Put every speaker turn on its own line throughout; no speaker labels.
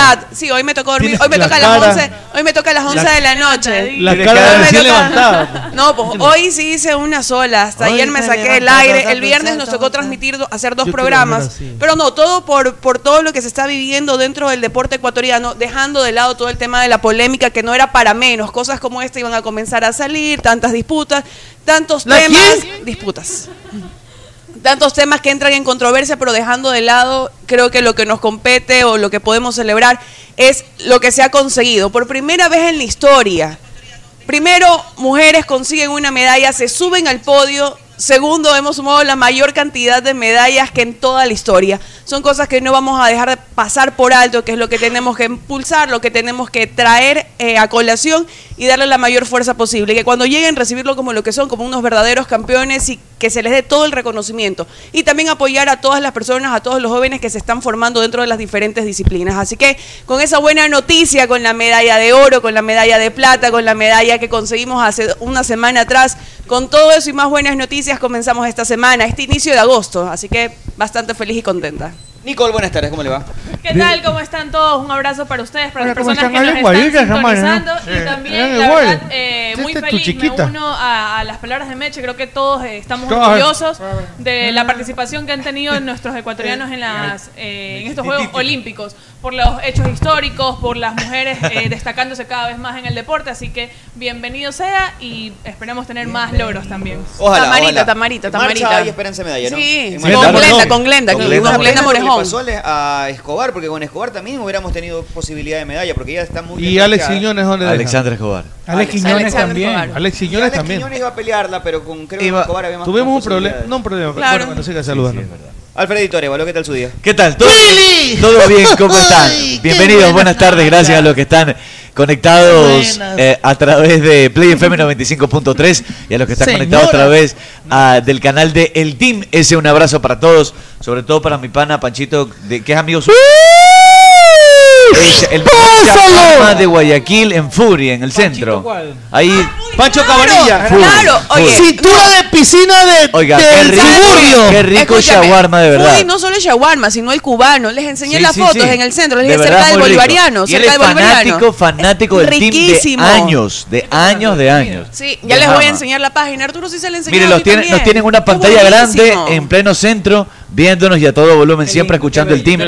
verdad. Sí, hoy me tocó dormir.
Tienes
Hoy me
la
toca a las
cara-
11. Hoy me toca a las 11 de la noche.
La
Hoy
cara
me
de recién
toca-
levantada.
No, pues hoy sí hice una sola. Hasta
Hoy
ayer me
se
saqué el
levantó,
aire.
ta, ta,
El viernes
ta,
nos
ta,
tocó
ta.
transmitir, do- hacer dos
Yo quiero
programas.
dormir así.
Pero no, todo por, por todo lo que se está viviendo dentro del deporte ecuatoriano, dejando de lado todo el tema de la polémica que no era para menos. Cosas como esta iban a comenzar a salir, tantas disputas, tantos
¿La
temas. Disputas. Tantos temas que entran en controversia, pero dejando de lado, creo que lo que nos compete o lo que podemos celebrar es lo que se ha conseguido. Por primera vez en la historia, Primero, mujeres consiguen una medalla, se suben al podio. Segundo, hemos sumado la mayor cantidad de medallas que en toda la historia. Son cosas que no vamos a dejar de pasar por alto, que es lo que tenemos que impulsar, lo que tenemos que traer eh, a colación y darle la mayor fuerza posible. Que cuando lleguen, recibirlo como lo que son, como unos verdaderos campeones y que se les dé todo el reconocimiento. Y también apoyar a todas las personas, a todos los jóvenes que se están formando dentro de las diferentes disciplinas. Así que con esa buena noticia, con la medalla de oro, con la medalla de plata, con la medalla que conseguimos hace una semana atrás, con todo eso y más buenas noticias comenzamos esta semana, este inicio de agosto. Así que bastante feliz y contenta.
Nicole, buenas tardes, ¿cómo le va?
¿Qué tal? ¿Cómo están todos? Un abrazo para ustedes, para
Hola,
las
¿cómo
personas que
están?
nos
Hablan
están
guayucas, jamás, ¿no?
sintonizando.
Sí.
Y
Hablan
también, la
igual.
verdad, eh, muy
Esta Este es tu
feliz. Me
chiquita.
uno a, a las palabras de Meche. Creo que todos eh, estamos
Todos.
orgullosos de la participación que han tenido nuestros ecuatorianos en, las, eh, en estos Juegos Olímpicos. Por los hechos históricos, por las mujeres eh, destacándose cada vez más en el deporte. Así que bienvenido sea y esperemos tener más logros también.
Ojalá,
Tamarita,
ojalá.
tamarita,
En marcha
tamarita.
hay esperanza de medalla, ¿no?
Sí,
En
sí,
marcha.
con Claro, Glenda, no. con Glenda, con
Una
Glenda
pena lo que le
Morejón.
pasó a Le- a Escobar, porque con Escobar también hubiéramos tenido posibilidad de medalla, porque ella está muy
Y
bien
Alex
rankeada.
Quiñones, ¿dónde deja?
Alexandre Escobar.
Alex Quiñones también. Alex
Y
Quiñones también.
Quiñones iba a pelearla, pero con creo que
Iba-
Escobar había más
tuvimos un
más
problema,
posibilidades.
no un problema, pero bueno, cuando siga saludando.
Alfredito Arevalo, ¿qué tal su día?
¿Qué tal? ¿Todo, todo bien? ¿Cómo están? Bienvenidos, buenas tardes, gracias a los que están conectados
Buenas.
eh, a través de Play FM 95.3 y a los que están
Señora.
conectados a través ah, del canal de El Team. Ese un abrazo para todos, sobre todo para mi pana Panchito, de, que es amigo suyo. Es el Chapama de Guayaquil en Fury, en el centro.
¿cuál?
Ahí, Pancho
Cabanilla. Ah, claro, oye,
Cintura de piscina de
Oiga,
qué rico, qué rico
Escúchame,
shawarma de verdad.
Foodie no solo el shawarma, sino el cubano. Les enseñé
Sí,
las
sí,
fotos
sí.
en el centro, les
De
dije
verdad,
cerca del
muy rico.
bolivariano,
Y él
cerca
es
del bolivariano.
fanático, fanático del
Riquísimo.
team de años, de años, de años.
Sí, ya
De
les voy
Jama.
a enseñar la página. Arturo sí se la enseñó.
Mire, los tienen, nos tienen una pantalla grande en pleno centro, viéndonos y a todo volumen, siempre escuchando el team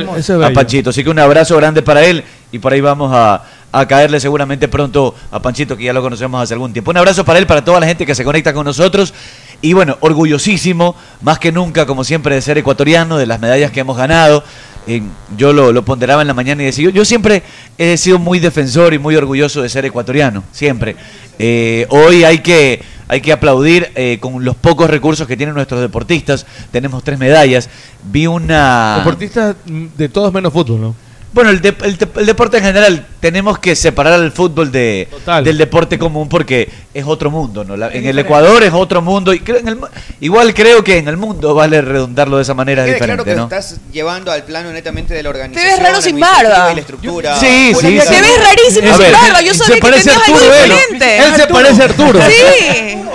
a Panchito. Así que un abrazo grande para él y por ahí vamos a, a caerle seguramente pronto a Panchito, que ya lo conocemos hace algún tiempo. Un abrazo para él, para toda la gente que se conecta con nosotros. Y bueno, orgullosísimo, más que nunca, como siempre, de ser ecuatoriano, de las medallas que hemos ganado. Eh, yo lo, lo ponderaba en la mañana y decía, yo, yo siempre he sido muy defensor y muy orgulloso de ser ecuatoriano, siempre. Eh, hoy hay que, hay que aplaudir eh, con los pocos recursos que tienen nuestros deportistas. Tenemos tres medallas. Vi una...
Deportistas mm, de todos menos fútbol, ¿no?
Bueno, el, dep- el dep- el deporte en general, tenemos que separar al fútbol de, del deporte común porque es otro mundo, ¿no? La- en el
diferente.
Ecuador es otro mundo. y creo en el mu- Igual creo que en el mundo vale redundarlo de esa manera
Quede
diferente,
Eh, claro que
¿no?
estás llevando al plano netamente de la organización.
ves raro sin
administrativa
barba.
Y la estructura.
Sí, sí, sí.
Te ves rarísimo,
A
sin
ver,
barba. Yo sabía
se
que
parece
tenías
a
algo
Arturo, él.
diferente.
Él se parece a Arturo.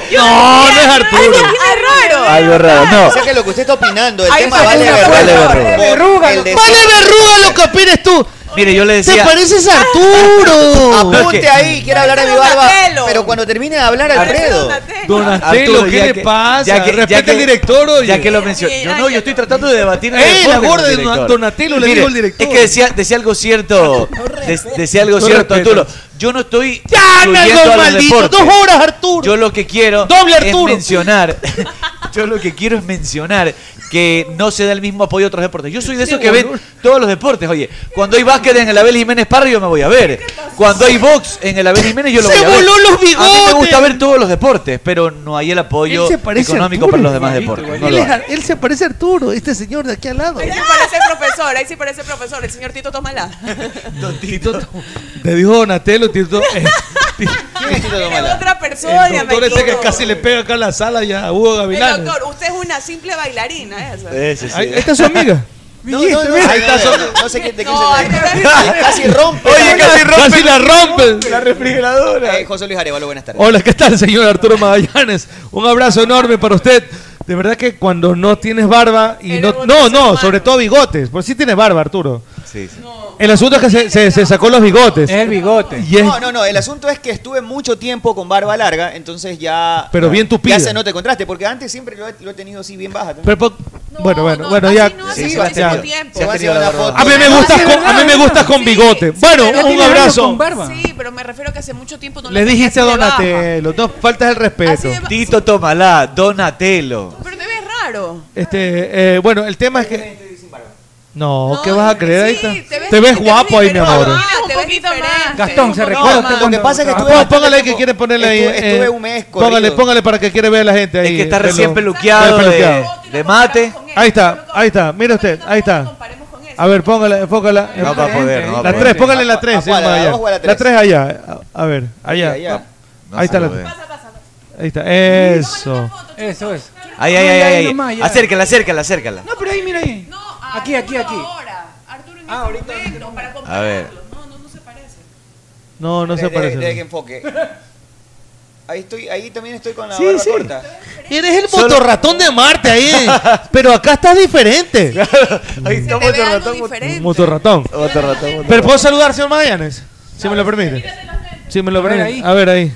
Sí.
No, no es Arturo.
Es raro.
Algo raro, no.
O sea que lo que usted está opinando, el
Ahí
tema
está,
vale
una
verruga.
Vale verruga.
Por el deseo-
Vale verruga lo que opines tú.
Mire, yo le
Te
decía...
pareces
Ah,
a Arturo.
Apunte ahí, quiere hablar a mi barba.
Donatello.
Pero cuando termine de hablar, Alfredo.
Donatello, ¿qué
ya
le
que-
pasa?
ya que- ya
Respeta
que-
al director, oye.
Ya que lo mencionó. Yo no, yo estoy tratando de debatir. en el
¡Eh, la
fondo con
gorda
el
de
director.
Don- Donatello, le
Mire,
digo al director!
Es que decía, decía algo cierto. de- decía algo
No
cierto,
respeto.
Arturo. Yo no estoy.
Ya,
excluyendo
Nalgón
a los
maldito,
deportes.
dos horas, Arturo.
Yo lo que quiero
Doble, Arturo.
es mencionar. Yo lo que quiero es mencionar que no se da el mismo apoyo a otros deportes. Yo soy de esos que ven todos los deportes. Oye, cuando hay básquet en el Abel Jiménez Parra, yo me voy a ver. Cuando hay box en el Abel Jiménez, yo lo
Se
voy a ver.
voló los
A mí me
bigotes.
gusta ver todos los deportes, pero no hay el apoyo
Él se parece a
económico
Arturo,
para los demás
igualito,
deportes. No
Él,
lo
es
hay.
a- él se parece a Arturo, este señor de aquí al lado.
Ahí sí parece profesor, ahí sí parece profesor, el señor Tito Tomalá.
Te dijo Donatello, Tito. eh,
Era otra persona,
El doctor ese que
Maitito.
casi le pega acá en la sala ya a Hugo
El
Gavilán.
doctor, usted es una simple bailarina, esa.
Ahí- Esta es su amiga.
Eh,
este,
No, no, no,
Ahí está
no,
solo.
no, no sé qué te
No,
quise decir.
ahí está.
Casi rompe.
Oye, casi rompe. Casi la rompe.
La refrigeradora. José Luis Arevalo, buenas tardes.
Hola, ¿qué tal, señor Arturo Magallanes? Un abrazo enorme para usted. De verdad que cuando no tienes barba y no. No, no, sobre todo bigotes. Por si tienes barba, Arturo.
Sí, sí.
El asunto es que se, se- se sacó los bigotes.
el bigote.
Y es-
Este. No, no, no. El asunto es que estuve mucho tiempo con barba larga, entonces ya.
Pero bien tupida.
Ya se nota el contraste, porque antes siempre lo he, lo he tenido así bien baja.
pero po-
No,
bueno, bueno,
no,
bueno,
así
ya.
no,
Sí,
así
sí,
no,
va
así
ya.
no.
tenido tiempo.
Se ha
va
tenido
haciendo
la
la foto.
A mí me gusta, con, a mí me gusta con bigote. Bueno,
Ya
un
tiene años
abrazo.
Con barba.
Sí, pero me refiero a que hace mucho tiempo no
Le
tenías
dijiste a
de baja.
Donatello, no faltas el
Así
respeto.
de ba-
Tito Tomalá, Donatello.
Pero te ves raro.
Este, eh, bueno, el tema es que. No,
No,
¿qué vas a creer? Ahí
sí,
está.
te ves-
Te ves
te ves
guapo ahí, mi
diferente.
amor.
Ah,
Tienes un
te ves
poquito más.
diferente.
Gastón, se
No,
recuerda.
no, lo que
cuando-
pasa es que estuve-
Pó- Póngale que
tiempo-
quiere ponerle ahí. eh,
estuve- estuve un mes corrido.
Póngale, póngale para que quiere ver a la gente ahí.
Es que está
de lo-
recién peluqueado
recién
de-
peluqueado.
de mate.
Ahí está, ahí está. Mire usted, ahí está. A ver, póngale, enfócala.
No va a poder, no va a
La
poder.
3, póngale
¿A
la
cu-
3.
a cuál, a la dos o a la
La
tres?
3 allá. A a ver, allá.
Allá.
No
Ahí
se
está
lo
la-
ve.
Ahí está. Eso.
Eso es.
Ay, ay, ay,
Ay,
ay,
ay,
ay.
nomás, ya.
Acércala, acércala, acércala.
No, pero ahí, mira ahí. Aquí, aquí, aquí.
Ahora, Arturo en
Ah,
este
ahorita.
momento, para
A ver.
compararlos. No, no, no se parece.
No, no se
Deje- deje que
parece.
enfoque. Ahí, estoy, ahí también estoy con la
Sí,
barba
sí.
corta.
Eres el motorratón de Marte ahí. Pero acá estás diferente.
Ahí
Se te ve algo diferente.
Motorratón.
Otro ratón. otro
Pero puedo saludar, señor Magallanes. Si me lo permite. Si me lo
A ver
permite.
ahí.
A ver ahí.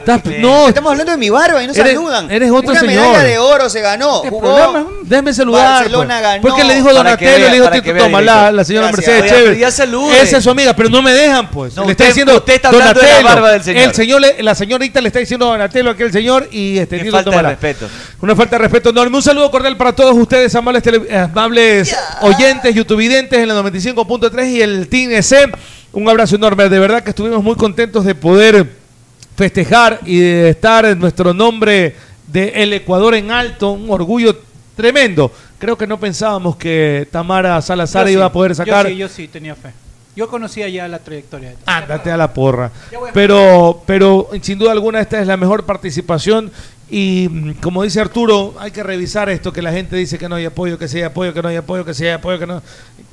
Estás- no,
Estamos hablando de mi barba y no
Eres-
saludan.
eres otro
Una medalla
señor.
de oro se ganó.
Este
Jugó.
programa es un-
déjeme saludar.
Barcelona
pues.
ganó.
Porque le dijo
Para que
Donatello,
vea,
le dijo
para que
Tito
vea,
Tomalá,
director.
la señora
Gracias.
Mercedes
Oiga,
Chévere.
pero ya salude.
Esa es su amiga, pero no me dejan, pues.
No,
le está
usted-
diciendo
usted está hablando de la barba del señor.
El señor le- la señorita le está diciendo Donatello a aquel señor y este
Qué
Tito
falta de
Tomalá.
respeto.
Una falta de respeto enorme. Un saludo cordial para todos ustedes, amables, tele- eh, amables oyentes, youtubividentes en la 95.3 y el Team EC. Un abrazo enorme. De verdad que estuvimos muy contentos de poder festejar y de estar en nuestro nombre de El Ecuador en alto. Un orgullo tremendo. Creo que no pensábamos que Tamara Salazar
Yo
iba
sí,
a poder sacar.
Yo sí, yo sí tenía fe. Yo conocía ya la trayectoria de
Ándate a la porra. Pero, pero sin duda alguna esta es la mejor participación y mm, como dice Arturo, hay que revisar esto, que la gente dice que no hay apoyo, que sí hay apoyo, que no hay apoyo, que sí hay apoyo, que no.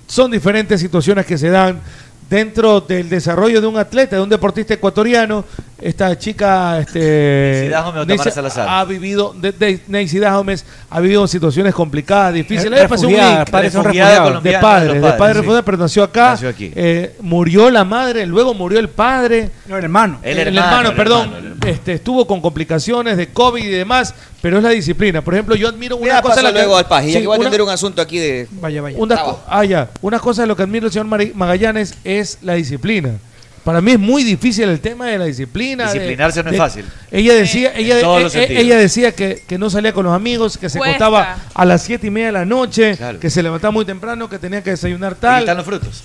Son diferentes situaciones que se dan dentro del desarrollo de un atleta, de un deportista ecuatoriano. Esta chica, este,
Neisy Dahomey o Tamara Salazar.
ha vivido, de, de- Neisy Dahomey ha vivido situaciones complicadas, difíciles. Ella pasó un
Refugiada,
link
padres son
Refugiada
refugiados.
colombiana.
de padre,
Colombiano, los
de
padres,
padre
sí.
refugiado, pero nació acá.
Nació aquí.
Eh, murió la madre, luego murió el padre.
No, el hermano.
El
El, hermano,
hermano, el
perdón,
hermano, el
Este, estuvo con complicaciones de COVID y demás, pero es la disciplina. Por ejemplo, yo admiro una
Mira,
cosa.
paso
de la
luego al Pajilla,
Sí,
que voy a
una-
atender un asunto aquí de...
Vaya, vaya.
una
Bravo.
co- ah, ya. Una cosa de lo que admiro el señor Mari- Magallanes es la disciplina. Para mí es muy difícil el tema de la disciplina. de-
Disciplinarse no es
de-
fácil.
Ella decía, ella,
todos
eh,
los
eh,
sentidos.
ella decía que, que no salía con los amigos, que se
Cuesta.
acostaba a las siete y media de la noche,
Claro.
que se levantaba muy temprano, que tenía que desayunar
Ahí
tal.
están los frutos.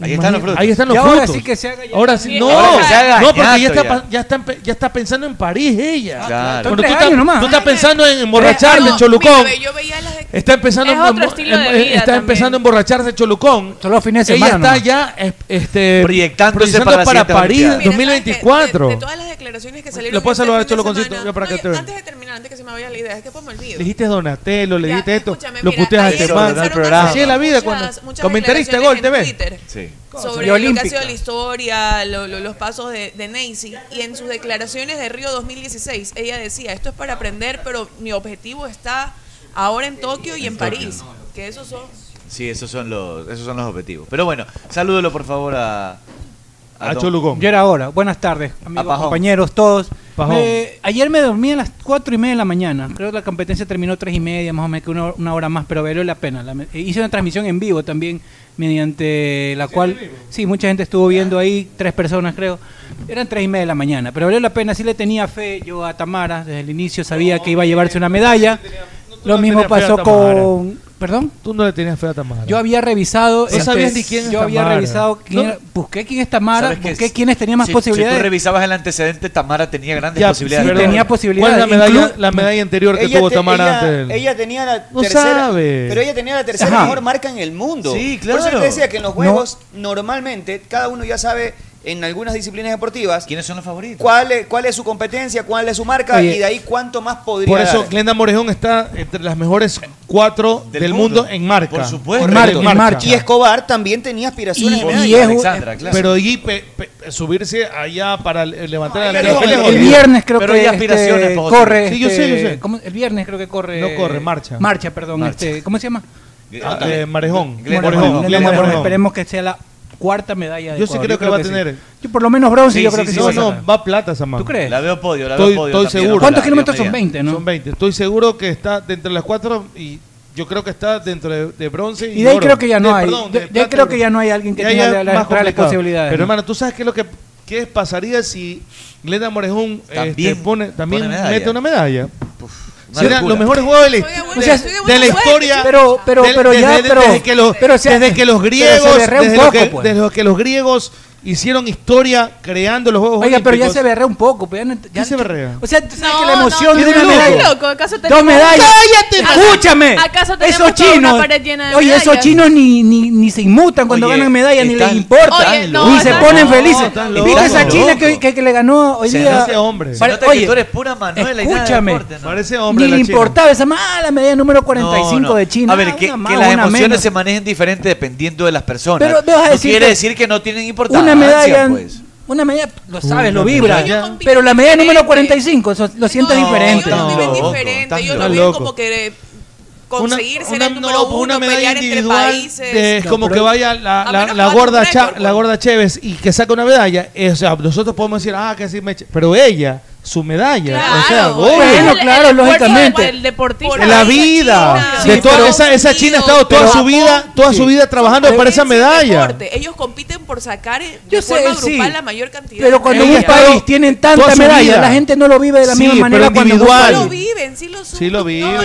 Ahí están los frutos.
Ahí están los
Y ahora
frutos.
sí que se haga ya
Ahora sí-
también.
no,
Ahora que se
haga
no, porque ya
ñato
está,
ya. Ah,
pa- ya está, empe- ya está pensando en París ella.
Claro.
Cuando tú,
Son tres
estás,
años nomás.
tú estás pensando en emborracharse,
No,
Cholucón.
Ah, eh, mira, Yo veía las de
Está empezando,
Es
a-
otro estilo de
em-
vida
está
también.
empezando a emborracharse Cholucón.
Solo los fines de
Ella
semana
está ya es- este,
Proyectándose
proyectando
para las
para
siguientes
París
Olimpiadas.
Mira, ¿sabes qué?
2024.
De, de todas las declaraciones que salieron.
puedo
este
saludar,
fin de
Choloconcito?
semana-
Ya para que
Oye,
te vean.
Antes de terminar, antes que se me vaya la idea, es que pues me olvido.
Le dijiste Donatello, le
Ya,
dijiste esto,
escúchame,
lo
mira,
puteas a
ayer
este
Tepán.
man.
empezaron a
programa.
Así es la vida cuando comentarista Gol
declaraciones en
TV.
Twitter
Sí.
Sobre
Y
lo que ha
olímpica.
sido la historia, lo- lo- los pasos de, de Nancy. Y en sus declaraciones de Río 2016, ella decía, esto es para aprender, pero mi objetivo está ahora en Tokio y en París. Que esos son...
Sí, esos son los, esos son los objetivos. Pero bueno, salúdelo por favor a,
A
Don-
Cholucón.
Ya era ahora. Buenas tardes, amigos,
A Pajón.
compañeros, todos.
Pajón.
Me- ayer me dormí a las 4 y media de la mañana. Creo que la competencia terminó 3 y media, más o menos, que una, una hora más, pero valió la pena. La me- eh, hice una transmisión en vivo también, mediante la cual... Sí, mucha gente estuvo viendo ahí, tres personas creo. Eran 3 y media de la mañana, pero valió la pena. Sí le tenía fe yo a Tamara, desde el inicio sabía que iba a llevarse una medalla.
tú
Lo
no
mismo
tenías fe a
pasó con... ¿Perdón?
Tú no le tenías fe a Tamara.
Yo había revisado. este,
No sabías ni quién es
Yo había
Tamara.
revisado. Quién
No.
era- busqué quién es Tamara.
¿Sabes qué?
Busqué quiénes tenían más
Si- Si tú
posibilidades.
revisabas el antecedente, Tamara tenía grandes
Ya,
posibilidades.
sí,
Perdón.
tenía posibilidades.
¿Cuál es la medalla,
Inclu-
la medalla anterior que
Ella
tuvo
te-
Tamara
ella-
antes del-
Ella tenía la
No
tercera...
sabe.
Pero ella tenía la tercera
Ajá.
mejor marca en el mundo.
Sí,
Por eso
claro.
te decía que en los juegos, normalmente, cada uno ya sabe en algunas disciplinas deportivas
¿Quiénes son los favoritos?
cuál es, cuál es su competencia, cuál es su marca
Oye.
y de ahí cuánto más podría
Por eso
dar.
Glenda Morejón está entre las mejores cuatro del,
Del
mundo,
mundo.
en marca.
Por supuesto.
En marca, en marcha.
Y Escobar también tenía aspiraciones
Y-
de
y
medalla.
es-
Alexandra, claro.
Pero allí, pe- pe- o subirse allá para le- levantar la
pero
pelea.
el viernes creo
Pero
que
hay aspiraciones
este,
para otro.
corre.
Sí, yo sé, yo
este,
sé.
¿cómo- el viernes creo que corre.
No corre, marcha.
Marcha, perdón.
Marcha.
Este, ¿Cómo se llama?
Ah, eh, Marejón. Morejón,
Glenn Morejón.
Moreno,
Glenn
Moreno,
Morejón.
Esperemos que sea la cuarta medalla de
Yo sí
Ecuador.
creo que va a tener.
sí. Yo por lo menos bronce,
Sí,
yo
sí,
creo que sí.
sí,
No,
va a
no,
sacar.
va plata esa mano.
¿Tú crees?
La veo podio, la
Estoy-
veo podio.
estoy
también,
seguro.
ojalá,
¿Cuántos
Dios
kilómetros son?
mediante.
20, ¿no?
Son 20. Estoy seguro que está de entre las cuatro y yo creo que está dentro de, de bronce y,
Y de ahí
oro.
creo que ya no
De-
hay.
perdón,
De-
de
de
plata
ahí creo
y
que
oro.
ya no hay alguien que
Ya,
tenga
ya
la-
es
las reales
más complicado.
posibilidades,
Pero
¿no?
hermano, ¿tú sabes qué es lo que qué pasaría si Glenda Morejón este,
También
pone, también
pone medalla.
mete una medalla?
Una
Será
locura.
los mejores juegos de la,
Estoy de buena-
de-
estoy de buena
de la
suerte,
historia.
chico.
Pero, pero,
del-
pero
desde,
ya, pero.
desde que los,
pero se-
desde que los
pero se
griegos,
berrea un
desde,
poco,
lo que,
pues.
desde lo que los griegos hicieron historia creando los juegos
Oiga, pero ya
Olímpicos.
se berrea un poco. Pues ya no- ya-
se berrea?
O sea, tú sabes que
No,
la emoción
no,
de una
no,
medalla.
loco, ¿acaso
Dos
tenemos-
medallas.
¿Acaso-
Escúchame.
pues! acaso tenemos
esos
toda una
chinos.
pared llena de
oye, esos
medallas?
chinos ni, ni, ni se inmutan cuando
Oye,
ganan medallas, ni les
están-
importa.
Oye, no,
ni se
están
ponen
locos,
felices.
están
¿Viste
locos.
esa china que,
Loco.
que, que le ganó hoy
Se
día?
hace hombre.
Se
Pare-
nota que tú eres pura Manuela y nada de
escúchame.
deporte, ¿no?
Parece hombre
ni
la
le
china.
importaba esa mala medalla número 45
No, no.
de China.
A ver,
Ah,
que,
una
que
más,
las
una
emociones
menos.
se manejen diferente dependiendo de las personas.
Pero me vas a
no
decir
quiere
que
decir que no tienen importancia.
Una medalla.
pues.
Una medalla, lo sabes,
Una
lo vibra.
medalla.
Yo
Pero la medalla número
compito
45, eso lo sientes
No,
diferente.
Yo lo
No,
viven
loco,
diferente.
estás
Yo lo
loco.
viven
Loco.
como que eh, conseguir
Una-
ser
una-
el número
no, pues
uno, pelear entre países.
eh, es
No,
como
pero-
que vaya la,
A
la-
menos
la
que
gorda
haga un
Cha-
récord,
la
pues.
gorda Chévez y que saca una medalla. eh, o sea, nosotros podemos decir, ah, que sí me eche. Pero ella, su medalla. o sea,
Claro,
obvio.
bueno,
El- el
claro,
esfuerzo
lógicamente.
del deportista.
Por
la
ahí,
vida.
China,
De
sí,
toda-
Estados
esa, esa China ha estado toda
Unidos,
su vida,
Japón,
toda su vida trabajando
Son
para esa
competencias de
medalla.
deporte. Ellos compiten por sacar eh, de
Yo sé,
forma
sí.
grupal la mayor cantidad.
Pero
de
cuando
Ella
un
medallas.
estaba
país tienen tanta
toda su
medalla,
vida.
la gente no lo vive de la
Sí,
misma
pero
manera cuando
individual.
Sí lo
un país-
viven, sí lo suben.
Sí lo viven.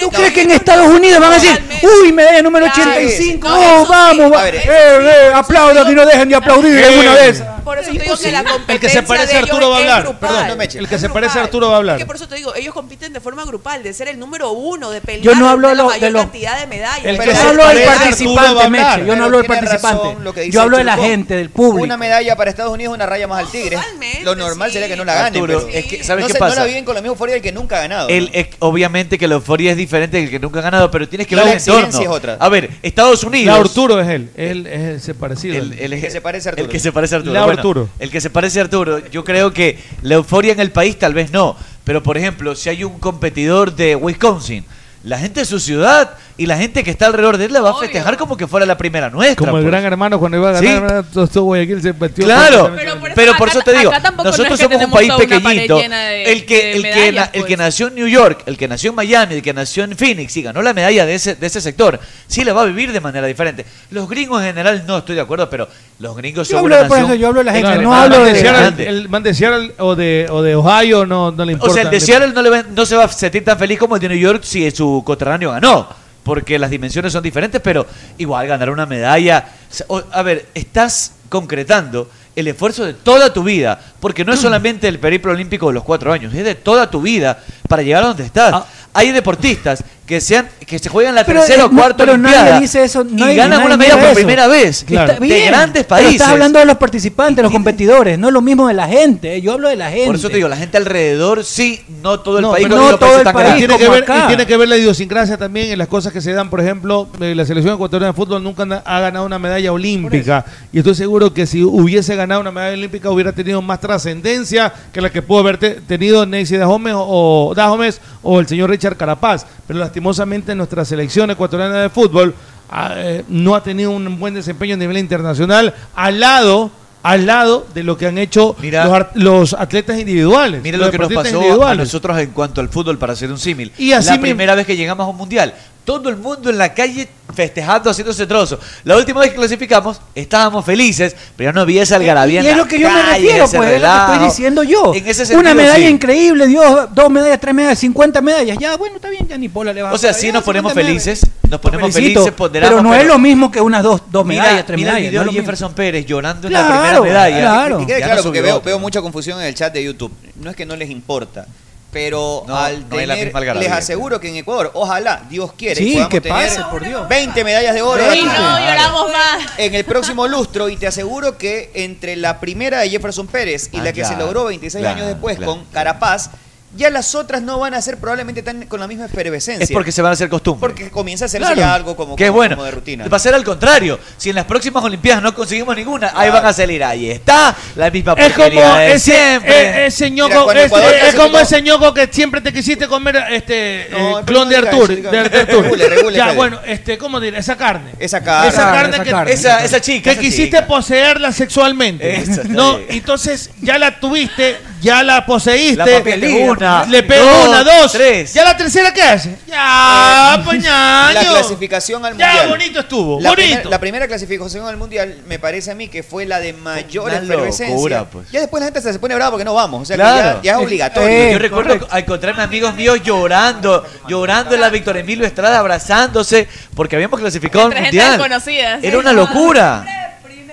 ¿Tú crees que en Estados Unidos van a decir, uy, medalla número 85,
Claro, eso
oh,
sí.
vamos, va-
A ver,
eh,
eso
eh,
sí,
aplaudan
eso
y no dejen de aplaudir en una vez.
Por eso te digo que la competencia
Eh, El que se parece a
de ellos
Arturo va a
es
hablar.
grupal.
Perdón,
no me eche.
El que
Es
se parece a
grupal.
Arturo va a
Es que
hablar.
por eso te digo, ellos compiten de forma grupal, de ser el número uno, de pelear
Yo no hablo
por
de
la
lo-
mayor
de lo-
cantidad de
El
medallas. de
que
Yo
medallas.
se
hablo del
parece a Arturo va a
participante,
hablar.
Meche, yo no
Pero
hablo del
tiene
participante.
razón lo que dice
Yo hablo de la
Chulcón.
gente, del público.
Una medalla para Estados Unidos es una raya más al tigre.
Totalmente,
Lo normal
sí.
sería que no la ganen,
Arturo,
pero
es que, ¿sabes
no,
qué
se-
pasa?
no la viven con la misma euforia del que nunca ha ganado.
El- es- obviamente que la euforia es diferente del que nunca ha ganado, pero tienes que
La
ver el
exigencia
entorno.
es otra.
A ver, Estados
La
Unidos.
Arturo es él. Él es el se parecido.
El, el-
que se parece a Arturo.
el que se parece a Arturo.
Lao
Bueno,
Arturo.
el que se parece a Arturo. Yo creo que la euforia en el país tal vez no. Pero, por ejemplo, si hay un competidor de Wisconsin, la gente de su ciudad y la gente que está alrededor de él la va a
Obvio.
festejar como que fuera la primera nuestra.
Como el
pues.
gran hermano cuando iba a ganar,
Sí.
¿verdad? todo, todo Guayaquil se metió.
Claro,
Pero por eso
pero por
acá-
eso te digo,
acá tampoco no es
nosotros
que
somos un
tenemos
país
toda una pared
pequeñito.
llena de-
El que,
de
el, que,
medallas,
na- el que
pues.
nació en New York, el que nació en Miami, el que nació en Phoenix y ganó la medalla de ese, de ese sector, sí la va a vivir de manera diferente. Los gringos en general no estoy de acuerdo, pero los gringos
Yo
son
hablo
una
de- por
nación-
eso, yo hablo de la gente,
Claro, Ah,
no
el
el
hablo
man
man
de-
Seattle-
Seattle.
El man de Seattle o de, o de Ohio no, no le importa.
O sea, el
Le-
de Seattle no, le va- no se va a sentir tan feliz como el de New York si su coterráneo ganó. Porque las dimensiones son diferentes, pero igual ganar una medalla. o sea, o- a ver, estás concretando el esfuerzo de toda tu vida, porque
Mm.
no es solamente el periplo olímpico de los cuatro años, es de toda tu vida para llegar a donde estás.
Ah.
Hay deportistas que sean que se juegan la
Pero, eh,
tercera o
no,
cuarta
pero nadie
Olimpiada
dice eso, nadie-
y ganan
nadie
una
niega
medalla por
eso.
primero primera vez
Claro.
Está
de
bien,
grandes
pero
países.
Estás hablando de los participantes, los competidores, no es lo mismo de la gente. eh, Yo hablo de la gente.
Por eso te digo, la gente alrededor sí, no todo el
No,
país.
pero
con
no
los
todo
países
el
tan
país.
grandes.
Y tiene,
como
que ver,
acá.
y tiene que ver la idiosincrasia también en las cosas que se dan, por ejemplo, eh, la selección ecuatoriana de fútbol nunca na- ha ganado una medalla olímpica. Y estoy seguro que si hubiese ganado una medalla olímpica hubiera tenido más trascendencia que la que pudo haber te- tenido Nancy Dahomes o, Dahomes o el señor Richard Carapaz. Pero lastimosamente nuestra selección ecuatoriana de fútbol ah, eh, no ha tenido un buen desempeño a nivel internacional al lado al lado de lo que han hecho
Mira.
los, ar- los atletas individuales.
Mira
los
lo que nos
deportistas
pasó a
individuales.
nosotros en cuanto al fútbol, para hacer un símil.
Y así
la
mismo-
primera vez que llegamos a un mundial. Todo el mundo en la calle festejando, haciéndose trozo. La última vez que clasificamos, estábamos felices, pero ya no había esa algarabía. en
Y es
la
lo que yo me
calle,
refiero,
ese
pues, es lo que
relajo.
estoy diciendo yo.
En ese sentido,
Una medalla
sí.
increíble, Dios, dos medallas, tres medallas, 50 medallas. Ya, bueno, está bien, ya ni pola le va a
O sea,
pasar.
sí
Ya,
nos ponemos
50 medallas.
felices, nos ponemos
Felicito,
felices, ponderamos.
Pero no es lo mismo que unas dos, dos
Ah,
medallas,
mira,
tres
mira
medallas.
el video
no es lo
de
mismo.
Jefferson Pérez llorando
Claro,
en la primera medalla.
claro.
Y quede
Ya
claro,
no
porque
subió
veo,
otra.
veo mucha confusión en el chat de YouTube. No es que no les importa, pero
No,
al
no es la
tener-
misma algarabía.
les aseguro que en Ecuador, ojalá, Dios quiere,
Sí,
podamos
que
tener
pase, por Dios.
20 medallas de oro.
Y no, lloramos más.
En el próximo lustro, y te aseguro que entre la primera de Jefferson Pérez y
Ah,
la que se
claro,
logró 26
claro,
años después
claro.
con Carapaz, ya las otras no van a ser probablemente tan con la misma efervescencia.
Es porque se van a hacer costumbre.
Porque comienza a hacerse
Claro.
ya algo como,
que es
como-
bueno.
como de rutina.
Va a ser al contrario. Si en las próximas Olimpiadas no conseguimos ninguna, ahí van a salir. Ahí está la misma
Es como
porquería de
ese,
siempre.
e- ese
Mira,
ñoco,
cuando
es,
Ecuador
es
clasificó-
como ese ñoco que siempre te quisiste comer este
No,
eh,
pero
clon
no
de
diga
Artur,
eso, diga-
de- de Artur.
regule, regule,
ya,
Fede.
bueno, este, ¿cómo diré? Esa carne.
Esa carne.
Esa carne
esa
que,
carne.
Esa, esa chica.
que
esa
quisiste
chica.
poseerla sexualmente.
Eso, está
no,
bien.
entonces ya la tuviste, ya la
La
poseíste.
papi le- una,
le pegó
dos,
una, dos.
tres.
¿Ya la tercera qué hace? Ya,
Eh, la
pañaño.
clasificación al
Ya,
mundial.
bonito estuvo.
La,
bonito.
primer- la primera clasificación al mundial me parece a mí que fue la de mayor
Una
efervescencia.
locura, pues.
Ya después la gente se pone brava porque no vamos. O sea, que
Claro.
ya, ya es obligatorio.
Eh,
Yo recuerdo
correcto.
al encontrarme amigos míos llorando, llorando en la Victoria Emilio Estrada, abrazándose, porque habíamos clasificado al
Entre gente
mundial.
desconocida, sí.
Era una locura.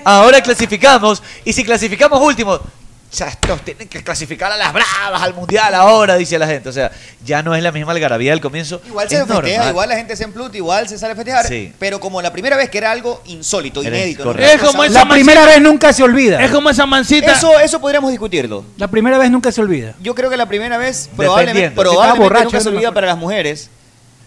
Ahora clasificamos, y si clasificamos últimos, ya estos tienen que clasificar a las bravas al mundial ahora, dice la gente. O sea, ya no es la misma algarabía del comienzo.
Igual se
es
festeja,
normal.
igual la gente se empluta, igual se sale a festejar.
Sí.
Pero como la primera vez que era algo insólito,
Era
inédito. ¿no?
correcto.
Es como
Cosa-
esa
La
mancita-
primera vez nunca se olvida.
Es como esa mancita.
eso, eso podríamos discutirlo.
La primera vez nunca se olvida.
Yo creo que la primera vez probablemente,
Dependiendo.
probablemente
Estaba borracho,
nunca se
no me
olvida
acuerdo.
para las mujeres.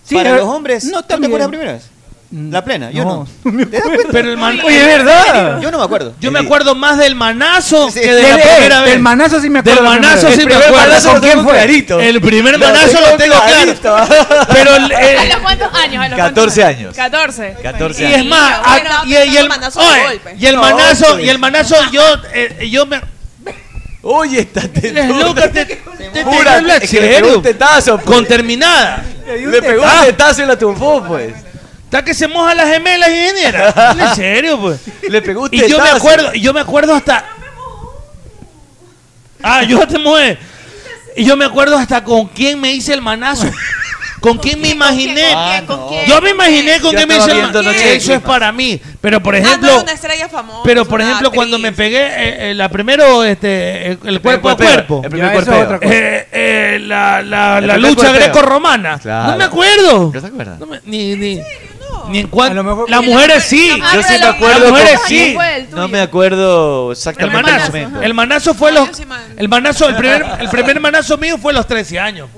Sí,
para
eh,
los hombres,
no,
¿tú te acuerdas
también.
de la primera vez? La plena, yo no. ¿Te das cuenta?
pero el man-
Oye, ¿verdad?
Yo no me acuerdo.
Yo me acuerdo más del manazo
Sí.
que de
Del-
la primera
eh,
vez.
del manazo sí me acuerdo
Del
la primera
manazo
vez.
sí
El
me
primer
acuerdo.
manazo lo tengo clarito.
El primer manazo lo tengo claro. Pero el-
¿A
eh,
los cuántos años? ¿A los
14
cuántos
años.
14.
14
y
años.
es más,
Sí,
a-
bueno,
y,
pero
y el,
manazo de
oye,
golpe.
y el manazo, y el manazo, yo, eh, yo me.
Oye, está atento.
Es loca, te, te, te-
Jura,
te-
es que le pegó un tetazo. pues.
con terminada. Ah.
Le pegó un tetazo y la tumbó, pues.
Está que se moja las gemelas, ingeniera. En serio, pues.
Le pegó un
Y yo me
tetazo.
acuerdo, y yo me acuerdo hasta. Ah, yo te mueve. Y yo me acuerdo hasta con quién me hice el manazo. Con quién me imaginé.
Ah, no.
Yo me imaginé con
Yo
quién me hice
estaba
el
viendo
manazo.
Noche de
Eso es
Climas.
para mí. Pero por
Ah, no
ejemplo.
era una estrella famosa.
Pero por
una
ejemplo, cuando me
actriz.
pegué eh, eh, la primero, este, eh, el cuerpo a cuerpo.
Ya,
El primer
eso es
cuerpeo.
otra cosa.
Eh, eh, la la,
El
la
primer
lucha
golpeo.
greco-romana.
Claro.
No me acuerdo.
¿No te acuerdas?
No me- ni, ni, ni en cuan-
A lo mejor-
Las mujeres sí.
Ah,
Yo
pero
sí me
la-
acuerdo.
las mujeres
pues.
con-
sí.
No me acuerdo
El
exactamente el
manazo,
momento.
el manazo fue
No,
los
yo sí man-
el manazo el primer el primer manazo mío fue a los 13 años.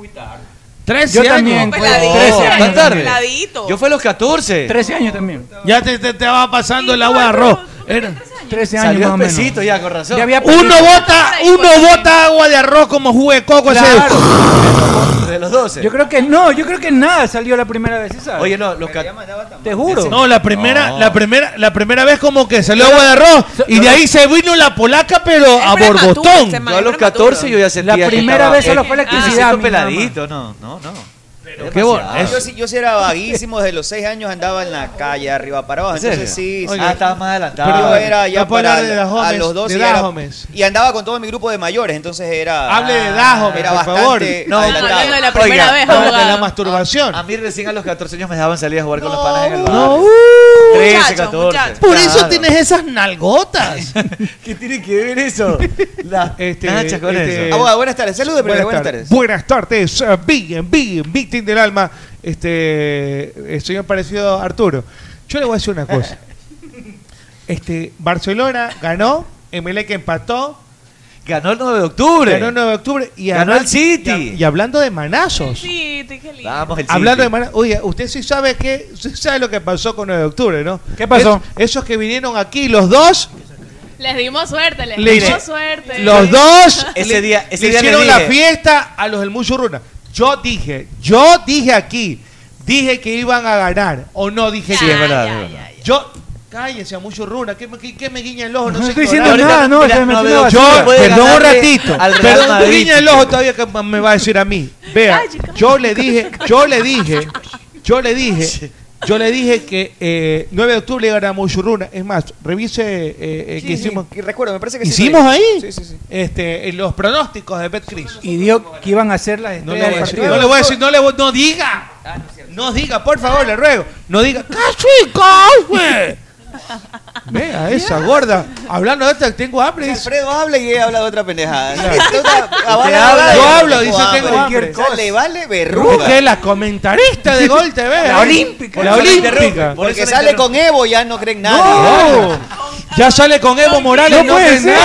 13
Yo
años.
también.
Pues
Fue
ladito,
13 años.
pues,
tarde.
ladito.
Yo fue a los 14.
13 años también.
Ya te, te, te va pasando el agua de arroz. Era-
13 años
Salió
más o
el
menos.
pesito ya, con razón.
Ya había
Uno
perdido-
bota, Ah, uno bota agua de arroz como jugo de coco ese.
Claro. De los 12.
Yo creo que no, yo creo que nada salió la primera vez, ¿sí ¿sabes?
Oye, no, los 14.
te juro.
No, la primera,
No.
la primera, la primera vez como que salió agua de arroz y de ahí se vino la polaca pero
Es
a
prematuro,
Borbotón.
se ma-
Yo a los 14 yo ya sentía
La
que
primera
estaba-
vez solo fue la
Ah, me
electricidad,
siento
mi
peladito, no, no, no.
qué bueno,
Demasiado.
eso.
Yo, sí- yo sí era vaguísimo, desde los seis años andaba en la calle, arriba para abajo.
¿En serio?
Entonces sí, sí.
Ah, estaba más
Yo
adelantado.
era ya
No puede
para
hablar de Dahomes,
a los 12
de
ya era-
Dahomes.
y andaba con todo mi grupo de mayores, entonces era
Hable de Dahomes,
era
por
bastante
favor.
adelantado.
No,
hablando de la primera
Oiga,
vez,
Habla de la
abogado.
masturbación.
A mí recién a los 14 años me dejaban salir a jugar con los panas en el bar.
No, uh,
13,
muchachos,
14.
muchachos.
por eso
Claro.
tienes esas nalgotas.
¿Qué tiene que ver eso? Las
Este,
nachas con
este,
eso. Ah,
Abogado, buenas tardes. Saludos, pero buenas tardes.
Buenas tardes, eh, bien, bien, víctima del alma. Este, eh, señor parecido a Arturo. Yo le voy a decir una cosa. Este, Barcelona ganó, Emelec empató,
Ganó el 9 de octubre.
ganó el 9 de octubre y
Ganó
hablan-
el City.
Y, y hablando de manazos.
Sí, te dije lindo.
Vamos, el City.
Hablando de manazos. Oye, usted sí sabe que sí sabe lo que pasó con 9 de octubre, ¿no?
¿Qué pasó?
Es- esos que vinieron aquí los dos,
Les dimos suerte, les
Le
dimos
hice-
suerte.
los dos
Ese
le-
día- ese
le
día le
hicieron la
dije.
fiesta a los del Muchurruna. Yo dije, yo dije aquí, dije que iban a ganar o no dije
Sí,
que.
es verdad.
Ya,
es
ya,
verdad.
Yo cállense a Muchurruna, que me, que, que me guiña el ojo, no,
No
sé
estoy
qué
diciendo
horario.
nada. no,
mira,
se me
no
metió
veo-
la
Yo,
basura.
puede
perdón un
ganarle
ratito,
al Real
perdón,
Madrid,
guiña el
chico.
ojo todavía que me va a decir a mí. Vea, yo le dije, yo le dije, yo le dije, yo le dije que eh, 9 de octubre iba a ganar Muchurruna. Es más, revise eh, eh,
Sí,
que
sí,
hicimos.
que recuerdo, me parece que sí
¿Hicimos
lo
ahí?
hice. Sí, sí, sí.
Este, en los pronósticos de Betcris.
Y dio que iban a hacer las
No
estrellas
le voy a
del
decir,
partido.
no le voy a decir, no le voy- no diga.
Ah,
No diga, por favor, le ruego. No diga, ¡Casi, casi! Vea esa gorda. Hablando de esta, tengo hambre. dice.
Alfredo habla y ella habla de otra pendejada.
habla,
yo hablo, dice, tengo hambre.
Ah, cualquier cosa. Le vale
Es que
verruga.
es la comentarista de Gol TV. La
olímpica.
La
Por eso le
olímpica.
interrumpo. Por
Porque
eso le
sale
interrumpo.
con Evo ya no creen nada.
No. Ya sale con Evo Morales, no,
puede
tendrá.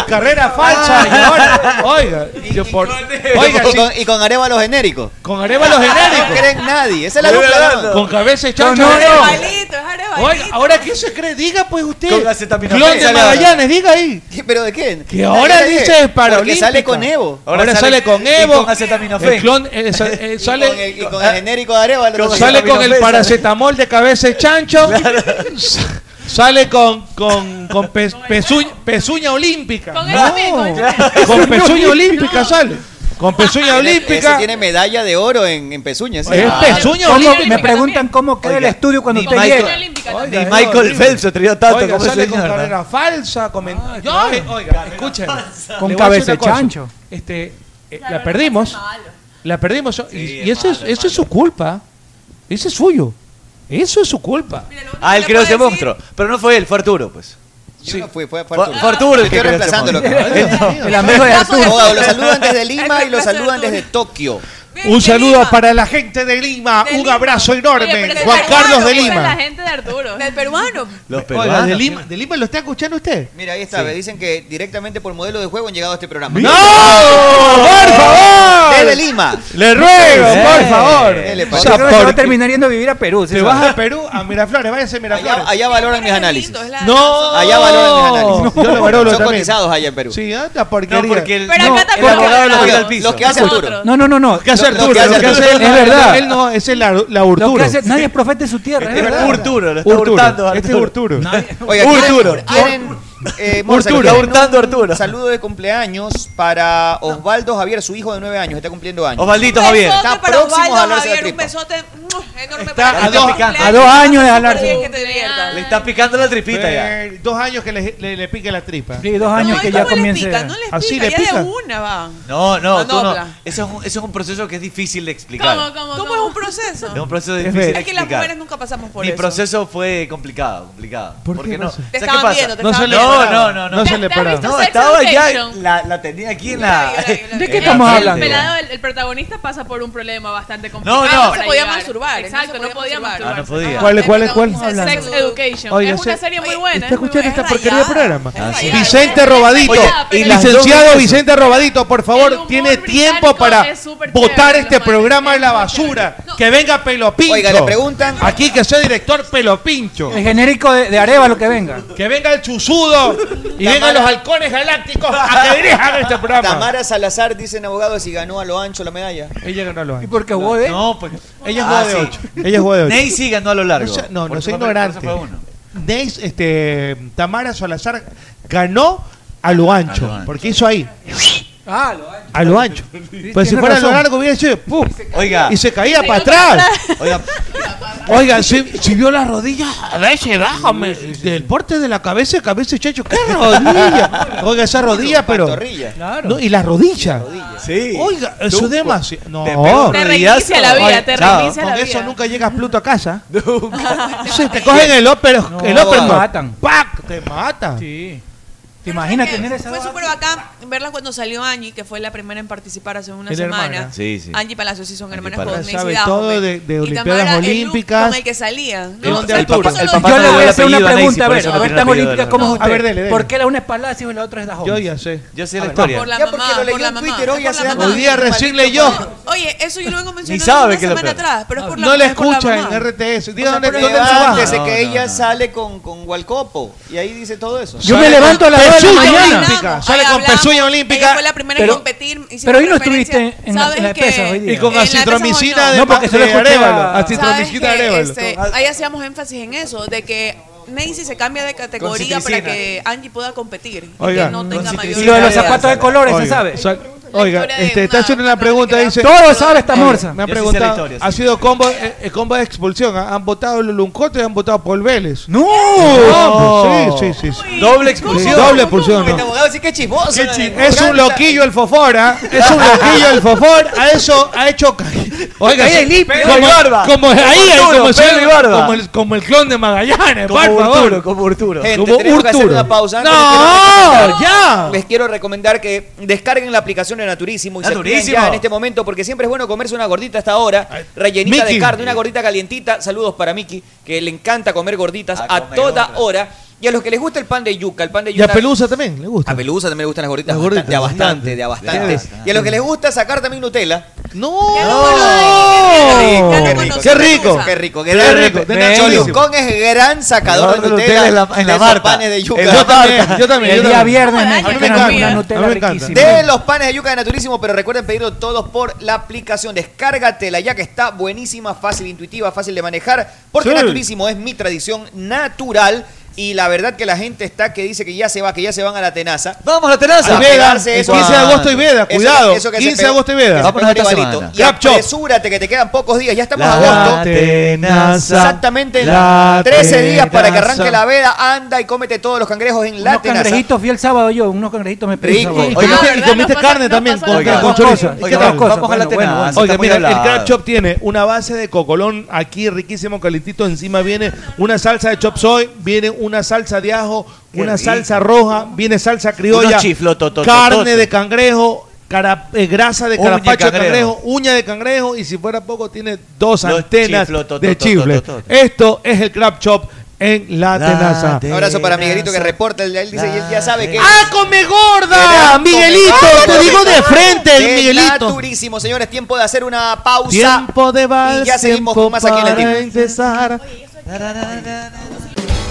Y carrera falsa. y ahora, oiga, yo por- oiga,
y,
sí,
con, y con Arevalo genérico.
con Arevalo
No
genérico.
creen nadie. Esa es la dupla. ¿no?
Con cabeza y chancho.
Es
no.
arevalito, es arevalito.
Oiga, ahora quién se cree, diga pues usted.
Con acetaminofén.
Clon de
Sale
Magallanes, diga ahí.
¿Qué- ¿Pero de qué?
Que ahora
¿De qué?
dice es para
Porque sale con Evo.
Ahora,
Ahora
sale,
sale-
con
y
Evo.
con acetaminofén.
El clon eh, sa- eh,
Y
sale
con el, y con el genérico de Arevalo.
con-
no sé.
sale con el
acetaminofén,
paracetamol de cabeza de chancho. Sa- Sale con con con pe- pezuña, pezuña olímpica.
Con
¿no?
él también, con él también.
Con pezuña olímpica sale. Con pezuña
Ah, Ese
olímpica.
tiene medalla de oro en, Ah. en pezuñas.
este Es pezuña
¿Cómo-
olímpica.
me preguntan cómo queda el estudio cuando
Y
usted
con
Michael-
Unión
llega.
Olímpica
Oiga,
también.
Y
es
Michael
horrible.
Phelps se trió tanto
Oiga,
como ese
sale con
señor. ¿no?
carrera falsa, comenta- Yo, oiga, escuchen.
Con
Le voy a
cabeza
decir una
de
cosa.
chancho.
Este, eh, la perdimos. La perdimos. y y eso, es, eso es su culpa. Ese es suyo. Eso es su culpa.
Mira, lo único
Ah, él
que
creó
puedo
ese
decir-
monstruo. Pero no fue él, fue Arturo, pues.
Yo no fui, fue
Fue fue
Fortuna.
Arturo,
Yo
el que
estoy
creó ese
reemplazándolo.
monstruo.
El amigo de Arturo.
Abogado, lo saludan desde Lima
Es
y lo
reemplazo de
saludan desde
Arturo.
Tokio.
Ven,
Un
de
saludo
Lima,
para la gente de Lima.
De
Un
Lima.
aborzo
Oye,
enorme.
pero
Juan
ese
Carlos
es
de
Arturo, esa es La
Lima.
gente de Arturo.
Del peruano.
Los
Oiga,
peruanos.
de Lima, de Lima lo está escuchando usted.
Mira, ahí está. me Dicen que directamente por modelo de juego han llegado a este programa.
¡No! ¡Por
Desde
favor!
Lima.
Le ruego,
Sí.
por favor.
¿Qué le
O
parece?
sea,
Yo creo que se va a
porque
terminar yendo a vivir a Perú. ¿sí
te
sabe?
vas a Perú, a Miraflores, váyase a Miraflores.
Allá, allá valoran mis
Es lindo,
análisis.
es la-
No,
Allá valoran mis análisis.
Yo lo valoro
Son
también.
cotizados allá en Perú.
Sí, ¿ah? anda porquería.
No, porque el,
Pero
No,
acá
el
tampoco.
abogado lo tira al
hablamos.
piso.
Los que hace Arturo.
Nosotros.
No, no, no, no.
¿Qué hace
Lo- lo
Arturo?
que hace
Lo que hace
Arturo.
él
Es
no-
verdad.
Él no, es el la, la
Lo que
Urturo.
hace- nadie es profeta en su tierra.
Es
es verdad.
Urturo, lo está
Urturo.
hurtando a
Este es
Arturo.
Urturo.
Oiga, ¿quieren-
Urturo.
¿quieren, eh, Morsa,
Arturo.
¿quieren
Hurtando
un
Arturo.
Saludo de cumpleaños para Osvaldo Javier, su hijo de nueve años. Está cumpliendo años.
Osvaldito
Un
Javier.
besote
Está
para
próximo
Osvaldo,
a jalarse la
Javier, Un
tripa.
besote mm, enorme
Está
para
a
ti.
dos-
Cumpleaños,
a dos años de
súper
jalarse.
bien, que te diviertas.
Le está picando la tripita ya.
Eh, Dos años que le, le, le pique la tripa.
Sí, dos
No,
años
¿y
que
cómo
ya
les
comience.
pica? No les
Así
pica,
le
ya
pica.
de una va.
No, no, tú no.
Manopla.
Eso es, un, eso es un proceso que es difícil de explicar.
¿Cómo, cómo,
¿Cómo es un proceso?
Es un proceso
Es
difícil de
Es que las mujeres
explicar.
nunca pasamos por
Mi
eso.
proceso fue complicado, complicado.
¿Por
Porque
qué
no.
pasa?
¿sabes
Te
qué
estaban
pasa?
viendo, te
No se
estaban
le
viendo.
No, no, no, no.
No se le
¿Te has
paraba.
visto
No,
Sex
estaba ya.
Education?
La, la tenía aquí en
Yo
la.
la vi, yo la vi, yo la vi.
¿De qué
El-
estamos
el
hablando?
pelado, el, el protagonista pasa por un problema bastante complicado.
No, no.
para
No se
podía
llegar.
masturbar, no
Exacto,
se
no
podía
podía masturbar.
masturbar.
Ah, no podía.
¿Cuál es, cuál es, cuál?
Estamos hablando.
Sex Education.
Oiga,
es una
se-
serie muy
Oye,
buena.
¿Está
es muy
escuchando
buena.
esta porquería de programa?
Ah, sí.
Vicente Robadito.
Oye,
y
y las
licenciado
dos-
Vicente Robadito, por
El
favor,
humor
tiene tiempo
británico
para
es súper
votar
chévere,
este
lo
programa
mantiene
en la
muy chévere.
basura. Que venga Pelopincho.
Oiga, le preguntan-
Aquí que sea director Pelopincho.
El genérico de, de Areva lo que venga.
Que venga el chuzudo y
Tamara-
vengan los halcones galácticos a que dirijan este programa.
Tamara Salazar, dicen abogados, y ganó a lo ancho la medalla.
Ella ganó los
¿Y
años.
por qué hubo de?
No, pues.
Ella
Ah,
jugó de
sí.
8. Ella jugó de 8.
Nancy ganó a lo largo.
No, sea- no,
Por
no
eso
soy
fue- por
ignorante.
eso fue uno.
Neis, este, Tamara Salazar ganó a lo ancho,
A lo ancho.
porque hizo ahí,
Ah, lo hay.
a lo ancho. Pues si
tiene
fuera a lo
razón.
largo hubiera hecho ¡pum!
Oiga,
y se caía para atrás. Oiga, si, si vio las rodillas, a veces bájame del porte de la cabeza, cabeza chacho, qué rodilla. Oiga, esa rodilla, pero
Pantorrilla.
Claro.
no, y las rodillas.
sí.
Oiga, eso es demasiado.
Te pego
No.
un
Te
rodillazo.
reinicia la vida,
Oye,
te
chao.
reinicia la
Con
vida.
eso nunca llegas Pluto a casa. Sí, te cogen el ópera, el
te
ópera,
matan.
¡Pac! Te matan.
Sí. ¿Te
Pero
imaginas
¿sabes qué?
tener esa
Fue súper bacán verla cuando salió Angie, que fue la primera en participar hace una
Es la hermana.
semana.
Sí, sí.
Angie Palacios sí son
Angie
hermanas
Palacios.
con Nancy
Sabe
Dahomey.
todo de- de
Y
Olimpiadas
Tamara, el look
Olímpicas.
Con el que salían.
El-
No,
el
o sea,
papá-
por eso
el
lo-
papá
Yo le
no
voy
el
a hacer una
apellido de Nancy,
pregunta, a
por
ver,
eso
a
no
ver
tiene
tan
el apellido
olímpica
de
como es
la
usted.
hermana. A ver, dele, dele.
¿Por qué la una es Palacios y la otra es la
Yo
Jones?
ya sé.
Yo sé la
por
historia.
la
Ya porque
mamá,
lo leí
por la
en
mamá,
Twitter hoy,
por la
hace
mamá.
Hoy día recién leyó.
Oye, eso yo lo vengo mencionando
sabe
una
que lo
semana
peor.
atrás, pero es por la
No la
por la
escucha
mamá.
en RTS. Diga
O sea,
dónde,
pero
dónde
levántese
trabaja.
No,
que
no,
ella
no.
sale con, con Walcopo. Y ahí dice todo eso.
Yo me levanto a las dos de la
Pezuña
mañana.
olímpica. Sale con pezuña olímpica.
Ella fue la primera
Pero-
en competir. hicimos
pero hoy no
referencia.
estuviste en la-
¿Sabes
en la
que-
pesa hoy día.
Y con
en la pesa
acitromicina
hoy
de,
no.
No, porque se lo
de
escuché
Arévalo.
a-
¿Sabes
Acitromicina de
que,
Arévalo.
este, ahí hacíamos énfasis en eso, de que Nancy se cambia de categoría
Con citricina.
para que Angie pueda competir y
Oiga,
que no
con
tenga mayor
Y lo de los
edad.
zapatos de colores, ¿se
Oiga,
sabe?
sal- Oiga,
historia de
este, está
una-
haciendo una
una
pregunta,
que
dice.
Todo sabe esta morsa.
Me ha
Yo sí sé la
preguntado,
historia,
ha
sí.
sido combo, eh, eh, combo de expulsión. ¿ah? Han votado Luluncote y han votado Paul Vélez.
¡No!
No, pues, sí, sí, sí.
Doble
Sí,
expulsión.
doble expulsión.
Este
no.
abogado sí que es chismoso. eh". ¿no?
Es un loquillo el fofora, es un loquillo el fofor, a eso ha hecho ca- Oiga,
Ahí
sí,
hay limpio,
como,
pelo y barba.
como ahí hay
Arturo,
como,
pelo
si-
y barba.
como el, como el clon de Magallanes,
Como
por
Urturo,
favor.
como Urturo.
Gente,
Como
tenemos que hacer
Urturo.
una pausa. Antes les quiero recomendar-
No, ya.
Les quiero recomendar que descarguen la aplicación de Naturísimo y se
Naturísimo.
pidan ya en este momento porque siempre es bueno comerse una gordita hasta ahora, rellenita
Miki.
de carne, una gordita calientita. Saludos para Miki, que le encanta comer gorditas
A
a,
comer
toda
gordas.
hora. Y a los que les gusta el pan de yuca, el pan de
Y
yuca.
a Pelusa también, le gusta.
A Pelusa también le gustan las gorditas.
Las gorditas,
de a bastante, de a
bastante.
bastante. Y a los que les gusta sacar también Nutella.
No.
¡Qué rico!
¡Qué
Pelusa.
rico! ¡Qué rico!
Qué
Gran-
rico, de
Nacho
Nacho.
Lucón es gran sacador de
Sacador de Nutella
Nutella
en la- en la
de esos
Marta.
panes de
Eh, Yo
yuca.
también, yo también.
El
yo
día
también.
viernes
Ay,
me
a mí me
trajeron
encanta.
una
A mí
Nutella
me encanta.
riquísima.
De los panes de yuca de Naturísimo, pero recuerden pedirlo todos por la aplicación. Descárgatela ya que está buenísima, fácil, intuitiva, fácil de manejar. Porque
Sí.
Naturísimo es mi tradición natural. Y la verdad que la gente está que dice que ya se va, que ya se van a la tenaza.
Vamos a la tenaza.
a
Y Veda,
pegarse
el
eso.
15 de agosto y Veda,
Eso-
cuidado.
eso que se
15 de
pegó-
agosto y
que se
Veda.
Vámonos
pegó
esta
igualito.
semana.
Y
Crap Shop.
apresúrate que te quedan pocos días. Ya estamos en agosto.
La tenaza.
Exactamente
La
13 días para que
tenaza.
arranque la veda. Anda y cómete todos los cangrejos en la
Unos
tenaza.
cangrejitos fui el sábado yo, unos cangrejitos me pedí. el
Rico.
sábado.
Y
Oiga,
comiste,
¿verdad?
y comiste
No pasa-
carne
no
también
pasa
con,
nada.
con
Oiga,
chorizo.
oiga,
¿Y qué
oiga,
tal?
cosa,
Vamos a la
bueno, bueno,
tenaza.
bueno.
Oiga,
está muy
mira, el
hablado.
Crack Chop tiene una base de cocolón aquí riquísimo, calentito. Encima viene una salsa de chop soy, viene una salsa de ajo, una
rico.
salsa roja, viene salsa criolla,
Unos chiflotototototes.
carne de cangrejo, cara- eh, grasa de
Uña de
carapacho de
cangrejo.
cangrejo, uña de cangrejo y si fuera poco tiene dos
Los
antenas de chifle.
chiflototototototes.
Esto es el Crab Chop en La
La
Tenaza.
Tenaza.
Un abrazo para Miguelito que reporta. Él dice, y él ya sabe que...
¡Ah, come gorda!
Era
Miguelito,
come-
te digo de frente,
De
Miguelito.
Naturísimo, señores. Tiempo de hacer una pausa.
Tiempo de vals,
Y ya seguimos
tiempo
con más aquí en
para
Latino.
empezar.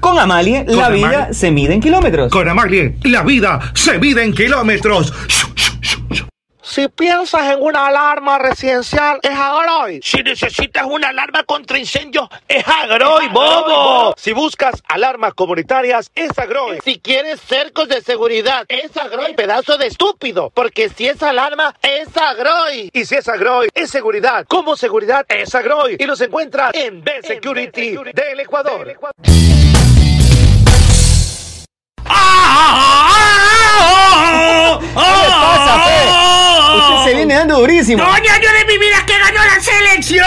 Con Amalie
Con
la
Amalie.
vida se mide en kilómetros.
Con Amalie, la vida se mide en kilómetros.
Si piensas en una alarma residencial, es Agroy. Si necesitas una alarma contra incendios, es Agroy, bobo. Si buscas alarmas comunitarias, es Agroy. Si quieres cercos de seguridad, es Agroy, pedazo de estúpido. Porque si es alarma, es Agroy. Y si es Agroy, es seguridad. Como seguridad, es Agroy. Y los encuentras en B-Security del Ecuador.
¿Qué le
ah,
pasa, Fe? Usted se viene dando durísimo.
año de mi vida que ganó la selección,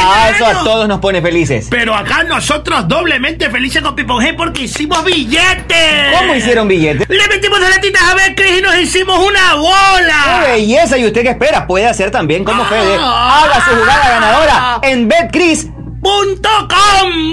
Ah, eso a todos nos pone felices.
Pero acá nosotros doblemente felices con Pipon G porque hicimos billetes.
¿Cómo hicieron billetes?
Le metimos de latitas a ver, Cris, y nos hicimos una
¡Qué
bola.
belleza! ¿Y usted qué espera? Puede hacer también como
Ah.
Fede. Haga su jugada ganadora en BetCris.
Punto com.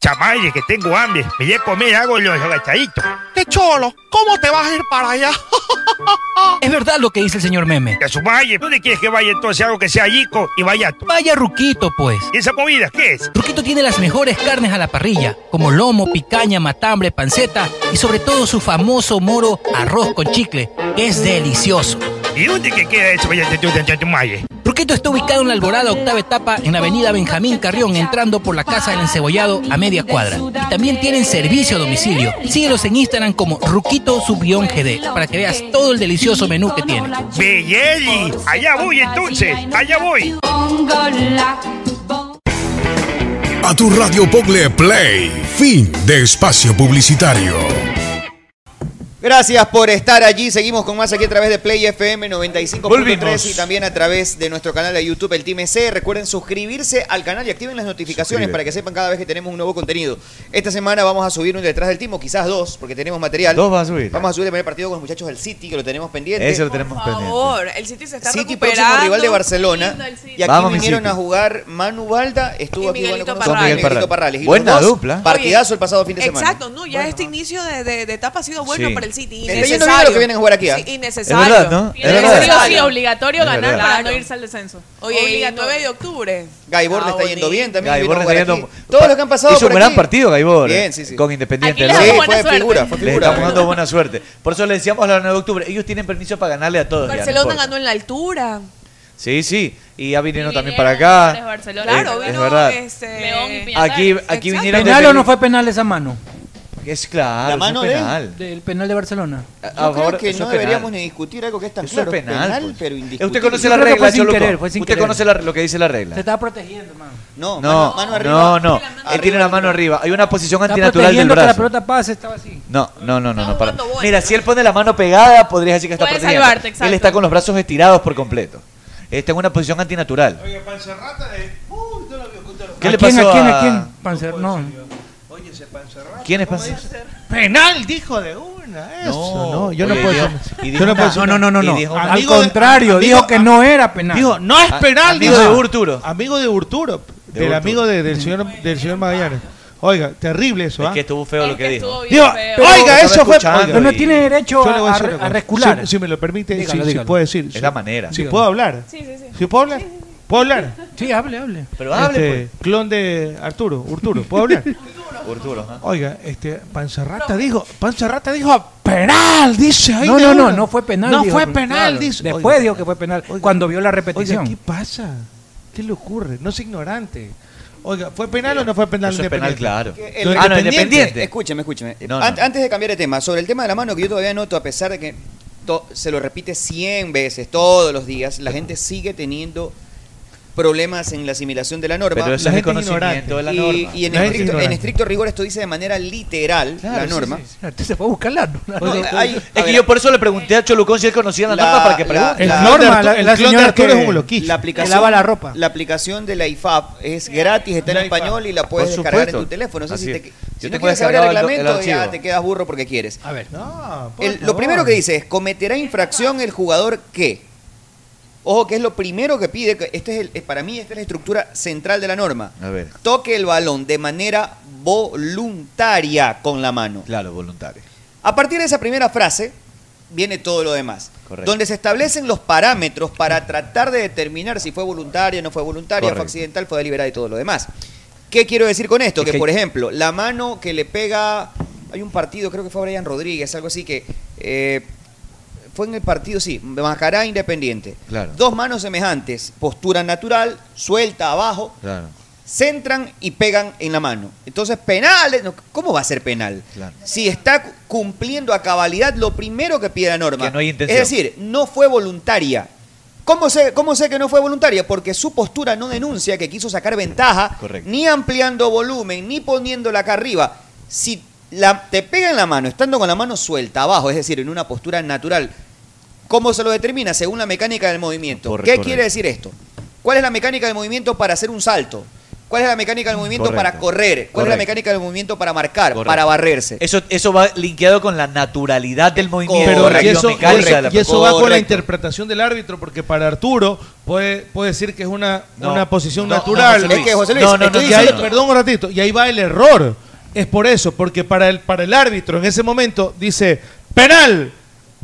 Chamaye, que tengo hambre. Me voy a comer, hago los agachaditos.
¡Qué cholo! ¿Cómo te vas a ir para allá?
Es verdad lo que dice el señor Meme.
Que su valle. ¿Dónde quieres que vaya entonces? Hago que sea rico y vaya tú.
Vaya Ruquito, pues.
¿Y esa comida qué es?
Ruquito tiene las mejores carnes a la parrilla, como lomo, picaña, matambre, panceta y sobre todo su famoso moro arroz con chicle, que es delicioso.
¿Y dónde que queda eso? Vaya, tu, tu, tu, tu, tu, maye?
Porqueto está ubicado en la Alborada Octava Etapa en la avenida Benjamín Carrión, entrando por la Casa del Encebollado a media cuadra. Y también tienen servicio a domicilio. Síguelos en Instagram como Ruquito Subión GD para que veas todo el delicioso menú que tienen.
Belleli, allá voy entonces, allá voy.
A tu radio Pogle Play. Fin de espacio publicitario.
Gracias por estar allí. Seguimos con más aquí a través de Play FM 95.3
Volvimos.
y también a través de nuestro canal de YouTube, el Team EC. Recuerden suscribirse al canal y activen las notificaciones
Suscríbete.
para que sepan cada vez que tenemos un nuevo contenido. Esta semana vamos a subir un detrás del timo, quizás dos, porque tenemos material.
Dos vas a subir.
Vamos a subir el primer partido con los muchachos del City, que lo tenemos pendiente.
Ese lo tenemos pendiente.
favor, el City se está
City, próximo
recuperando.
rival de Barcelona. Y aquí
Vamos, mi
vinieron
City.
a jugar Manu Balda, estuvo aquí
Miguelito Parrales.
con nosotros,
Con Miguel
Miguelito Parrales. Y los
Buena
dos,
dupla.
Partidazo el pasado fin de semana.
Exacto, no, ya este inicio de, de- de etapa ha sido bueno
Sí.
para el City.
Le está yendo bien a los que vienen a jugar aquí, ¿ah?
Sí, innecesario.
Es verdad, ¿no?
Es verdad. Sí o sí, obligatorio
Es
ganar
verdad.
para no irse al descenso.
Oye, y el 9 de octubre.
Gaibor
Ah,
le está yendo bien también. vino a
Gaibor
jugar
está
aquí.
yendo-
Todos los que han pasado
Hizo
por
un gran
aquí.
partido, Gaibor.
Bien,
eh, Con Independiente.
Aquí le
¿no?
damos Sí, buena fue suerte. figura, fue
Le
figura.
estamos dando buena suerte. Por eso le decíamos a la 9 de octubre. Ellos tienen permiso para ganarle a todos. ya, no
Barcelona
importa.
ganó en la altura.
Sí, sí. Y ya vinieron también para
vinieron
acá.
jugadores de Barcelona.
Eh,
Claro,
Es
vino,
verdad.
este,
León y
Aquí, aquí vinieron. de
¿Penal o
Perú.
no fue penal esa mano?
Es claro. es un penal.
Del penal de Barcelona.
A- a
Yo
favor,
creo que
eso
no
es penal.
deberíamos ni discutir algo que es tan
Eso
claro.
es penal. pues.
pero indiscutible.
Usted conoce la regla, Choluco. Usted conoce la- lo que dice la regla.
pues, Se estaba protegiendo, hermano.
No,
No, no, no. Él tiene la mano arriba. Hay una posición
Está
antinatural del
protegiendo que la
brazo.
pelota pase, estaba así.
No, no, no, no, no. Para. Mira, si él pone la mano pegada, podrías decir que está
Puede
protegiendo.
salvarte, exacto.
Él está con los brazos estirados por completo. Está en una posición antinatural.
Oye, Panzerrata, eh. Uy, no lo vio contar.
¿Qué
¿A
le
quién,
pasó
¿A quién?
a-
¿A quién? Panzer, no.
Oye, ese Panzerrata.
¿Quién es
¿cómo
Panzer-
dice? Penal, dijo de una. Eso, no.
yo no
Oye,
puedo
y
decir-
dijo-
yo
y
no
dijo
puedo
una-
decir- No, no, no, no.
dijo-
Al Amigo de- contrario, dijo que no era penal.
ah, Dijo, no es
A-
penal.
amigo
dijo.
de Urturo.
Amigo de Urturo.
De
del
Urturo.
amigo de- del, señor, del señor Magallanes. Oiga, terrible eso, ¿ah?
Que estuvo feo lo que dijo.
Digo, oiga, eso fue.
escuchando
oiga.
Pero no y- tiene
derecho
Yo le voy
a-
decir
a-
una
a
cosa.
recular.
Si, si me lo permite,
Dígalo,
si- si,
dígalo.
puedo decir.
Es
si-
la manera.
Si
Dígalo.
puedo hablar.
Sí, sí, sí.
¿Sí puedo hablar? ¿Puedo hablar?
Sí, hable, hable.
Pero hable,
Este, Clon de Arturo, Urturo, ¿puedo hablar?
pues. Urturo. ajá.
Oiga, este, Panzarrata dijo, Panzarrata dijo, penal, dice. ahí
No,
de
no, no,
una.
no fue penal.
No
dijo.
fue penal,
Claro.
dice.
Después
Oiga,
dijo que fue penal, cuando vio la
Oiga,
repetición.
¿qué pasa? ¿Qué le ocurre? No es ignorante. Oiga, ¿fue penal o no fue penal?
Eso es penal,
Independiente?
claro.
Que
No,
el-
Ah, no, independiente.
Escúcheme, escúcheme.
No,
An-
no.
Antes de cambiar de tema, sobre el tema de la mano, que yo todavía noto, a pesar de que to- se lo repite 100 veces todos los días, la gente sigue teniendo problemas en la asimilación de la norma.
Pero eso
La
es
gente
el conocimiento de la
y,
norma.
y en,
La gente es
estricto, en
ignorante.
estricto rigor esto dice de manera literal la
Claro, sí,
norma.
sí, sí.
Entonces Este se fue a buscar la la-
No, hay- a
Es que
ver,
yo por eso le pregunté a Cholucón si él conocía la,
La-
norma para que
la-
pregunte.
El
La-
clon de
Norma,
Arturo-
la-
el
la
clon de
señora
Arturo
que-
es un loquillo.
La aplicación,
lava la ropa.
la aplicación de la IFAP es gratis, está en
La
español
IFAP.
y la puedes
Por
descargar en
supuesto.
tu teléfono. No sé
Así
si
es.
te,
Yo
si no
tengo
quieres saber el
descargado el do- el
reglamento, ya
archivo.
te quedas burro porque quieres.
A ver.
No, por
El- lo
favor.
primero que dice es, ¿cometerá infracción el jugador que? Ojo, que es lo primero que pide, que este es el- eh, para mí esta es la estructura central de la norma.
A ver.
Toque el balón de manera voluntaria con la mano.
Claro, voluntario.
A partir de esa primera frase viene todo lo demás.
Correcto.
Donde se establecen los parámetros para tratar de determinar si fue voluntaria, no fue voluntaria, fue
Correcto.
accidental, fue deliberada y todo lo demás. ¿Qué quiero decir con esto?
Es
que,
que-
por ejemplo, la mano que le pega. Hay un partido, creo que fue Brian Rodríguez, algo así que. eh, fue en el partido, sí, Macará Independiente.
Claro.
Dos manos semejantes, postura natural, suelta abajo,
Claro.
centran y pegan en la mano. Entonces, penal, no, ¿cómo va a ser penal?
Claro.
Si está cu- cumpliendo a cabalidad lo primero que pide la norma.
Que no hay intención.
Es decir, no fue voluntaria. ¿Cómo sé, ¿Cómo sé que no fue voluntaria? Porque su postura no denuncia que quiso sacar ventaja,
Correcto.
ni ampliando volumen, ni poniéndola acá arriba. Si la, te pega en la mano, estando con la mano suelta abajo, es decir, en una postura natural, ¿Cómo se lo determina? Según la mecánica del movimiento.
Corre-
¿Qué
correcto.
quiere decir esto? ¿Cuál es la mecánica del movimiento para hacer un salto? ¿Cuál es la mecánica del movimiento
Correcto.
para correr? ¿Cuál es la
Correcto.
mecánica del movimiento para marcar,
Correcto.
para barrerse?
Eso, eso va linkeado con la naturalidad del movimiento.
Pero
la
y eso,
biomecánica de la
y eso va con la
Correcto.
interpretación del árbitro, porque para Arturo puede, puede decir que es una,
No.
una posición
No, no,
natural.
José Luis.
Es que, José Luis,
No, no, no,
estoy
Y ahí-
no, no, no.
perdón un ratito, y ahí va el error. Es por eso, porque para el, para el árbitro en ese momento dice penal.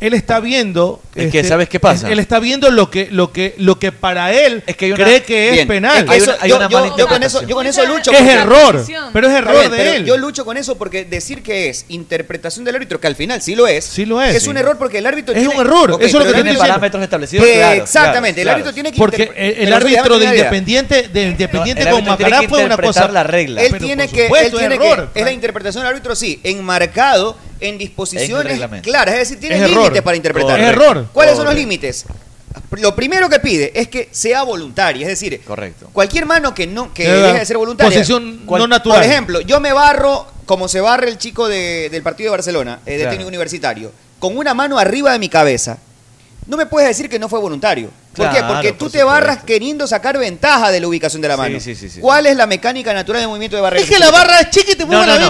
él está viendo. este,
Es que, ¿sabes qué pasa?
Él está viendo lo que, lo que, lo que para él
una-
cree que es
Bien,
penal.
es que hay una- hay
yo,
una
yo-
mala
yo con eso,
interpretación.
yo con eso lucho.
Es
porque-
error, pero es error
Está bien,
de
pero
él.
Yo lucho con eso porque decir que es interpretación del árbitro, que al final sí lo es,
lo es,
es
sí.
un error porque el árbitro
Es
tiene...
un error,
Ok,
eso es lo
pero
que
el
te estoy
árbitro-
diciendo.
Eh, Exactamente, el árbitro tiene que
Porque
interpre-
el, el
Pero sí,
árbitro
dame
de
una idea.
Independiente, de Independiente
el
con
árbitro tiene
Macará
que
fue una cosa.
interpretar la regla.
Él
Pero,
tiene
por
que,
supuesto,
él tiene
error,
que, es la interpretación del árbitro sí, enmarcado en disposiciones
reglamento.
claras, es decir, tiene
Es error.
límites para interpretar.
Correcto. Es error.
¿Cuáles son los
Correcto.
límites? Lo primero que pide es que sea voluntaria, es decir,
Correcto.
cualquier mano que no que
Es verdad.
deje de ser voluntaria.
Posesión no natural.
Por ejemplo, yo me barro como se barre el chico de- del partido de Barcelona, eh, de
Claro.
técnico universitario, con una mano arriba de mi cabeza. No me puedes decir que no fue voluntario. ¿Por qué?
Claro,
Porque
por
tú te barras queriendo sacar ventaja de la ubicación de la mano.
sí, sí, sí.
¿Cuál es la mecánica natural del movimiento de barra?
Es que la barra es
chica y te
No, no, no. La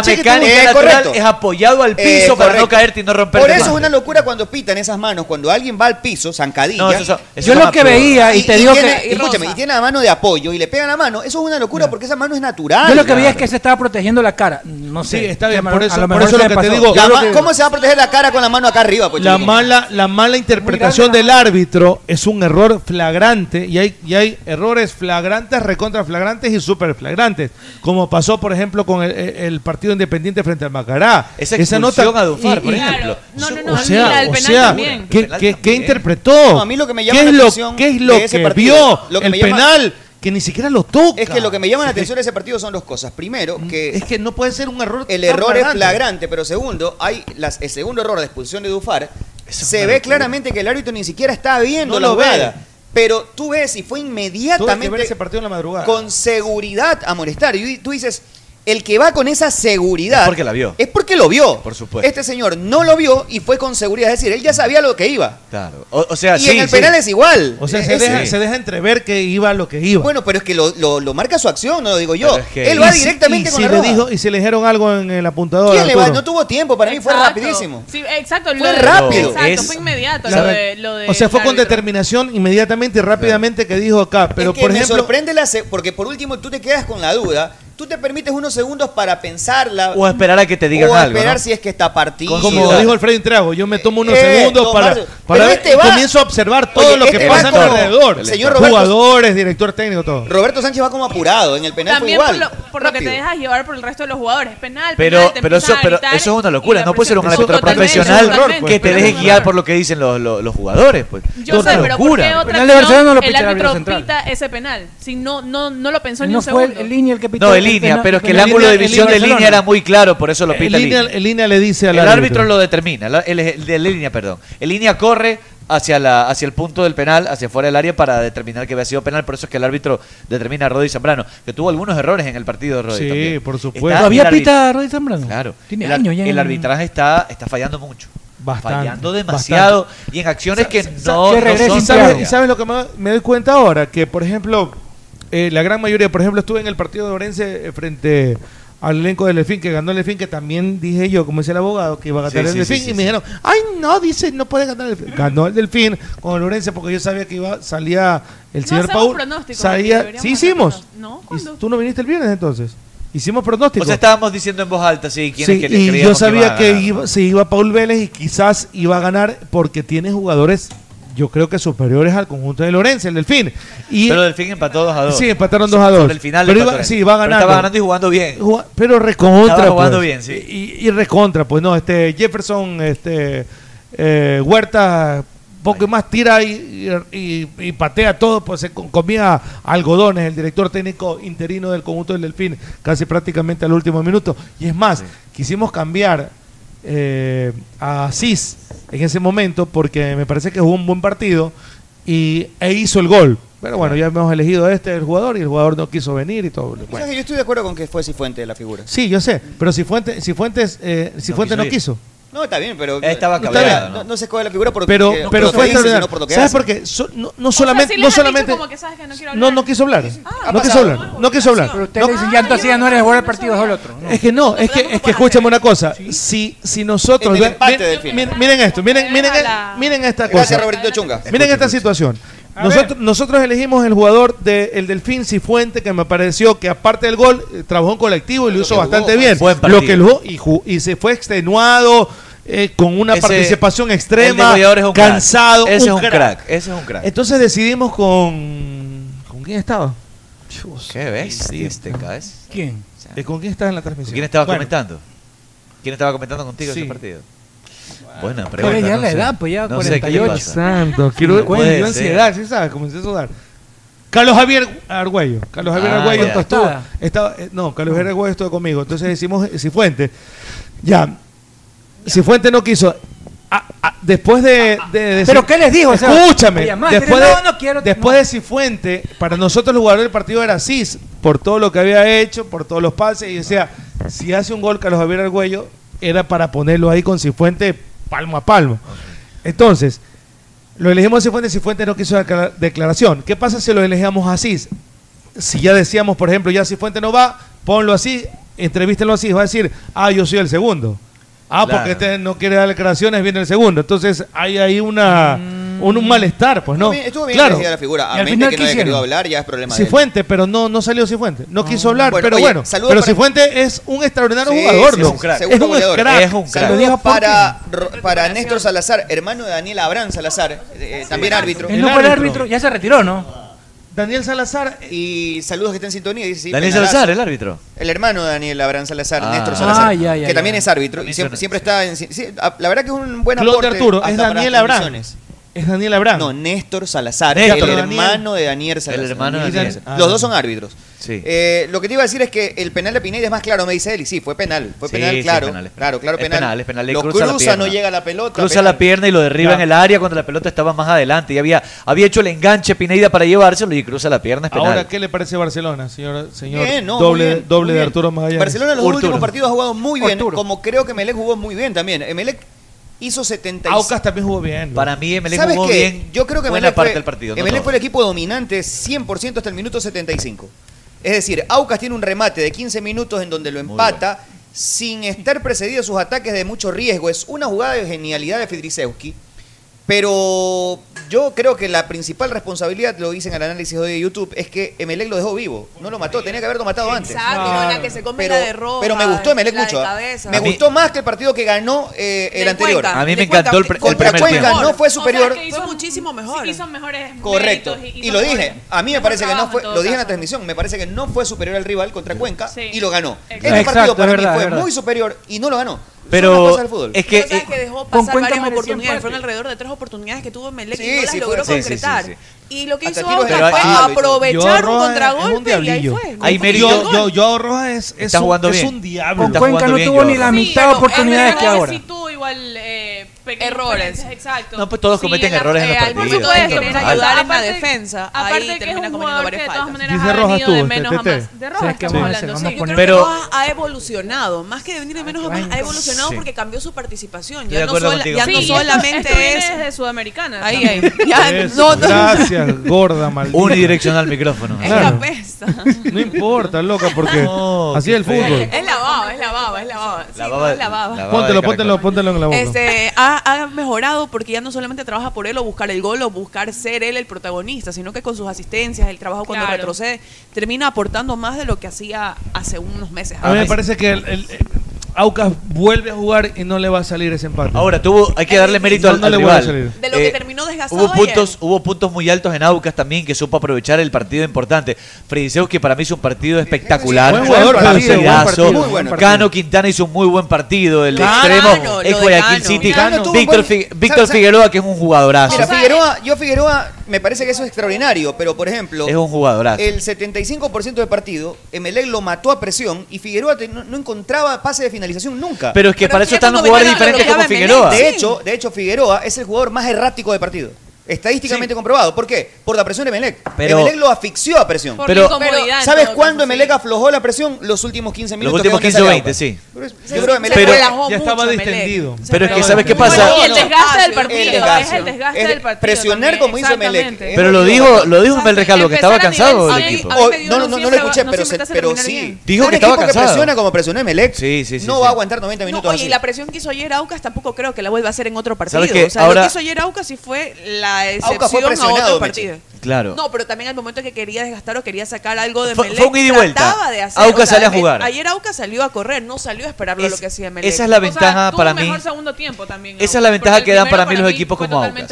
mecánica natural es apoyado al
Eh,
piso para no caerte y no romperte
Por eso
más.
es una locura cuando pitan esas manos, cuando alguien va al piso, zancadilla.
No, eso son- eso Yo son lo que absurdos. veía, y te digo
tiene-
que-
y escúchame, y tiene la mano de apoyo y le pegan la mano, eso es una locura porque esa mano es natural.
Yo lo que veía es que se estaba protegiendo la cara. No sé.
Sí, está bien,
A lo
por
mejor-
eso-
a
por
mejor
eso
se
lo
le
que te
pasó. Yo
digo,
La
lo
ma-
que-
¿Cómo se va a proteger la cara con la mano acá arriba? pues,
La
chico?
mala, la mala interpretación del árbitro es un error flagrante y hay, y hay errores flagrantes, recontra flagrantes y super flagrantes, como pasó por ejemplo con el, el partido independiente frente al Macará.
Esa expulsión a Dufar, por ejemplo.
No, no, no,
o
y la
sea,
del
o
penal
sea
también.
¿qué,
Penal
qué- qué
también.
interpretó?
No, a mí lo que me llama
¿Qué
la
es lo-
atención
¿Qué es
de
lo
ese
que
partido,
vio?
lo que
el
me llama-
penal que ni siquiera lo toca.
Es que lo que me llama la atención de ese partido son dos cosas. Primero, que. Es
Mm. que no puede ser un error.
El
tan
error es
flagrante.
flagrante, pero segundo, hay las, el segundo error de expulsión de Dufar. Se ve claramente que el árbitro ni siquiera está viendo
No
la
lo ve.
jugada. Pero tú ves y fue
Tuve que
inmediatamente
ver ese partido en la madrugada.
con seguridad a molestar. Y tú dices, el que va con esa seguridad.
Es porque la vio.
Es porque lo vio.
Por supuesto.
Este señor no lo vio y fue con seguridad. Es decir, él ya sabía lo que iba.
Claro. O, o sea,
Y
sí,
en el
sí.
penal es igual.
O sea,
Eh,
se
ese-
deja, se deja entrever que iba lo que iba.
Bueno, pero es que lo, lo- lo marca su acción, no lo digo yo.
Pero es que-
Él va
Y si-
directamente
y
con
si
la
le
roja.
dijo Y si le dijeron algo en el apuntador.
¿Quién le va?
Arturo.
No tuvo tiempo, para mí fue
Exacto.
rapidísimo.
Sí, exacto. lo
Fue
de-
rápido.
Exacto,
Es-
fue inmediato
La
lo
re-
de, lo de
o sea, fue
la-
con determinación inmediatamente y rápidamente que dijo acá. Pero
Es que
por
me
ejemplo,
sorprende la se- porque por último tú te quedas con la duda, tú te permites unos segundos para pensarla
O esperar a que te digan
o
algo,
esperar
¿no?
si es que está partido.
como dijo Alfredo Intrago, yo me tomo unos
Eh,
segundos
don
para,
Marcio,
para
pero
ver,
este
y
va-
comienzo a observar todo
Oye,
lo que
este
pasa
va como-
alrededor.
Señor Roberto-
Jugadores, director técnico, todo.
Roberto Sánchez va como apurado en el penal
También
fue
por
igual.
lo, por lo que te dejas llevar por el resto de los jugadores. Penal,
Pero,
penal, te
pero, eso,
empiezan a
pero
gritar.
eso es una locura. No puede ser un
Eso
árbitro
totalmente,
profesional
totalmente.
que te
Pero
deje
es una
guiar por lo que dicen los, los, los jugadores. Pues.
Yo sé, pero
Una
¿por qué
locura.
otra
Penal
que
de Barcelona
no,
lo
el
pitará el
árbitro
central.
pita ese penal? Si no, no, no lo pensó ni
No
un
fue
segundo.
el línea el que pitó.
No, en
el
línea,
penal-
pero es que el
penal.
ángulo de visión de
Barcelona.
línea era muy claro, por eso lo
En
pita
línea,
línea.
en línea le dice al
El árbitro lo determina, la- el, el de línea, perdón. El línea corre hacia, la, hacia el punto del penal, hacia fuera del área para determinar que había sido penal, por eso es que el árbitro determina a Rodri Zambrano, que tuvo algunos errores en el partido de Rodri
Sí,
también.
por
Está-
supuesto.
el
¿Todavía
árbitro-
pita Rodri Zambrano?
Claro.
Tiene
el, ar-
años ya. en-
el arbitraje está, está fallando mucho.
Bastante,
fallando demasiado y en acciones que no,
que
no
regrese.
son
¿Y sabes, y sabes lo que me, me doy cuenta ahora? Que, por ejemplo, eh, la gran mayoría, por ejemplo, estuve en el partido de Orense eh, frente al elenco del Delfín, que ganó el Delfín, que también dije yo, como decía el abogado, que iba a ganar
Sí,
el
sí,
Delfín,
sí, sí,
y me dijeron, ay, no, dice, no puede ganar el Delfín. Ganó el Delfín con el Orense porque yo sabía que iba salía el señor
hacemos
Paul.
pronósticos,
Salía,
deberíamos
sí
hacer
hicimos.
No,
Y Tú no viniste el viernes entonces. Hicimos pronóstico.
O sea, estábamos diciendo en voz alta, sí, quiénes
Sí,
que
y yo
creíamos
sabía que,
iban a ganar.
iba, se iba Paul Vélez y quizás iba a ganar porque tiene jugadores, yo creo que superiores al conjunto de Lorenzo, el Delfín. Y
Pero Delfín empató 2 a 2.
Sí, empataron 2 a 2.
El final
Pero
empató
iba-
el-
sí, iba
pero
ganando.
Estaba ganando y jugando bien.
Juga- pero recontra.
Estaba jugando
pues.
bien, sí.
Y, y recontra, pues no, este Jefferson, este eh, Huerta, poco más tira y, y- y patea todo, pues se com- comía algodones el director técnico interino del conjunto del Delfín, casi prácticamente al último minuto. Y es más, quisimos cambiar eh, a Asís en ese momento porque me parece que jugó un buen partido y, e hizo el gol. Pero bueno, ya hemos elegido a este el jugador y el jugador no quiso venir y todo.
O
Bueno.
sea, que yo estoy de acuerdo con que fue Cifuente la figura.
Sí, yo sé, pero si Fuentes, si Fuentes, eh, si Fuentes no
ir.
quiso.
No, está bien, pero
Estaba
Está
cabreado,
bien,
¿no?
no, no se escoge la figura por
Pero,
que-
pero fue
por lo que dice,
extraordinario.
sino por lo que
¿Sabes
hace.
por qué? So- no, no solamente,
sí les
no
han dicho
solamente,
como que sabes que no quiero
no, no quiso hablar,
Ah,
no quiso hablar, no quiso hablar.
Pero ustedes dicen, ya entonces ya no eres el jugador del partido, es el otro.
Es que no, es que, es que escúchame una cosa. Si, si nosotros.
En el empate
miren-
del final.
miren, miren esto, miren, miren, miren esta cosa.
Gracias, Robertito Chunga.
Miren esta situación. Nosotros, nosotros elegimos el jugador del Delfín Cifuente, que me pareció que aparte del gol, eh, trabajó en colectivo y lo hizo bastante bien.
Buen partido.
Lo que lo y, ju- y se fue extenuado. eh, con una
Ese-
participación
El
extrema,
degollador es un crack.
cansado.
Ese es un crack. Ese es un crack.
Entonces decidimos con. ¿Con quién estaba?
¿Qué ves? Este, ¿cabes?
¿Quién? ¿Con quién estás en la transmisión?
¿Quién estaba
Bueno,
comentando? ¿Quién estaba comentando contigo ese partido? Buena
Pero
pregunta.
ya
no
la
sé.
edad, pues, ya
no sé qué le
48.
pasa.
Santo, quiero-
No puede
me dio
ser.
ansiedad, sí sabes, comencé a sudar. Carlos Javier Argüello. Carlos Javier
Ah,
Argüello
ya.
estuvo-
Tostada.
estaba- eh, no, Carlos Javier Argüello estuvo conmigo. Entonces decimos eh, Cifuente. Ya. Cifuente no quiso. Ah, ah, después de, de- de-
¿Pero qué les dijo? O sea,
Escúchame.
me llamaste,
después de,
no, no quiero-
después de Cifuente, para nosotros el jugador del partido era Cis, por todo lo que había hecho, por todos los pases. Y decía, si hace un gol Carlos Javier Argüello, era para ponerlo ahí con Cifuente palmo a palmo. Entonces, lo elegimos a Cifuentes, Cifuentes no quiso dar declaración. ¿Qué pasa si lo elegíamos a Asís? Si ya decíamos, por ejemplo, ya Cifuentes no va, ponlo así, entrevístenlo así, va a decir, ah, yo soy el segundo. Ah,
Claro.
porque este no quiere dar declaraciones, viene el segundo. Entonces hay ahí una, un, un malestar, pues no.
Bien, Mm. Estuvo bien
claro.
elegida la figura.
Y
A
al
mente
final,
que
¿qué
no haya querido
hicieron?
hablar, ya es problema de él.
Cifuentes, pero no, no salió Cifuentes. No quiso hablar,
Bueno,
pero
oye,
bueno.
saludos
Pero
para-
Cifuentes es un extraordinario
Sí,
jugador.
sí,
¿no?
sí, sí.
Es
Segundo
un
goleador.
crack.
Saludos
Saludos
para, Ro- para Néstor Salazar, hermano de Daniel Abrán Salazar, eh, eh, también árbitro.
Él no fue el árbitro, ya se retiró, ¿no?
Daniel Salazar. eh,
Y saludos que está en sintonía. dice, sí,
Daniel
penalazo.
Salazar, el árbitro.
El hermano de Daniel Abrán Salazar,
Ah.
Néstor Salazar,
Ah, ya, ya,
que
ya.
también es árbitro y siempre, siempre está en... sí, a- la verdad que es un buen
Claude
aporte.
Arturo, es
hasta para
Daniel
las
Abrán.
transmisiones.
Es Daniel Abrán.
No, Néstor Salazar,
Néstor.
el
Daniel.
hermano de Daniel Salazar.
El hermano de
Y
Daniel.
ah,
Dan- Los dos son árbitros.
Sí.
Eh, lo que te iba a decir es que el penal de Pineda es más claro, me dice él, y sí, fue penal, fue
Sí,
penal,
sí, es
claro,
penal, es
claro, claro,
Es
penal.
penal, es penal. Le
Lo
cruza, la pierna.
no llega la pelota.
Cruza
penal.
la pierna y lo derriba
Ya.
en el área cuando la pelota estaba más adelante. Y había, había hecho el enganche Pineda para llevárselo y cruza la pierna. Es penal.
Ahora, ¿qué le parece Barcelona, señor? señor
Bien, no,
doble
muy bien,
doble
muy
de
bien.
Arturo Magallanes.
Barcelona en los
Arturo.
últimos partidos ha jugado muy bien,
Arturo.
como creo que Melec jugó muy bien también. Melec hizo 75.
Aucas también jugó bien.
Para mí, Emelec
¿Sabes
jugó
qué?
bien.
Yo creo que
buena
Emelec
parte
fue,
del partido. no
Emelec
todo.
fue el equipo dominante 100% hasta el minuto 75. Es decir, Aucas tiene un remate de 15 minutos en donde lo empata sin estar precedido de sus ataques de mucho riesgo. Es una jugada de genialidad de Fidrisewski. Pero yo creo que la principal responsabilidad, lo dicen al análisis hoy de YouTube, es que Emelec lo dejó vivo. No lo mató, tenía que haberlo matado antes.
Exacto, no, la que se come
Pero,
la de ropa.
pero me gustó Emelec
la de
mucho. ¿ah?
cabeza.
Me
A mí-
gustó más que el partido que ganó eh, el
Del
anterior.
Cuenca.
A mí me encantó el, pr- el
Contra
primer
Cuenca
tiempo.
no fue superior.
fue muchísimo mejor. Sí, hizo mejores
Correcto.
méritos
Y
hizo
lo
mejor-
dije. A mí me
mejor
parece que no
trabajo
fue.
en todo
Lo dije en la
caso.
transmisión. Me parece que no fue superior al rival contra Cuenca y lo ganó. Este
Exacto,
partido para
es
mí
verdad,
fue
es verdad.
muy superior y no lo ganó. Son las
Pero
cosas del fútbol.
es que... eh,
Pero sabes que dejó
con
pasar
Cuenca
varias
mereció
oportunidades.
empate.
Fueron alrededor de tres oportunidades que tuvo Melec
Sí,
y no las
sí,
logró
fue- sí, sí,
concretar.
sí,
Y lo que
Hasta
hizo
tiros
Aucas fue
de palo y todo.
Yo,
aprovechar un
Rojas, es un
contragolpe y ahí
diablillo.
fue.
Hay
Yo-
mérito.
Yo, yo, yo Rojas es, es
Está
un,
jugando
es
bien.
un diablo.
Con Cuenca no tuvo ni la mitad de
Ah,
oportunidades que ahora.
Sí tuvo igual eh, pequeños
Errores.
diferencias, Exacto.
No, pues todos cometen errores en
eh,
los
Por
partidos.
supuesto,
Todos
querer
cometen
ayudar en
errores.
la defensa.
aparte que
Ahí
es
termina
un
cometiendo
jugador
varias
que de todas
faltas.
maneras ha venido de menos a más. De Rojas
¿Sabes qué
estamos
vamos a hacer?
hablando,
Vamos
sí.
a
Yo creo
poner-
que
Pero-
Rojas ha evolucionado, más que de venir de menos a más, ha evolucionado
Sí.
porque cambió su participación.
Estoy de
Ya no,
acuerdo
sola-
contigo.
ya no
Sí, esto- esto
solamente
viene
es...
desde Sudamericana.
Ahí, ahí.
también.
Ya,
Eso, Gracias, gorda, maldita.
Unidireccional micrófono.
Es
Claro.
la pesta.
No importa, loca, porque
No,
así es
qué
el fútbol.
Es la baba, es la baba, es la baba. Sí,
La
no,
baba,
es la baba.
la baba de
Póntelo,
caracol.
póntelo, póntelo en la boca.
Este, ha, ha mejorado porque ya no solamente trabaja por él o buscar el gol o buscar ser él el protagonista, sino que con sus asistencias, el trabajo cuando
Claro.
retrocede, termina aportando más de lo que hacía hace unos meses.
A mí me parece que el, el- el- Aucas vuelve a jugar y no le va a salir ese empate.
Ahora tuvo, hay que darle mérito
Eh, No,
al,
no
al
le vuelve a
rival. Eh,
salir.
Eh, De lo que terminó desgastado
Hubo
ayer.
puntos, hubo puntos muy altos en Aucas también que supo aprovechar el partido importante. Frediseo que para mí hizo un partido espectacular.
Buen jugador,
Fue un
Frediseo, buen
partidazo.
partido, buen partido.
Cano Quintana hizo un muy buen partido. El
Cano,
extremo
lo
es
de
Guayaquil
Cano.
City.
Cano tuvo un
Víctor,
buen-
Fi-
¿sabes-
Víctor
sabes?
Figueroa que es un jugadorazo.
Mira, Figueroa, yo Figueroa me parece que eso es extraordinario, pero por ejemplo,
es un jugadorazo.
el 75% del partido, Emelec lo mató a presión y Figueroa te- no, no encontraba pase de finalización nunca.
Pero es que Pero para es eso que están los cuando jugadores Melec lo diferentes como bloqueaba Figueroa. Melec,
De
sí.
hecho, de hecho, Figueroa es el jugador más errático del partido. Estadísticamente comprobado. ¿Por qué? Por la presión de Emelec.
Pero-
Emelec lo asfixió a presión.
Por Pero- la incomodidad, en
¿sabes
todo
cuándo Emelec aflojó la presión? Los últimos 15
Los
minutos. que
últimos
dieron
15
esa
o
de
20,
Aucas.
sí.
Yo creo que Emelec
Pero-
fue-
Ya estaba distendido.
Pero es que ¿sabes qué
Bueno,
pasa?
y
El desgaste del partido.
El
Es el desgaste
Es de-
del partido.
Presionar como hizo Melec.
Exactamente.
Pero lo dijo, lo dijo Mel Recalvo que estaba cansado del equipo.
O- no, no, no, no lo escuché, pero, se- pero sí.
Dijo
Un
que estaba
equipo
cansado.
presiona como presionó Oh, Emelec.
Sí, sí, sí,
No
sí.
va a aguantar 90
No,
minutos
oye,
así.
y la presión que hizo ayer Aucas tampoco creo que la vuelva a hacer en otro partido.
¿Sabes qué?
O sea,
Ahora-
lo que hizo ayer Aucas sí fue la a
Aucas fue
excepción a
presionado,
otros
Meche.
partidos.
Claro.
No, pero también al momento que quería desgastar o quería sacar algo de
Fue-
Melec,
fue un ida y vuelta.
trataba de hacer-
Aucas sale a
eh,
jugar.
Ayer Aucas salió a correr, no salió a esperar lo que hacía Melec.
esa es la
O sea,
ventaja
tuvo
para
un mejor
mí.
segundo tiempo también.
Esa es la ventaja que dan para mí los equipos como Aucas.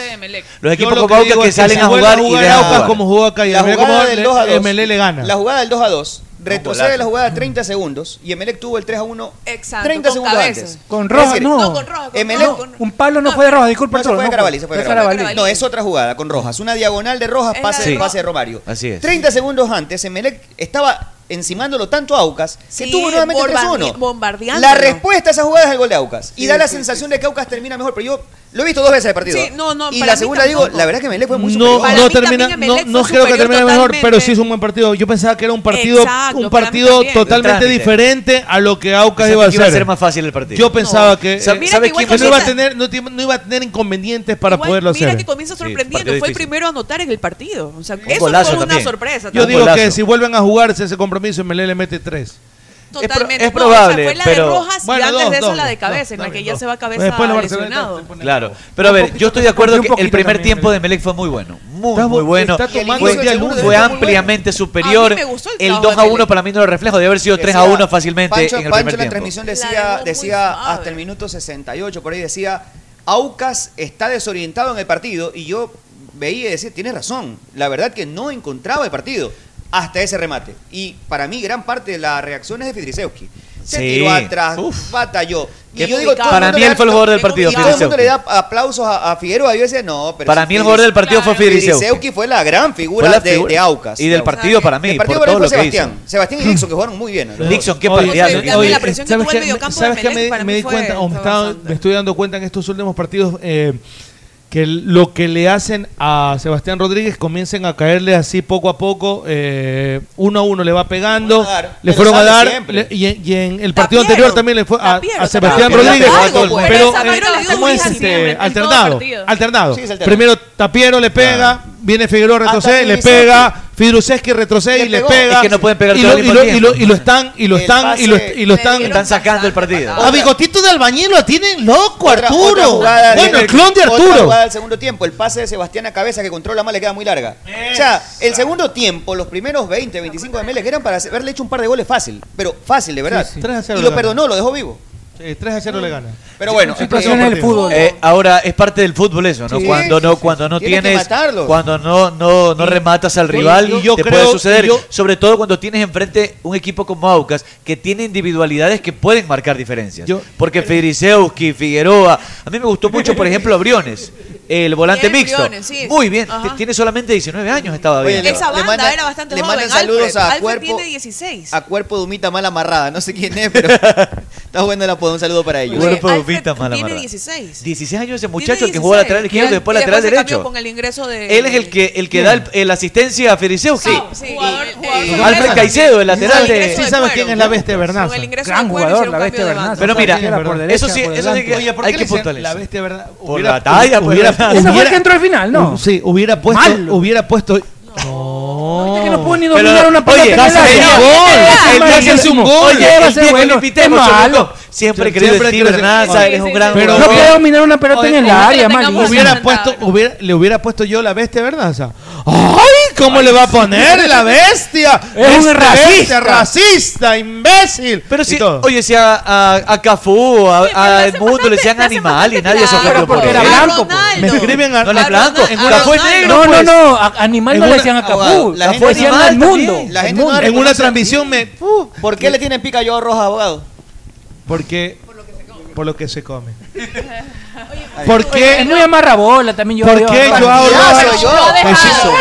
Los equipos
lo
como
que
Aucas
digo
que
es
salen
si
a
vuelve
jugar y dejan jugar.
como jugó acá y
La
Emelec
jugada
como
del 2 a 2.
Emelec le gana.
La jugada del 2 a 2. Retrocede
golazo.
la jugada 30 segundos y Emelec tuvo el 3 a 1
Exacto,
30
con
segundos
cabeza.
antes.
Con
Es
roja,
decir,
no. No, con
roja,
Emelec-
Un palo no, fue de roja, disculpa.
No, se
Arturo,
fue de
no
Carabalí, se fue de
fue
Carabalí.
Carabalí.
No, es otra jugada con Rojas. Una diagonal de Rojas,
Es la
pase,
de
pase de Romario.
Así es.
30 segundos antes, Emelec estaba encimándolo tanto a Aucas que
Sí,
tuvo nuevamente el 3 a
bombarde-
1.
bombardeando.
La respuesta a esa jugada es el gol de Aucas. Y
Sí,
da la
sí,
sensación de que Aucas termina mejor. Pero yo lo he visto dos veces el partido.
Sí, no, no,
y
para
la
mí
segunda digo,
tampoco.
la verdad que Emelec fue muy
no,
superior.
no termina, no, no creo que termine mejor, pero sí es un buen partido. Yo pensaba que era un partido,
Exacto,
un
para mí
partido
también.
totalmente
Trámite.
diferente a lo que Aucas
Pensaba
iba a
que
hacer.
iba a ser más fácil el partido.
Yo pensaba que, eh,
Sa- ¿sabes
¿sabes
quién
quién? no iba a
comienza?
tener, no, ti- no iba a tener inconvenientes para
Igual,
poderlo
mira
hacer.
que comienza sorprendiendo,
partido
fue el
difícil.
primero a anotar en el partido. O sea, eso fue una
golazo también.
sorpresa.
Yo
también.
digo que si vuelven a jugarse ese compromiso, Melé le mete tres.
Totalmente.
es
No, o sea,
probable,
fue la
pero-
de Rojas
Bueno,
y antes
dos,
de eso
dos,
la de
dos,
cabeza, en la que ya se va a cabeza
Después la Barcelona,
lesionado.
Claro, pero a ver, yo estoy de acuerdo que el primer tiempo de Melec fue muy bueno, muy
Está bu-
muy bueno,
está tomando
fue,
el día lunes,
fue
está muy
ampliamente
A
superior.
mí me gustó el
El
trabajo
2 a
de
1 para mí no lo reflejo, debe haber sido 3 a 1 fácilmente
Pancho,
en el
Pancho
primer
en la
tiempo.
transmisión decía, decía hasta el minuto 68, por ahí decía, Aucas está desorientado en el partido y yo veía y decía, tiene razón, la verdad que no encontraba el partido hasta ese remate. Y para mí gran parte de la reacción es de Fidrisewski. Se
Sí.
tiró atrás, batalló. Y
Qué
yo digo, todo el
para
mundo
mí
le
él
da-
fue el jugador del
todo-
partido,
y todo el mundo le da
Fidrisewski.
aplausos a, a Figueroa. Yo decía, no, pero
Para
si
mí el jugador del partido fue Fidrisewski.
fue la gran figura
Fue la
de,
figu-
de Aucas.
y del partido para mí,
El partido
por
para mí
todo
fue
lo que hizo.
Sebastián. Sebastián y Dixon que jugaron muy bien. ¿no?
Dixon, qué
Oye,
partidazo.
oye,
Oye,
oye, eh, ¿sabes qué? ¿Sabes qué? Me- Me di cuenta, o me, estaba- me estoy dando cuenta en estos últimos partidos eh, que lo que le hacen a Sebastián Rodríguez comiencen a caerle así poco a poco, eh, uno a uno le va pegando, le
pero
fueron a
sale
dar,
siempre.
le- y, en- y en el partido anterior también le fue a, a Sebastián
Tapiero le
Rodríguez,
pegó a todo el mundo.
pero,
Pero
eh,
Tapiero le dio
¿cómo es
durísimo en-
este?
en todo
Alternado,
partido.
alternado.
Sí, es alternado.
Primero Tapiero le pega, viene Figueroa retrocede, le pega, Fidruseski retrocede y le
pegó.
pega.
Es que no pueden pegar
y
todo
lo,
al
y,
mismo
lo, y, lo,
tiempo.
y lo están, y lo
El
están, y lo,
pase
y lo están.
Están sacando el partido.
A Bigotito de Albañil lo tienen loco, Arturo.
otra jugada
bueno,
de-
el clon de
Otra
Arturo.
jugada del segundo tiempo. El pase de Sebastián a cabeza que controla mal le queda muy larga. O sea, el segundo tiempo, los primeros 20, 25 de Melec eran para haberle hecho un par de goles fácil. Pero fácil, de verdad.
Sí, sí. Tres a cero
Y lo
le
perdonó, lo dejó vivo.
Sí, 3 a 0 le gana.
Pero bueno,
Eh, eh, ahora es parte del fútbol eso, ¿no?
Sí,
cuando no, cuando no
Tienes que
tienes,
matarlo.
cuando no, no, no rematas al
y
rival,
yo
te
creo-
puede suceder.
y yo-
sobre todo cuando tienes enfrente un equipo como Aucas que tiene individualidades que pueden marcar diferencias. Porque Fedrisewski, Figueroa, a mí me gustó mucho, por ejemplo, Briones, el volante
Bien,
mixto.
Briones, sí.
Muy bien, t-
Ajá.
tiene solamente 19 años, estaba bien.
Esa banda
mandan-
era bastante
le
joven.
mandan saludos
Alfred.
a
Alfred
Cuerpo-
tiene 16.
A cuerpo de humita mal amarrada. No sé quién es, pero está bueno el apodo. Un saludo para ellos.
Cuerpo de humita mal
tiene
amarrada.
16.
16 años ese
Tiene
muchacho el que jugó
16.
lateral izquierdo y después
Y
lateral
se cambió
derecho.
Con el ingreso de...
Él es el que el que da el, el asistencia a Fedrisewski.
Sí, jugador, jugador
Alfred Alfred Caicedo, el lateral
Sí,
de.
sí sabes quién es la bestia Bernaza.
el ingreso
Gran
de Cuero
jugador,
hicieron
la
cambio
bestia
de
Bernaza.
banda.
Pero mira,
Quién era por
eso
derecha,
sí,
por
eso sí que
delante. Oye, ¿por
hay
qué le
que
decían
apuntarle.
la bestia verdad?
Por la talla, pues.
hubiera,
Ese
fue el
hubiera-
que entró al final, ¿no?
Uh, Sí, hubiera puesto, hubiera puesto. No,
que no puedo ni
Pero-
dominar una pelota
Oye,
en
casi
el área.
sería
Ah,
gol.
Mario,
El es un
Oye,
gol.
va a
Oye, el
ser
viejo
bueno.
invitemos,
Es malo.
chorrito. Siempre he
Siempre
querido
he
Steve
querido-
Bernaza,
Sí,
eres
sí,
un
sí,
gran
sí. Pero
jugador.
No puede dominar una pelota en el área, malísimo.
Hubiera puesto, hubiera, le hubiera puesto yo la bestia Bernaza. ¡Ay! ¿Cómo le va a poner la bestia?
Es un
Esta bestia,
racista.
racista, imbécil.
Pero
Y
si,
todo.
oye, si a, a, a Cafú, a, a Edmundo le decían animal y nadie se ofendió por
Era
eso.
blanco.
Me escriben a
No le es pues. blanco,
en una-
Cafú es negro.
No, no,
pues.
no. a- Animal
En
no le
una-
decían a Capú.
la
La
gente
fue decían
animal
al mundo.
también.
La
al
gente no
mundo.
en una transmisión me uh,
¿Por qué le tienen pica yo a Rojas, abogado?
porque por lo que se come. ¿Por qué
Es muy amarrabola también yo.
por
yo,
qué
¿no?
Joao
Partidazo,
Rojas-
Joao.
Pues eso.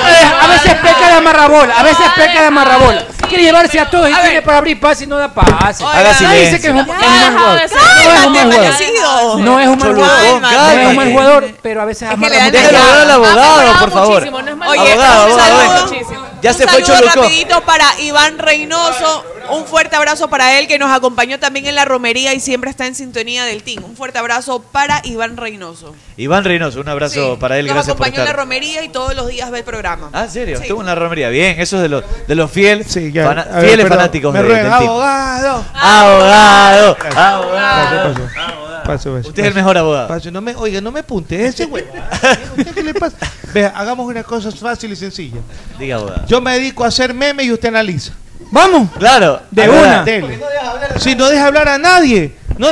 A veces peca de amarrabola, a veces peca de amarrabola. Quiere llevarse a todos y tiene para abrir pase y no da pase.
Haga
Nadie dice que
silencio.
es un
Ya,
es un mal jugador.
deja de
No es un mal jugador. No es un
ser malecido.
mal jugador. No es un mal
cálmate.
jugador, pero a veces amarra
le dan
mucho.
Déjalo
Ya,
hablar al abogado,
mejorado
por favor.
muchísimo, no es mal-
Oye,
Abogado,
un
abogado,
saludo,
venga.
muchísimo.
Ya
un
se fue
saludo
Cholucó.
rapidito para Iván Reynoso. Un fuerte abrazo para él que nos acompañó también en la romería y siempre está en sintonía del team. Un fuerte abrazo para Iván Reynoso.
pues. Iván Reynoso, un abrazo
Sí,
para él,
nos
gracias por
acompañó en la
estar.
romería y todos los días ve el programa.
Ah, ¿en serio?
Sí.
Estuvo en la romería. Bien, eso es de los, de los fiel,
Sí, ya.
fana-
A ver,
fieles
perdón.
fanáticos
Me
de-
ruegan,
del team.
abogado.
Abogado,
¿Qué
abogado.
pasó? Pacho, Pacho.
Usted es el mejor abogado.
Pacho, no me, oiga, no me apunte ese güey. ¿Usted qué le pasa? Vea, hagamos una cosa fácil y sencilla.
Diga, abogado.
Yo me dedico a hacer memes y usted analiza.
¡Vamos!
Claro.
De
Ahora,
una. Si no deja hablar a nadie. No,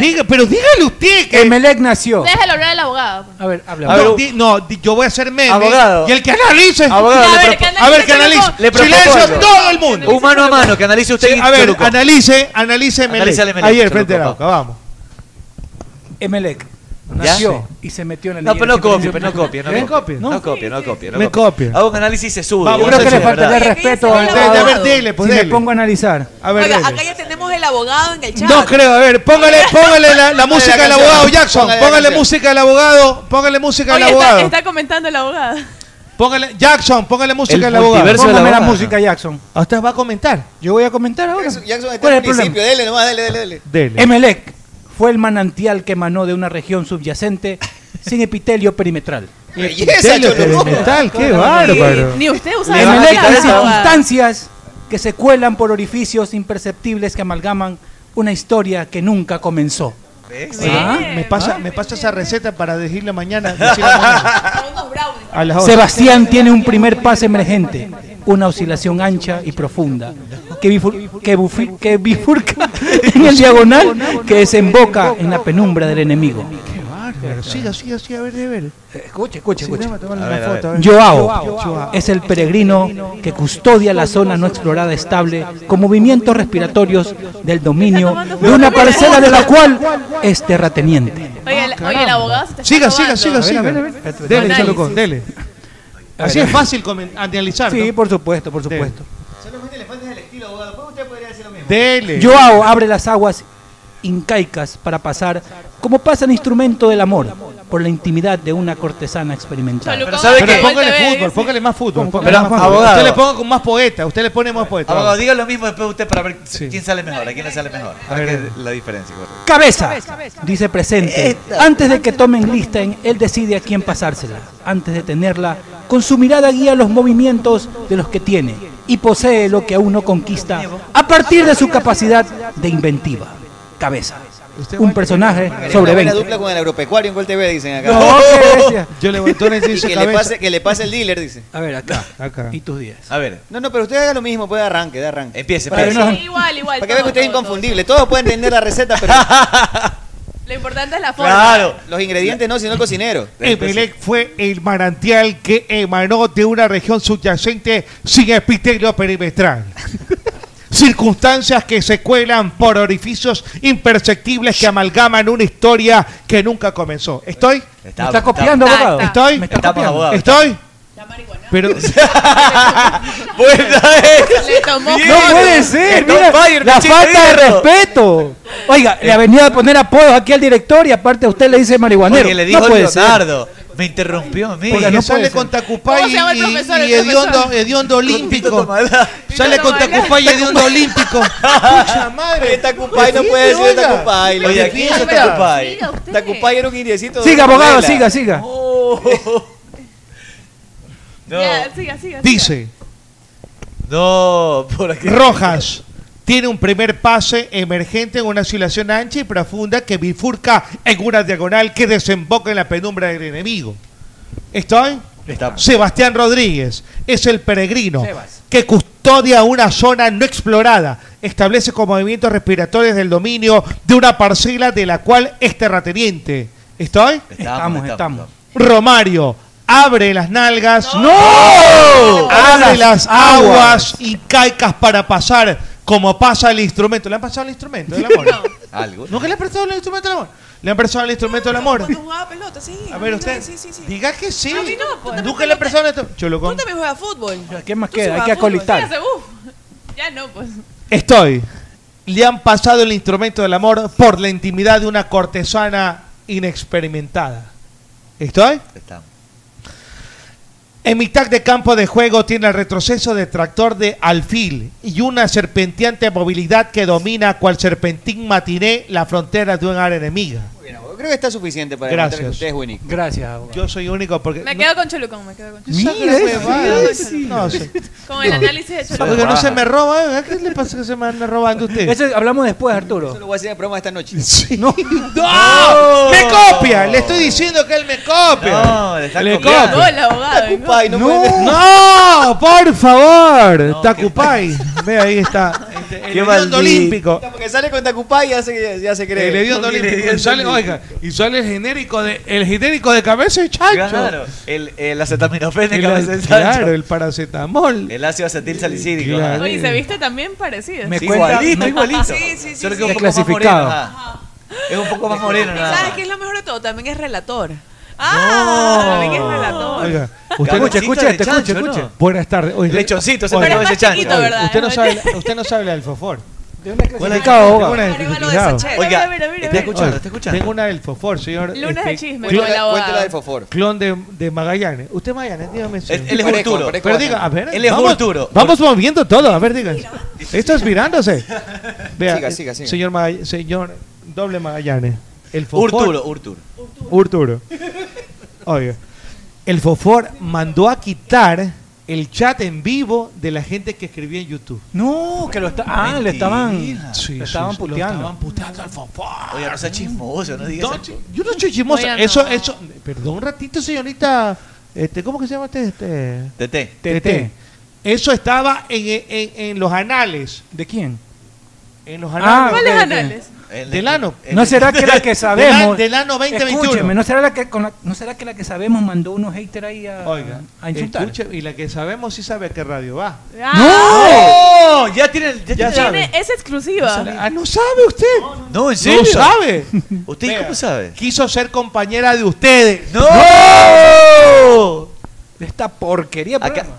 diga, pero dígale usted que
Melec nació.
Déjalo hablar al abogado.
A ver, habla.
No, di- no, di- yo voy a hacer meme.
Abogado.
Y el que analice.
Abogado,
a
le
ver,
propo-
a ver, que analice.
Le propongo
Silencio
algo.
todo el mundo.
Un mano a mano, que analice usted
Sí,
y
a ver,
Choluco.
analice, analice Melec.
Analice al Melec,
Ayer,
Choluco,
frente a la
papá.
boca, vamos.
Emelec
¿Ya?
nació y se metió en la
No,
leyenda
pero no
de Champions
copie, pero no
League.
copie.
¿Eh?
No copie, no copie, no copie. no
Me
copie. Hago un análisis y se sube.
Va,
yo
uno
no
que
sé
le
si
falta
es
el
verdad.
respeto
Sí,
al
sí, sí, a ver,
abogado.
dele, pues,
Si me
dele.
pongo a analizar.
A ver,
Oiga,
dele.
acá ya tenemos el abogado en el chat.
No creo, a ver, póngale, póngale la, la música del
canción.
abogado Jackson,
Póngale la
póngale
canción.
música del abogado, póngale música del
Oye, está,
abogado.
está comentando el abogado.
Póngale Jackson, póngale música del abogado.
multiverso del
Póngame la
abogado.
música, Jackson.
Ah, Usted va a comentar.
Yo voy a comentar ahora.
Jackson Jackson está
¿Cuál
en
es
el
el problema?
principio. Dele nomás, dele, dele, dele.
Dele.
Emelec fue el manantial que emanó de una región subyacente sin epitelio perimetral.
Belleza,
Dele,
Choluco.
Elemental, qué
Ni-
bárbaro.
Ni usted usa
Le van a
Emelec
quitar
hay
esa hoja.
circunstancias que se cuelan por orificios imperceptibles que amalgaman una historia que nunca comenzó.
Ah, me pasa, me pasa esa receta para decirle mañana. decirle mañana, a las 11.
Sebastián tiene un primer pase emergente, una oscilación ancha y profunda, que, bifur- que bufi- que bifurca en el diagonal, que desemboca en la penumbra del enemigo.
Qué bárbaro. Siga, siga, siga, a ver, a ver.
Escuche, escuche, escuche.
Déjame tomarle
A
una
ver, a ver.
foto, a ver.
Joao es el peregrino que custodia la zona no explorada estable con movimientos respiratorios del dominio de una parcela de la cual es terrateniente.
Oye, el, oye, el abogado se
Siga,
está
siga,
robando.
siga, siga.
ver, a ver, a ver.
Dele,
Análisis.
Cholucón, dele. Así es fácil comen- analizar.
Sí,
¿no?
por supuesto, por supuesto.
Solamente le falta el estilo, abogado. ¿Cómo usted podría decir lo mismo?
Dele.
Joao abre las aguas incaicas para pasar como pasa el instrumento del amor por la intimidad de una cortesana experimental.
Cholucón,
Pero sabe
que
Pero
que-
vuelta
póngale
ve,
fútbol,
dice.
póngale más fútbol. póngale
Pero,
más fútbol.
abogado.
Usted le ponga con más poeta, usted le pone más poeta.
Abogado, diga lo mismo después usted para ver quién sale mejor, a quién le sale mejor. A
ver.
ver la diferencia. correcto.
Cabeza, dice presente. Antes de que tomen lista, en- él decide a quién pasársela. Antes de tenerla, con su mirada guía los movimientos de los que tiene y posee lo que aún no conquista a partir de su capacidad de inventiva. Cabeza, un personaje sobre
Una buena
20.
dupla con el agropecuario en Gol TV, dicen acá.
No, qué bestia.
Yo le voy a
Y que le, pase, que le pase el dealer, dice.
A ver, acá.
Acá.
Y tus días.
A ver,
No, no, pero usted haga lo mismo, puede arranque, de arranque.
empiece,
Para
empiece.
no-
Sí, igual, igual.
Para que vea que
todo,
usted es
todo,
inconfundible. Todos pueden entender la receta, pero
todo. Lo importante es la forma.
Claro.
los ingredientes no, sino el cocinero.
Emelec fue el manantial que emanó de una región subyacente sin epitelio perimetral. Circunstancias que se cuelan por orificios imperceptibles que amalgaman una historia que nunca comenzó. ¿Estoy?
¿Me está copiando,
está,
abogado?
está.
¿Estoy?
Me está
Estamos
copiando.
abogados.
¿Estoy?
La marihuana.
Pero
Buena esa.
Le tomó
Bien.
No
foto.
puede ser,
Estoy
mira,
Bayern,
la
pinche
falta de
increíble.
respeto. Oiga, le ha venido a poner apodos aquí al director y aparte a usted le dice marihuanero.
Oye, le dijo
no puede ser.
Leonardo. Me interrumpió a mí.
Oiga,
no
no
sale
puede
con
¿Cómo
Tacupay
se llama el
y,
profesor,
y
el
hediondo,
profesor?
hediondo olímpico.
Tomada.
Sale con
Tomala.
Tacupay y hediondo olímpico. Pucha madre.
Tacupay no puede
Oiga.
decir Tacupay. lo
Oye,
que
aquí
piensa.
se preocupa. ahí.
Siga usted.
Tacupay era un indiecito. de
Siga, abogado, siga,
Venezuela.
siga.
Oh. No,
Ya, siga, siga, siga.
Dice.
no, por aquí.
Rojas tiene un primer pase emergente en una oscilación ancha y profunda que bifurca en una diagonal que desemboca en la penumbra del enemigo. ¿Estoy?
Estamos.
Sebastián Rodríguez es el peregrino que custodia una zona no explorada, establece con movimientos respiratorios del dominio de una parcela de la cual es terrateniente. ¿Estoy?
Estamos, estamos.
Romario abre las nalgas.
¡No!
Abre las aguas y caicas para pasar como pasa el instrumento. ¿Le han pasado el instrumento del amor?
Algo.
¿Nunca le han prestado el instrumento del amor? ¿Le han prestado el instrumento del amor?
Cuando jugaba pelota, sí.
A ver, usted,
Sí, sí, sí.
diga que sí.
A mí no, pues,
Nunca le han prestado el instrumento.
Tú
Cholucón.
también juegas fútbol.
¿Qué más
Tú
queda?
sí
Hay
juegas
que
fútbol.
acolitar.
Dígase, uf. Ya no, pues.
Estoy. Le han pasado el instrumento del amor por la intimidad de una cortesana inexperimentada. ¿Estoy?
Estamos.
En mitad de campo de juego tiene el retroceso de tractor de alfil y una serpenteante movilidad que domina cual serpentín matiné la frontera de un área enemiga.
Creo que está suficiente para
Gracias.
demostrar que usted es único.
Gracias.
Yo soy único porque.
Me quedo con Cholucón, me quedo con Cholucón.
Mira, Mira, ese, huevada. sí. No, sí.
Con el análisis de Cholucón.
Porque no se me roba, ¿eh? ¿qué le pasa que se me anda robando usted?
Eso hablamos después, Arturo.
Lo voy a hacer de broma esta noche.
No. ¡No! ¡Me copia! Le estoy diciendo que él me copia.
No, le está
copiando. No, el abogado,
Está
¿no?
ocupado y
No.
no, por favor. Tacupay. Ve ahí está. El
Qué
hediondo
maldito.
olímpico.
Porque sale con Tacupá y ya se, ya se cree.
Eh,
El hediondo olímpico. Y sale, oiga, y sale el genérico de, el genérico de cabeza y chancho.
Claro, el, el acetaminofén de
El-
cabeza de Sancho.
claro, el paracetamol.
El ácido acetil salicídico.
Claro.
Oye, se viste también parecido.
Me Sí, cuenta- igualito, me- igualito.
Sí, sí, sí.
Solo
sí.
que un poco más moreno.
Clasificado.
nada. Es un poco más moreno, nada.
¿Sabes
más.
qué es lo mejor de todo? También es relator. Ah, también es relator.
Oiga,
Cabuchita de chancho, ¿no?
Buenas tardes. Oiga,
Lechoncito, se
oiga,
parece ese chancho.
oiga,
¿verdad?
Usted no
Es
sabe,
más
usted no sabe la del fosfor.
Buena
Clasificado,
tengo
abogado.
una-
Arriba lo de Sachet. Mira, mira, mira,
está
mira.
escuchando,
Oiga,
está escuchando.
Tengo una del fosfor, señor. Este,
Lunes de chisme
clon-
con el abogado.
Cuéntela del fosfor.
Clon de, de Magallanes. Usted es Magallanes, dígame. señor.
Él es
Parejo,
Vulturo.
parejo.
Pero diga, a ver.
Él es
vamos-
Vulturo.
Vamos moviendo todo, a ver, diga. Esto es mirándose. Vea,
Siga,
eh,
siga, siga.
Señor, Magall- señor doble Magallanes. El fosfor.
Urturo, Urturo.
Urturo. Oiga, el Fofor mandó a quitar el chat en vivo de la gente que escribía en YouTube.
No, que lo está. Ah, le estaban.
Sí,
lo
sí,
estaban
sí, lo
puteando.
estaban puteando al Fofor.
Oye, no seas chismoso, no digas
No,
eso.
chi- yo no soy chismoso.
Oiga, no.
Eso, eso. Perdón un ratito, señorita. Este, ¿Cómo que se llama este? este?
Tete.
Tete. Eso estaba en, en- en los anales.
¿De quién?
En los
Ah,
anales.
¿Cuáles
ok, ok.
anales?
El-
Del ano.
el-
¿No será que la que sabemos?
del ano 2021.
Escúcheme, ¿no será, la que, con la- ¿no será que la que sabemos mandó unos haters ahí a,
Oiga,
a insultar?
escuche, y la que sabemos sí sabe a qué radio va.
Ah,
¡No! Ya tiene. el- Ya, tiene-
tiene- Es exclusiva.
Ah, no sabe usted.
No, en serio.
No sabe.
¿Usted
Vea.
cómo sabe?
Quiso ser compañera de ustedes.
¡No!
De esta porquería.
Acá-
programa.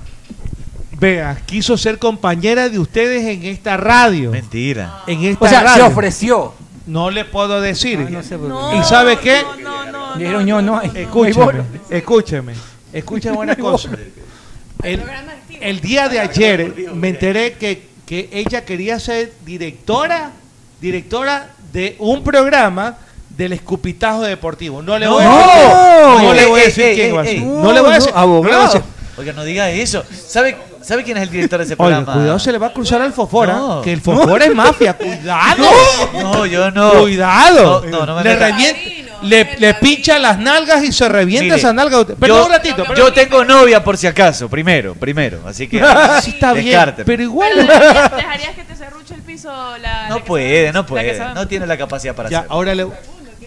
Vea, quiso ser compañera de ustedes en esta radio.
Mentira.
En esta
O sea, se
radio.
ofreció.
No le puedo decir.
Ah, no sé por qué.
No,
¿Y sabe qué?
no, no, no, no,
Dijeron yo, no hay.
Escúcheme, escúcheme, escúcheme una
No hay
cosa.
bola.
El, el día de ayer me enteré que, que ella quería ser directora, directora de un programa del escupitajo deportivo. No le voy a Eh,
No.
decir, no le voy a
Ey,
decir
ey,
quién
ey,
va a
ey.
ser.
No,
No le voy a
no,
decir. no le voy a
abogado.
decir.
Oiga, no diga eso. ¿Sabe, ¿Sabe quién es el director de ese
Oiga,
programa?
cuidado, se le va a cruzar al fofora.
No.
Que el fofora es mafia. Cuidado.
No, yo no.
Cuidado.
No, no, no me
le
meta.
revienta-
Padrino,
le,
el
le
padrino.
pincha las nalgas y se revienta
Mire,
esa nalga. Perdón
yo-
un ratito. perdón.
Yo tengo novia por si acaso, primero, primero. Así que.
Ah, sí está bien,
descárteme.
pero
Pero
igual.
¿Dejarías dejarías que te serruche el piso la la
No
que
puede,
sabemos?
no
La que
puede.
sabemos.
No tiene la capacidad para
Ya,
hacerlo.
ahora le.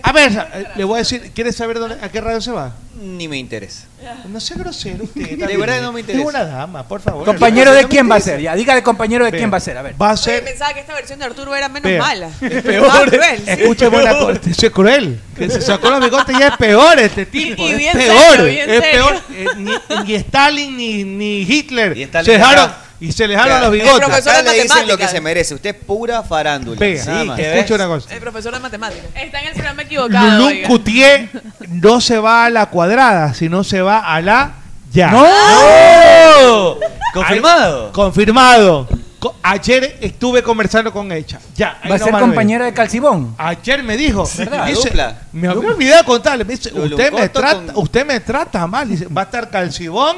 A ver, eh, le voy a decir, ¿quieres saber dónde- a qué radio se va?
Ni me interesa.
No sea grosero usted.
De verdad no me interesa.
Es una dama, por favor.
¿Compañero de quién va a ser? Ya, dígale compañero de quién va a ser. A ver.
Va a
Oye,
ser.
pensaba que esta versión de Arturo era menos
Vea.
mala.
Es peor.
Más cruel, sí.
Escúchame una cosa. Eso es cruel. Que se sacó los bigotes ya es peor este tipo.
Y- y bien
es peor.
serio, bien
es
serio.
peor. Eh, ni, ni Stalin ni, ni Hitler.
Y Stalin
se dejaron,
acá.
y se le dejaron los
Acá
bigotes.
profesor de
le dicen lo que
matemáticas.
se merece. Usted es pura farándula.
Vea,
nada más.
que-
escucha una cosa.
El profesor de matemáticas. Está en el programa equivocado.
Lulú
oiga.
Coutier no se va a la cuadrada, sino se va a la ya.
¡No! ¿Confirmado?
Confirmado. Co- ayer estuve conversando con ella. Ya. ahí
Va a
no
ser
más lo
compañera de Calcibón.
veo. Ayer me dijo,
¿verdad?
dice,
Dupla.
me había olvidado contarle, me dice,
Lulú
usted me,
Coto
trata,
con-
usted me trata mal, dice, va a estar Calcibón,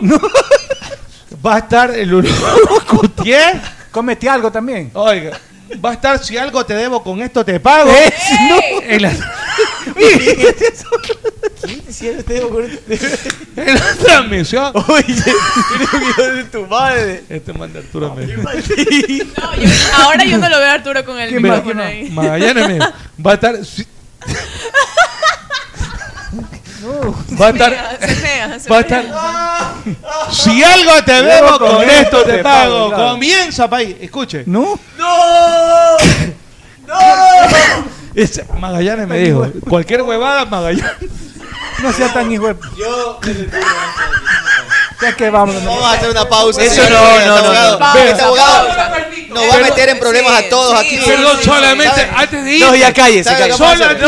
va a estar el Lulú Coutier,
Comete algo también.
oiga, va a estar si algo te debo con esto te pago.
¿Eh?
No,
¡Eh!
en la- en la transmisión,
de tu madre.
Este manda Arturo me-
No, yo- ahora yo no lo veo a Arturo con el
¿Quién
Mira,
más?
micrófono ahí.
Magallanes me- va a estar. si- Va a estar.
Se mea, se
Va a
mea.
estar. Si algo te debo, con esto te pago.
claro.
Comienza, país. Escuche.
No.
¡No!
Ese- Este, Magallanes me dijo: cualquier huevada, Magallanes.
No sea tan hijo de... Yo... Ya que vamos.
Vamos a hacer una pausa.
Eso
señor,
no,
porque
no,
este
no,
abogado-
no.
Pausa,
este abogado
pausa.
nos va a meter en problemas
Sí,
a todos
sí,
aquí.
sí, Perdón, sí, sí. solamente
antes de
No, ya cállese,
¿Sabe
cállese.
cómo hacer?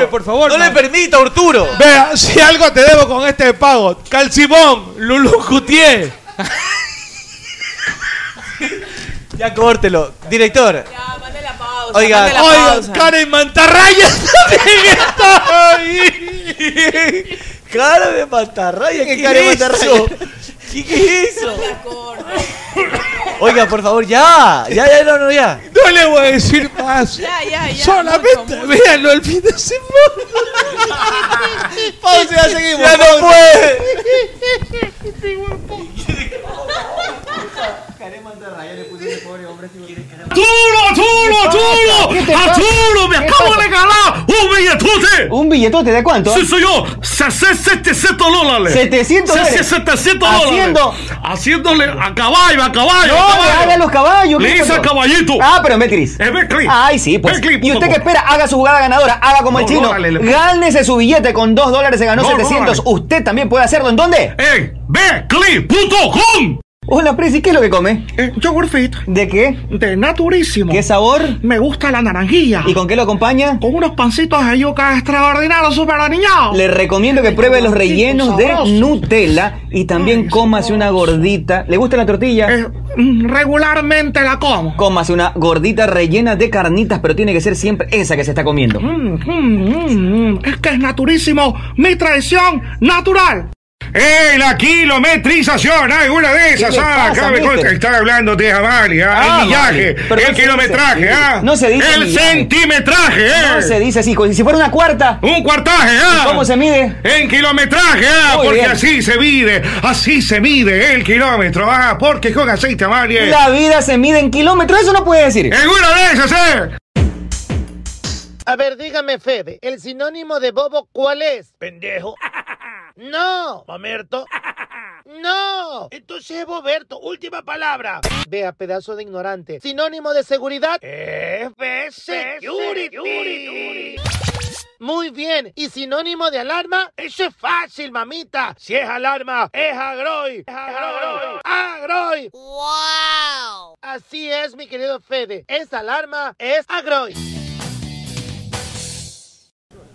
¡No!
Por favor,
¡No le
no.
permita, Arturo!
Vea, si algo te debo con este pago, Calcibón, Lulú Cutier.
Ya córtelo. Director,
Ya, mande la pausa.
pausa.
Oiga,
mande la
oiga,
pausa.
Karen Mantarraya también está ahí.
Karen de Mantarraya,
¿qué
Karen
hizo?
Mantarraya? ¿Qué, qué hizo?
La corta.
Oiga, por favor, ya. Ya, ya, no, no, ya.
No le voy a decir más.
Ya, ya, ya.
Solamente véanlo el fin de semana.
Pausa, ya seguimos.
Ya no
pausa.
puede.
¡Chulo, chulo,
¿Qué te pasa? ¿Qué pasa?
un billetote!
¿Un billetote de cuánto?
Sí, señor. Se hace 700 dólares.
700
Se hace
dólares.
700 dólares.
Haciendo-
Haciéndole a caballo, a caballo.
No,
a caballo.
haga los caballos.
Le
¿qué
hice
pasó?
a caballito.
Ah, pero en Betcris.
En Betcris.
Ay, sí, pues.
Betcris,
y usted
poco.
que espera, haga su jugada ganadora, haga como
No,
el chino.
no, dale, le-
Gánese su billete con 2 dólares, se ganó
No, no,
700. usted también puede hacerlo. ¿En dónde?
En Betcris.com.
Hola, Prezi, ¿qué es lo que come?
Eh,
Yogurtfit.
¿De qué?
De naturísimo.
¿Qué sabor?
Me gusta la naranjilla.
¿Y con qué lo acompaña?
Con unos pancitos de yuca extraordinarios, super aniñados.
Le recomiendo que pruebe los rellenos de Nutella y también cómase una gordita. ¿Le gusta la tortilla?
Eh, mm,
Regularmente la como.
Cómase una gordita rellena de carnitas, pero tiene que ser siempre esa que se está comiendo.
Mm, mm, mm, es que es naturísimo. Mi tradición natural.
¡Eh, la kilometrización! ¡Hay una de esas!
¿Qué le
¡Ah!
pasa,
Acá me
mister?
consta- Está hablando de Amalia,
Ah,
el millaje,
vale. Pero no
el
se
kilometraje,
dice así.
¿ah?
No se dice
¡El
millaje.
centimetraje, eh!
No se dice así, co- si fuera una cuarta.
¡Un cuartaje, ah!
¿Y ¿Cómo se mide?
En kilometraje, ah,
Muy
porque
bien.
así se mide, así se mide el kilómetro, ah, porque con aceite Amalia.
La vida se mide en kilómetros, eso no puede decir.
¡En una de esas, eh!
A ver, dígame, Fede, ¿el sinónimo de bobo cuál es? Pendejo. No. Mamerto. No. Entonces es boberto. Última palabra. Vea, pedazo de ignorante. Sinónimo de seguridad. FS Security. Muy bien. ¿Y sinónimo de alarma? Eso es fácil, mamita. Si es alarma, es agroy. Es agroy. Agroy. ¡Wow! Así es, mi querido Fede. Es alarma, es agroy.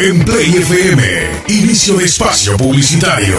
En Play FM, inicio de espacio publicitario.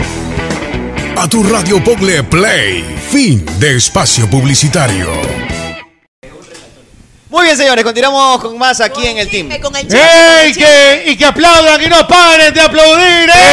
A tu radio Pogle Play, fin de espacio publicitario.
Muy bien, señores, continuamos con más aquí en el team.
Eh,
¡Ey! Que, y que aplaudan, que no paren de aplaudir.
Acá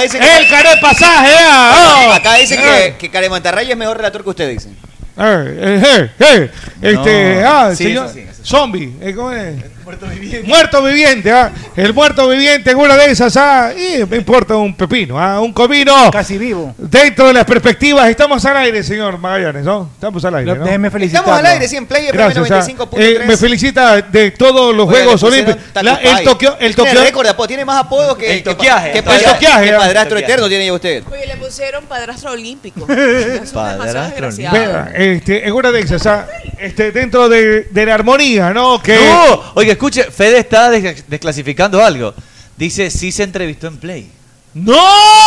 ¡eh!
dicen que-
¡El caré pasaje! ah, oh.
Acá dicen
Eh,
que, que Karen Mantarraya es mejor relator que usted, dicen.
eh, eh, eh, Este,
No,
ah,
sí,
señor.
eso sí, eso
Zombie, eh, ¿cómo es? Muerto viviente. Muerto viviente, ah. El muerto viviente en una de esas, ah. Y me importa un pepino, ah, un comino.
Casi vivo.
Dentro de las perspectivas, estamos al aire, señor Magallanes, ¿no? Estamos al aire,
Lo-
¿no?
déjeme felicitarlo.
Estamos al aire, sí, en Play FM
Gracias, ah.
95.3.
Eh, me felicita de todos los
Oiga, le
Juegos
pusieron
Olímpicos. La-
Tacupay.
el Tokio, el
Tiene
Tokio.
récord de apodo, tiene más apodos que el
toquiaje,
Que
el toquiaje,
que
ah.
padrastro
Toquiaje.
eterno tiene ya usted.
Oye, le pusieron padrastro olímpico.
Padrastro.
Vea, este, es una de esas, ah, este, dentro de, de la armonía, ¿no? Que
No, oiga, escuche, Fede está des- desclasificando algo. Dice, sí se entrevistó en Play.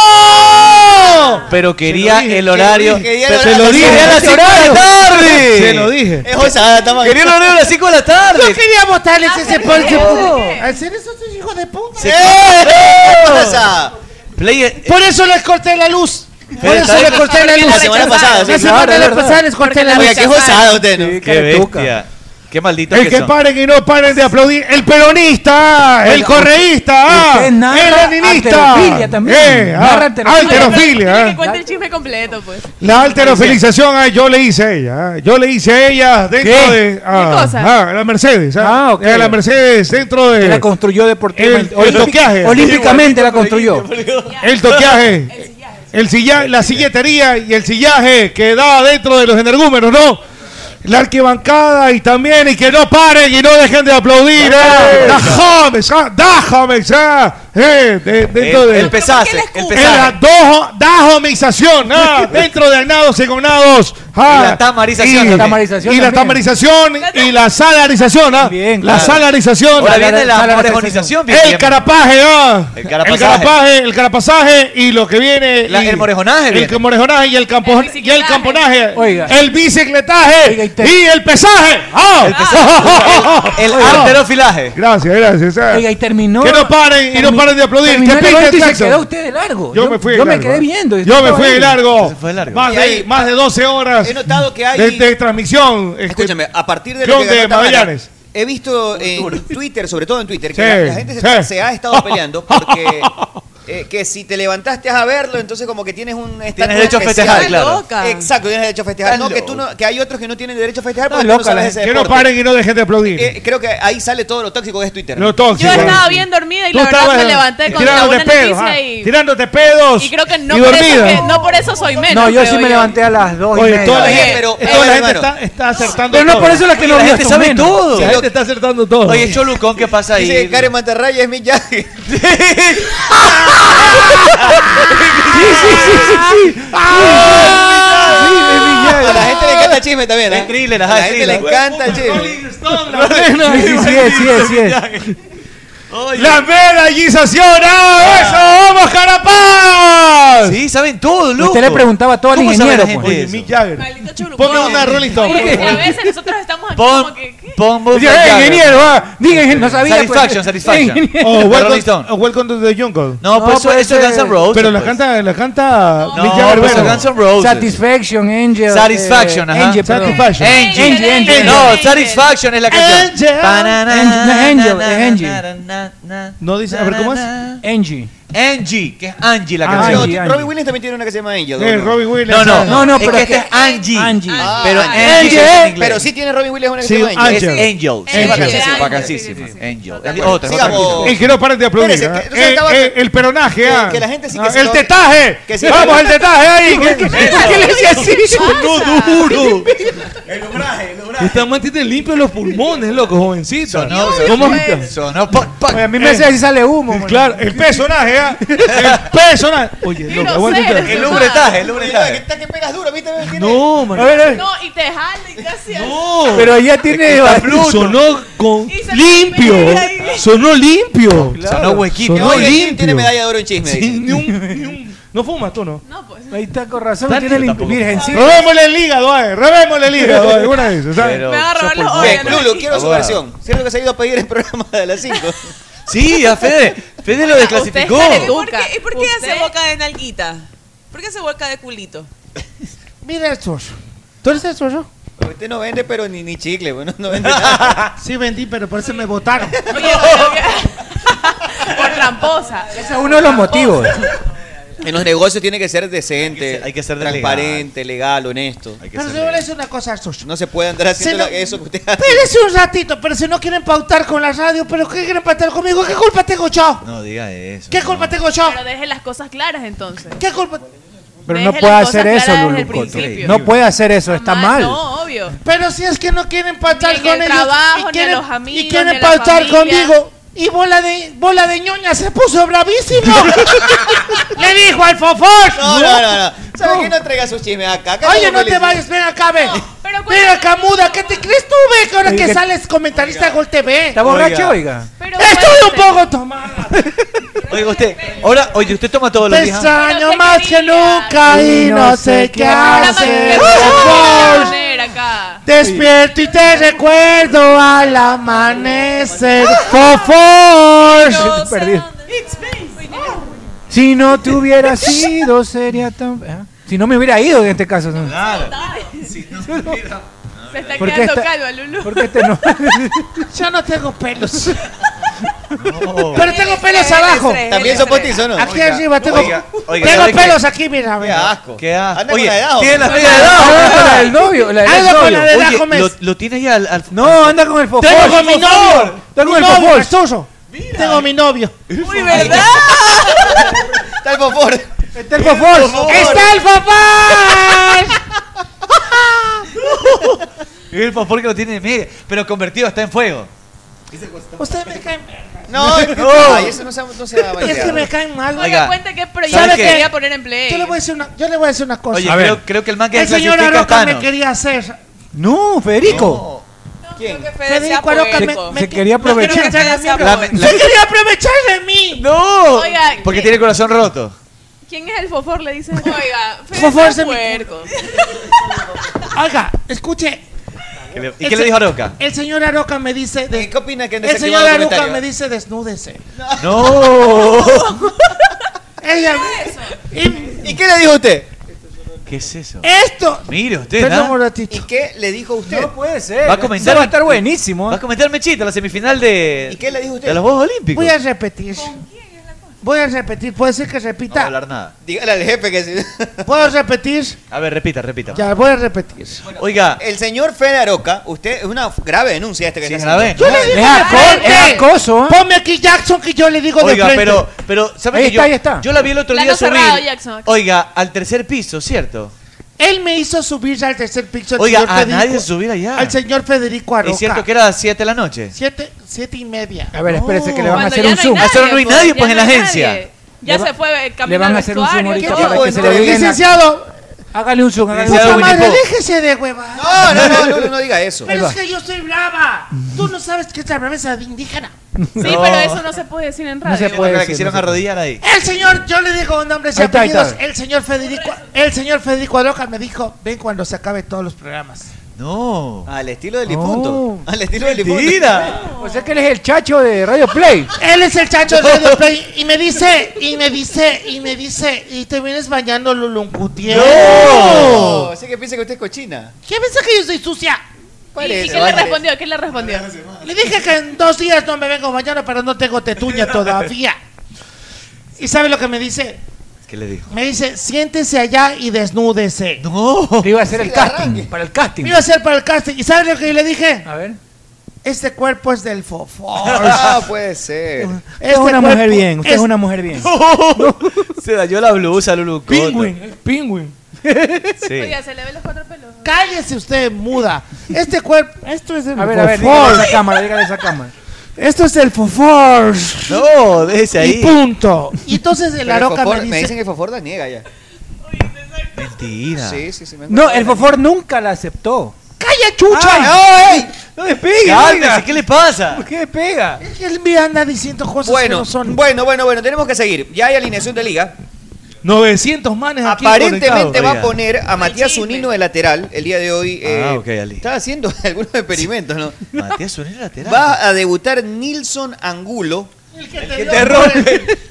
¡No!
Pero quería
dije,
el horario.
se lo dije,
pero-
se lo dije.
Quería las
Se lo
cinco de la
dije.
tarde.
Se lo dije.
Es osada, está mal.
Quería el horario a las 5 de la tarde.
Yo quería botarles
Ah,
ese
pero
polvo.
no.
Hacer eso es hijo de puta.
Se-
Eh.
¿Qué pasa?
Play eh,
Por eso les corté la luz. Por
Pero
eso
está-
les corté la luz.
La semana pasada, sí,
La
claro,
semana
es verdad.
pasada les corté la luz.
Oiga, qué osada usted, ¿no?
Qué bestia. Qué maldito
El que paren y no paren de aplaudir. El peronista, el
Oiga,
correísta, ah,
usted
el
narra
leninista.
alterofilia también.
Eh, ah,
Narra alterofilia.
alterofilia,
Que
eh.
cuente el chisme completo, pues.
La alterofilización, ah, yo le hice a ella. ah, Yo le hice a ella dentro
¿Qué?
de. Ah,
cosa?
ah, la Mercedes. Ah,
ok.
eh, La Mercedes dentro de.
La construyó deportiva.
El, el toqueaje.
Olímpicamente la construyó.
El toqueaje. El sillaje, la silletería y el sillaje que da dentro de los energúmenos, ¿no? La arquibancada y también, y que no paren y no dejen de aplaudir, ¿eh? Dajame, sa- dajame, sa- eh, de- dentro
El-
de-
el pesaje, el pesaje.
En la dojo- dajomización, ah, dentro de agnados y gonados. ah,
Y la tamarización
y-
también.
Y la
también.
tamarización y la salarización, ah, La
claro.
salarización.
Ahora viene la
Salarización.
morejonización, bien,
El
bien.
carapaje, ah.
El
El
carapazaje.
carapaje, el carapazaje y lo que viene.
La-
y-
el morejonaje viene.
El morejonaje y el, campo, y el camponaje.
Oiga.
El bicicletaje y el pesaje. ¡Ah!
El
Oiga.
arterofilaje.
Gracias, gracias. ah.
Oiga, y terminó.
Que no paren y
termi-
no paren de aplaudir.
terminó
Que
el
pique
evento y
el
se
claxon.
quedó usted de largo.
Yo me fui de
Yo me
largo,
quedé
¿eh?
viendo.
Yo me fui de largo.
fue de largo.
Más
Y
de,
ahí-
más de 12 horas
He notado que hay-
de, de transmisión. este,
Escúchame, a partir de lo
clon
que ganó
de
Tamara,
Magallanes.
He visto en Twitter, sobre todo en Twitter,
Sí,
que la, la gente se- se,
sí.
ha estado peleando porque eh, que si te levantaste a verlo, entonces como que tienes un estatus
derecho a
especial.
festejar, claro. Loca.
Exacto, tienes derecho a festejar.
Estás
No, que tú no, que hay otros que no tienen derecho a festejar porque tú no
loca la
sabes
gente.
ese
Que no
deporte.
paren y no dejen de aplaudir.
Eh, creo que ahí sale todo lo tóxico que es Twitter.
Lo tóxico.
Yo estaba bien dormida y la verdad me levanté con la buena
tirándote pedos,
noticia
ah,
y,
tirándote pedos
y creo que no
y
por, eso
dormida.
que- no por eso soy menos.
No, yo sí
creo
me levanté a las 2 y
Oye,
media.
toda la
Oye,
gente,
pero-
toda
eh,
la gente
hermano.
está, está acertando.
Pero no
todo.
por eso la que
Oye,
no
la
vio,
gente
son
sabe
menos.
La
todo. Lo-
gente este está acertando todo.
Oye, Cholucón, ¿qué pasa ahí?
Dice que Karen Mantarraya es Miyagi.
Ah.
A la gente le encanta el chisme también. ¿eh?
Es thriller,
A
ajá,
la
es
gente le
thriller.
encanta el chisme.
Sí, sí, sí es, sí es, sí es.
¡La medallización! ¡Ah, eso! ¡Vamos, Carapaz!
Sí, saben todo, loco.
Usted le preguntaba todo al
¿Cómo sabe la
ingeniero.
gente
pues.
eso?
Mick Jagger. Ponme
Ponme
una Rolling Stone. eh,
Porque a veces nosotros estamos aquí
Pon,
como que... ¿qué?
pon Bob
Dice,
Jagger.
¡eh, ingeniero! ah!
Diga, ingen- no sabía. pues.
Satisfaction, satisfaction. Oh,
Ingeniero.
O
Rolling
welcome,
Stone.
o welcome to the Jungle.
No,
No,
pues eso,
pues,
eso es Guns N'
eh,
Roses.
Pero la
pues.
canta, la canta
No,
Mick Jagger.
pues,
bueno.
Guns N' Roses.
Satisfaction, Angel.
Satisfaction,
eh,
ajá.
Angel, perdón.
Satisfaction.
Angel.
Angel, Angel.
No,
Angel.
Satisfaction es la canción.
Angel.
Angel, Angel,
No dice- a ver, ¿cómo es?
Angie.
Angie, que es Angie la
Ah,
canción.
Pero
Angie, Angie.
Robbie Williams también tiene una que se llama Angel.
Eh,
¿no? este
Robin Williams.
No, no,
ah.
No, no,
es
pero
que
es
esta es
que-
Angie.
Angel.
Ah,
Pero
ah,
Angie
Angel.
es
¿eh?
en inglés.
Pero sí tiene Robin Williams una que
Sí,
se llama Angel.
es Angel.
Sí,
Es
Angel.
bacanísimo,
Sí,
bacanísimo.
sí, sí, sí.
Angel. Otra, otra.
Sigamos.
El que no paren de aplaudir. ¿ah?
Espérese, que- o sea,
Eh,
estaba-
eh, el peronaje.
que-
ah.
que la gente sí que
Ah,
se
el
lo-
tetaje.
que sí-
Vamos, el tetaje ahí. Esta Este man tiene limpios los pulmones, loco, jovencito.
Sonó,
¿Cómo
sonó, sonó, pac, pac.
Oye, a mí me hace si sale humo. mano.
Claro, el personaje, ¿ah? El personaje. Oye,
Yo no
loco, aguanta
sé,
un
eres
El
tra-
un-
lubretaje, el
Mira, que
lubretaje.
está que pegas duro, ¿viste? Tiene-
No, man.
A ver, a ver.
No, y te jala y casi...
Pero ella tiene.
Está Pluto.
Sonó con
Y se-
limpio. Sonó limpio.
Sonó huequito.
Sonó
Oye, ¿quién
limpio.
tiene medalla de oro en chisme?
Sí,
dice?
ni un- ni un- No fumas tú, ¿no?
No, pues...
Ahí está con razón.
Está
Tiene
limpio
lim-
tampoco.
virgencito.
Robémosle el hígado, ay, robémosle el hígado, ay, una de esas, ¿sabes?
Pero-
Me va a robar los
Ve,
órganos.
Lulo, quiero su
Abogado.
versión. Siento que se ha ido a pedir el programa de las 5.
Sí, a Fede. Fede lo desclasificó.
Usted
¿Y
está
por qué, y por qué
Usted-
hace boca de nalguita? ¿Por qué hace boca de culito?
Mira el suyo. ¿Tú eres el suyo?
Usted Este no vende, pero ni, ni chicle, bueno, no vende nada.
Sí, vendí, pero por eso me votaron.
Oye, pero que- Por tramposa.
Ese es uno de los motivos.
En los negocios tiene que ser decente,
Hay que ser- hay que ser
transparente, legal. honesto.
Hay que
Pero
ser
yo voy a
legal.
decir una cosa al suyo.
No se puede andar
Se
haciendo la-
lo-
eso que usted hace.
Espérese un ratito, pero si no quieren pautar con la radio, ¿pero qué quieren pautar conmigo? ¿Qué culpa tengo yo?
No diga eso.
¿Qué
no.
culpa tengo yo?
Pero deje las cosas claras entonces.
¿Qué culpa?
Pero
Deje
no
las
puede
cosas
hacer eso,
claras desde
Lulu
el
Coto.
principio.
No puede hacer eso. Está mal.
No, obvio.
Pero si es que no quieren pautar
Ni en
con
el
ellos
trabajo, ni a
y quieren,
los amigos,
y
ni
quieren
a la
pautar
familia.
conmigo. Y bola de bola de ñoña se puso bravísimo. Le dijo al fofor.
No, no, no, no. ¿Sabes qué? No traiga sus chismes acá. acá
Oye,
estamos
no te vayas,
felices.
ven acá, ven.
pero
Ven
cuéntame,
acá, muda, ¿qué te crees tú, ve? Que ahora
Oiga.
que sales comentarista de Gol TV.
¿Está borracho, oiga?
Pero
Estoy un
cuénteme.
poco tomada.
Oiga usted, ahora, oye, usted toma todos los
Te
días. ¿ah?
extraño
No
más
sé
que
qué
nunca y no sé qué
Programa
hacer.
que-
Por favor.
poner acá.
Despierto y te recuerdo al amanecer. Fofor.
Yo sé
perdido.
dónde- It's me.
Si no te hubiera sido, sería tan. ¿eh? Si no me hubiera ido en este caso. ¿no?
Claro.
Se está
¿Por qué
quedando
esta-
calva, Lulú.
por qué este no?
Yo no tengo pelos.
Pero
Pero tengo pelos abajo.
También son postizos, ¿no?
Aquí
Oiga,
arriba tengo,
oiga, oiga,
tengo
¿sabe qué?
pelos aquí, mira. Qué
asco.
Qué asco.
Anda con la de Dao.
tiene la
Anda
regla
con
de
la de Dao.
Dao. Anda con la
del novio, la del
Anda con
exnovio.
la de
Oye,
Dao, Gómez.
lo-
Lo tienes ya al...
No, anda con el fofol.
Tengo con mi novio.
Tengo
Mi
con el
novio,
fofol.
Artuso. Tengo mi novio.
Uy, ¿verdad?
Está el favor.
Está el fofol.
¡Está el papá!
El favor que lo tiene mire, pero convertido está en fuego.
Usted me cae
No,
No.
Ay, eso no se, no se va a
Es que
bailar.
me caen mal.
Oiga, Oiga,
cuenta qué proyecto
¿Sabe
qué?
quería poner en play.
Yo le voy a decir una, yo le voy a decir una cosa.
Oye, creo, creo que el man que
el señor
clasifica es
Aroca me
Thanos.
quería hacer.
No, Federico.
¿Quién?
Federico Aroca me, me
Se
qui-
quería
me quería
aprovechar.
echar la mierda.
La- la-
¡Yo quería aprovechar de mí!
No.
Oiga,
Porque
¿quién-
tiene el corazón roto.
¿quién es el fofor? Le dice. Oiga,
Fofor
Fofo
se me-
se puerco.
Oiga, escuche.
¿Qué le- ¿Y
el
qué le
se-
dijo Aroca?
El señor Aroca me dice. de-
¿Qué opina que
el señor Aroca me dice desnúdese.
No.
Ella. y-
¿Y qué le dijo usted?
¿Qué es eso?
Eh. esto.
Mire usted,
Perdón,
¿ah?
Moratito.
¿Y qué le dijo usted?
puede ser.
Va a comentar-
Eso va a estar buenísimo. ¿eh?
Va a comentar Mechita la semifinal
¿Y
de,
qué le dijo
de
usted?
los Juegos Olímpicos.
Voy a repetir. Voy a repetir. Puede ser que
No voy a
repita.
hablar nada.
Dígale al jefe que sí.
¿Puedo repetir?
A ver, repita, repita.
Ya, voy a repetir.
Oiga,
El señor Fede Aroca, usted es una grave denuncia este que
Sí,
está
grave.
haciendo.
Yo le digo
Es,
de
aco-
frente.
es acoso. ¿eh?
Ponme aquí Jackson que yo le digo de
oiga,
frente.
pero, pero, ¿sabe
Ahí
que
está,
yo,
ahí está.
yo la vi el otro
Plano
día subir?
cerrado, Jackson.
Oiga, al tercer piso, ¿cierto?
Él me hizo subir al tercer piso. al
Oiga,
señor
a nadie subir allá.
Al señor Federico Aroca.
Es cierto que era a las 7 de la noche.
Siete, siete y media.
A ver, espérese que le van a
Cuando
hacer
ya
un
no hay
zoom.
nadie,
Eso no hay nadie,
ya
pues, en la
hay
agencia.
nadie. Ya
Le va-
se fue eh,
le
caminando
van
al
a hacer un zoom
vestuario,
ahorita
todo.
para que se le
Licenciado,
olvide. la-
Licenciado,
Hágale un zoom, hágale un
Licenciado
puta
zoom.
Winnie
madre,
Pooh.
déjese de huevada.
No, no, no, no, no, no diga eso.
pero es que yo soy brava. Tú no sabes qué es la braveza de indígena.
Sí,
No.
pero eso no se puede decir en radio.
se
Yo
puede.
creo que la
ser,
quisieron
no sé.
arrodillar ahí.
El señor, yo le digo nombres y
Ahí está, ahí
apellidos.
está.
El señor Federico, el señor Federico Aroca me dijo, ven cuando se acabe todos los programas.
No.
Al estilo del difunto.
Oh.
Al estilo del difunto.
Mentira.
O sea que él es el chacho de Radio Play.
Él es el chacho de Radio Play y me dice, y me dice, y me dice, y te vienes bañando Luluncutier.
No, así que piensa que usted es cochina.
¿Qué piensa que yo soy sucia?
¿Y,
Parece,
y qué le
parece.
respondió? ¿Qué le respondió?
Le dije que en dos días no me vengo mañana, pero no tengo tetuña todavía. ¿Y sabe lo que me dice?
¿Qué le dijo?
Me dice, siéntese allá y desnúdese.
No.
Que iba a hacer el casting. Para el casting.
Me iba a hacer para el casting. ¿Y sabe lo que yo le dije?
A ver.
Este cuerpo es del fofo. Este
Ah, puede ser.
Usted es una mujer bien. Usted es
una
una mujer bien.
Se dañó la blusa, Lulu. Cota.
el pingüin.
Sí.
Oiga, se le ven los cuatro pelos.
Cállese usted, muda. Este cuerpo, esto es el
A ver, a ver, dígale a esa cámara, dígale a esa cámara.
Esto es el fofor.
No, déjese
Y
ahí.
punto. Y entonces el
Pero
Aroca
Fofor-
me dice,
dicen que Fofor la niega ya.
Mentira.
Sí, sí, sí. me han
No,
contado.
el Fofor nunca la aceptó.
¡Calla, chucha!
Ah, ¡No me pegue!
Cálmese, ¿qué le pasa?
¿Por qué me pega?
Es que él me anda diciendo cosas que
Bueno,
no son.
bueno, bueno, bueno, tenemos que seguir. Ya hay alineación de liga.
900
Ah,
manes
pues,
aquí
Aparentemente
conectados.
va a
Oiga.
poner a Matías
chisme.
Zunino de lateral el día de hoy. eh,
Ah, ok, Ali.
Está haciendo algunos experimentos, ¿no?
Matías Zunino lateral.
Va a debutar Nilson Angulo,
El que te
Que
dio
te
por el-
rompe.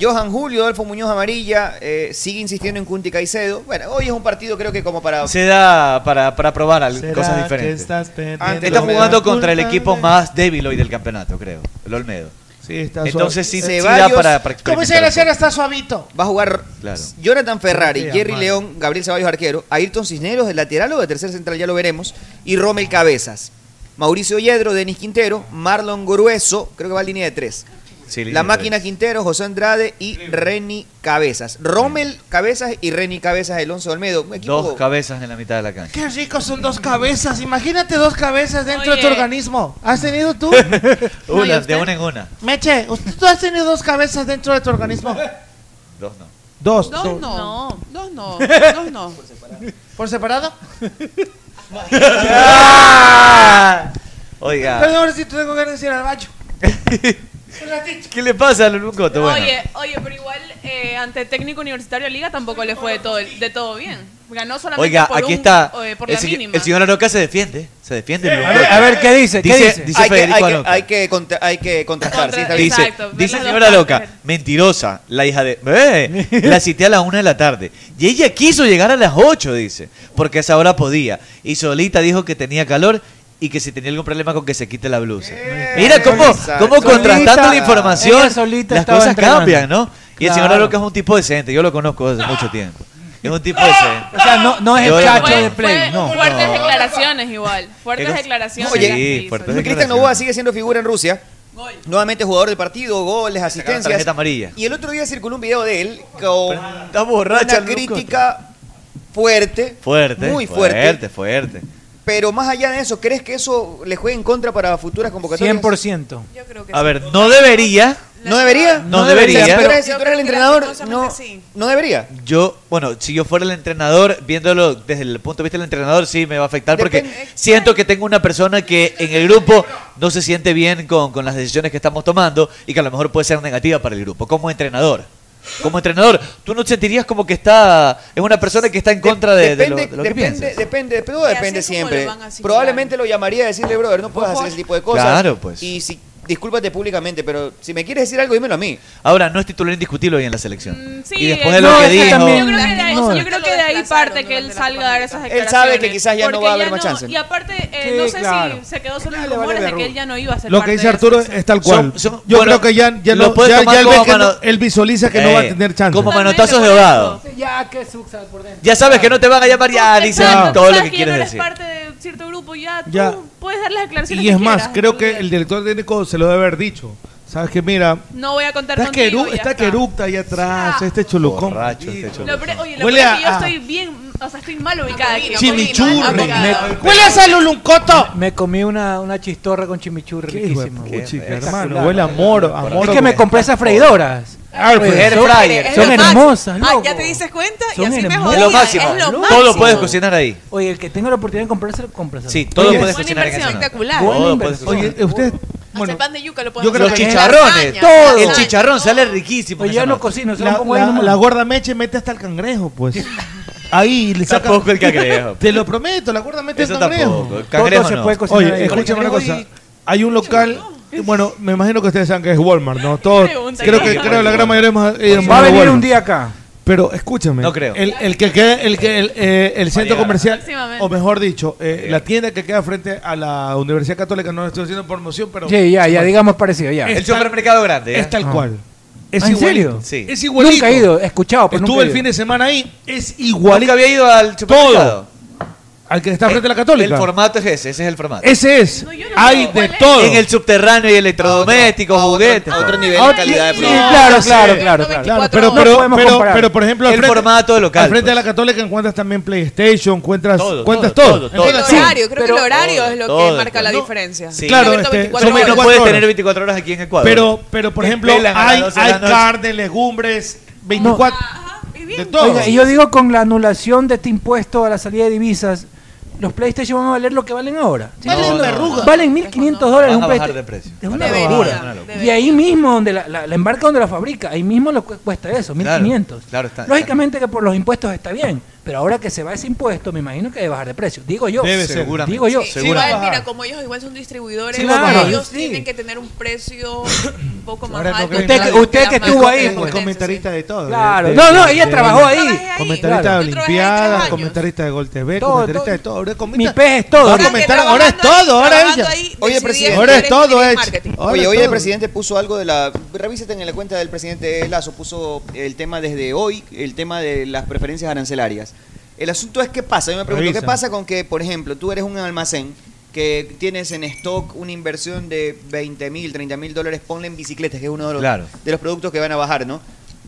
Johan Julio, Adolfo Muñoz Amarilla, eh, sigue insistiendo en Cunti Caicedo. Bueno, hoy es un partido creo que como para...
Se da para, para probar al-
¿Será
cosas
que
diferentes.
estás perdiendo
Antes
Está
Olmedo.
jugando contra el
Culpable.
equipo más débil hoy del campeonato, creo. El Olmedo.
Sí, está suave.
Entonces
Eh,
sí, sí da
Ceballos,
para, para
Como dice
experimentar
la señora,
cosas.
está suavito.
Va a jugar
Claro.
Jonathan Ferrari,
Sí,
Jerry
amado.
León, Gabriel Ceballos arquero, Ayrton Cisneros de lateral o de tercer central, ya lo veremos, y Rommel Cabezas. Mauricio Yedro, Denis Quintero, Marlon Grueso, creo que va a línea de tres.
Sí,
La
línea
máquina
tres.
Quintero, José Andrade y Reni Cabezas. Rommel Cabezas y Reni Cabezas, Alonso Olmedo. Un equipo-
Dos cabezas en la mitad de la cancha.
Qué rico son dos cabezas. Imagínate dos cabezas dentro de tu
Oye.
organismo. ¿Has tenido tú?
No, ¿y
Una, de
usted?
una en una.
Meche, ¿usted- ¿tú has tenido dos cabezas dentro de tu organismo?
Dos no.
Dos.
Dos no. Dos no. Dos no.
¿Por separado?
Oiga.
Perdón, si tengo ganas de ir al baño. Un ratito.
¿Qué le pasa a Luluncoto? Bueno,
Oye, oye, pero igual eh, ante técnico universitario de liga tampoco le fue de todo, de todo bien. Ganó solamente
Oiga,
por
aquí
un-
está.
eh, por
el,
la
señor-
mínima.
el señor Aroca se defiende. Se defiende.
Sí.
mi
Eh, A ver,
bro.
a ver, ¿qué dice? ¿Qué dice?
Dice
Hay que-
Federico
hay que-
Aroca.
hay que contra- hay que contrastar, sí, está bien.
dice,
Exacto, ver
dice
las dos
señora
partes.
Loca, mentirosa, la hija de... "Eh, la cité a las una de la tarde. Y ella quiso llegar a las 8, dice, porque a esa hora podía. Y solita dijo que tenía calor y que si tenía algún problema con que se quite la blusa. Mira cómo,
Eh, Solita.
cómo contrastando
Solita.
la información,
Ella solita
las
estaba
cosas
entrenando.
cambian, ¿no? Y el señor
Claro.
Loca es un tipo decente, yo lo conozco desde mucho tiempo. Es un tipo decente.
O sea, no, no es
Yo-
el chacho
Fue-
de Play.
fue
No.
Eh, Fuertes declaraciones igual. Fuertes
Pero-
declaraciones.
Oye,
las que
sí,
hizo.
fuertes
Cristian
declaraciones.
Novoa sigue siendo figura en Rusia. Nuevamente jugador del partido, goles, asistencias.
tarjeta amarilla.
Y el otro día circuló un video de él con
Está borracha,
una
loco.
crítica fuerte,
Fuerte,
muy fuerte,
fuerte, fuerte.
Pero más allá de eso, ¿crees que eso le juegue en contra para futuras convocatorias?
100%.
A ver, no debería.
¿No debería? O
No
sea,
debería.
si tú
Pero-
eres, si tú eres el entrenador, no, no debería.
Yo, bueno, si yo fuera el entrenador, viéndolo desde el punto de vista del entrenador, sí me va a afectar porque siento que tengo una persona que en el grupo no se siente bien con, con las decisiones que estamos tomando y que a lo mejor puede ser negativa para el grupo, como entrenador. Como entrenador, tú no sentirías como que está. Es una persona que está en contra de, de lo,
Depende,
de lo que
depende,
piensa.
depende, pero depende siempre. Probablemente lo llamaría a decirle, brother, no puedes hacer ese tipo de cosas.
Claro, pues.
Y si, discúlpate públicamente, pero si me quieres decir algo, dímelo a mí.
Ahora, no es titular indiscutible hoy en la selección.
Mm, sí,
y después de
es-
lo
no,
que
es que
dijo.
también- yo creo que de ahí, yo creo que de ahí parte que él salga a dar esas declaraciones.
sabe que quizás ya no
Porque
va a haber más chance.
Y aparte, eh,
Sí,
no sé
claro.
si se quedó solo en los rumores de que él ya no iba a ser
Lo que
parte
dice
de la
Arturo
selección.
es tal cual.
Son- son-
Yo
bueno,
creo que ya, ya,
lo
no-
puedes
ya-
tomar
ya él, ve
como
que no-
mano-
él visualiza que no va a tener chance.
Como manotazos de ahogado.
Ya que sucsa por dentro.
Ya sabes que no te van a llamar, ya dicen
Exacto,
todo lo
sabes
que
ya no
quieres
eres
decir.
parte de cierto grupo, ya tú
Ya.
puedes dar las declaraciones
Y es
que
más,
quieras.
creo que el director técnico se lo debe haber dicho. Sabes que mira,
No voy a contar
está,
contigo.
queru-
ya
está queructa ahí atrás, este cholucón.
Lo pre- oye, lo
Huele
peor es
a-
que yo
a-
estoy bien, o sea, estoy mal ubicada aquí.
Chimichurri.
¿Huele a saluluncoto? Me comí una, una chistorra con chimichurri riquísimo.
hermano, huele a moro, a moro
Es que me
con-
compré esas freidoras.
Ah, pues,
Son-
air fryer.
Es
Son
lo máximo.
hermosas,
Ah,
loco.
ya te dices cuenta y
Son
así me
hermosas.
jodían.
Es lo máximo.
Es lo
Todo lo
máximo.
puedes cocinar ahí.
Oye, el que tenga la oportunidad de comprárselo, cómpraselo.
Sí, todo
Oye,
puedes cocinar en casa.
espectacular.
Todo
Buena
puedes
inversión.
cocinar.
Oye, eh, usted
Hacer pan de yuca lo puedes
Yo creo
hacer.
los chicharrones,
Lasaña,
el
lasaña.
chicharrón sale riquísimo.
Oye,
en esa
ya no
nota.
cocino, se lo
La,
pongo ahí
la-
nomás.
la gorda meche mete hasta el cangrejo, pues. Ahí le saca.
Tampoco el cangrejo.
Te lo prometo, la gorda mete
Eso
el cangrejo.
tampoco, el cangrejo Todo se no. puede cocinar
Oye,
ahí.
escúchame una
Cangrejo
cosa. Hay un local. Bueno, me imagino que ustedes saben que es Walmart, ¿no? Todos,
Pregunta,
creo que
¿no?
creo la gran mayoría hemos ido
Va a
a
venir un
Walmart.
día acá.
Pero escúchame.
No creo.
El, el que queda, el que el, eh, el centro
llegar.
comercial,
Próximamente.
o mejor dicho, eh, la tienda que queda frente a la Universidad Católica, no estoy haciendo promoción, pero.
Sí, ya, ya, digamos parecido, ya. Ah.
El supermercado grande. ¿ya?
Es tal cual. Es
¿En
igualito.
serio?
Sí.
Es igualito.
Nunca he ido, he escuchado, pero
Estuve
nunca he
el
ido.
fin de semana ahí, es igualito.
Nunca había ido al supermercado.
Todo. Al que está frente a la Católica.
El formato es ese, ese es el formato.
Ese es. Hay de todo.
En el subterráneo y electrodomésticos, juguetes. A otro
nivel
Ah, sí, claro, claro, claro, claro, claro. Pero, pero, pero- pero, por ejemplo, al
el
frente-
formato local.
Al frente de
pues.
la Católica encuentras también PlayStation, encuentras
Todo,
encuentras
todo,
todo.
todo,
El
todo.
horario, creo que el horario es lo
todo,
que marca la
todo.
diferencia.
Sí.
Claro,
Abierto
este,
24
somos
horas.
No
cuatro
puedes
horas.
tener 24 horas aquí en Ecuador.
Pero, pero por
Te
ejemplo,
pelan a las
hay,
12 de la
hay
noche.
carne, legumbres, 24.
Ah,
De todo.
Oiga, y yo digo con la anulación de este impuesto a la salida de divisas, los PlayStation van a valer lo que valen ahora. Sí,
Valen
no,
una
no.
arruga.
Valen 1.500 dólares
Van a
un
bajar
PlayStation.
de precio.
Es una
Deberían,
locura.
deberían.
Y ahí mismo, donde la, la- la embarca donde la fabrica, ahí mismo lo cu- cuesta eso, 1.500.
Claro, está.
Lógicamente que por los impuestos está bien, pero ahora que se va ese impuesto, me imagino que debe bajar de precio. Digo yo.
Debe ser. Seguramente.
Digo yo.
Sí,
Sí, igual, mira, como ellos igual son distribuidores,
Sí, va a bajar.
ellos
Sí.
tienen que tener un precio un poco más
Ahora no
alto.
creen
Usted que-
nadie.
usted que estuvo ahí,
El
pues.
Comentarista de todo.
Claro.
De-
No, no,
de-
ella
de-
trabajó ahí.
Comentarista
Claro.
de
Yo
Olimpiadas, comentarista de Gol TV,
Todo,
comentarista
todo.
de todo. Ahora comenta-
Mi pez es todo.
Va a comentar, ahora es todo, ahora ella.
Oye, presidente.
Ahora es todo, es. Ahora
Oye,
es
hoy el
todo.
presidente puso algo de la. Revísate en la cuenta del presidente Lazo, puso el tema desde hoy, el tema de las preferencias arancelarias. El asunto es qué pasa. Yo me pregunto,
Revisa.
¿qué pasa con que, por ejemplo, tú eres un almacén que tienes en stock una inversión de 20 mil, 30 mil dólares, ponle en bicicletas, que es uno de los,
Claro.
de los productos que van a bajar, ¿no?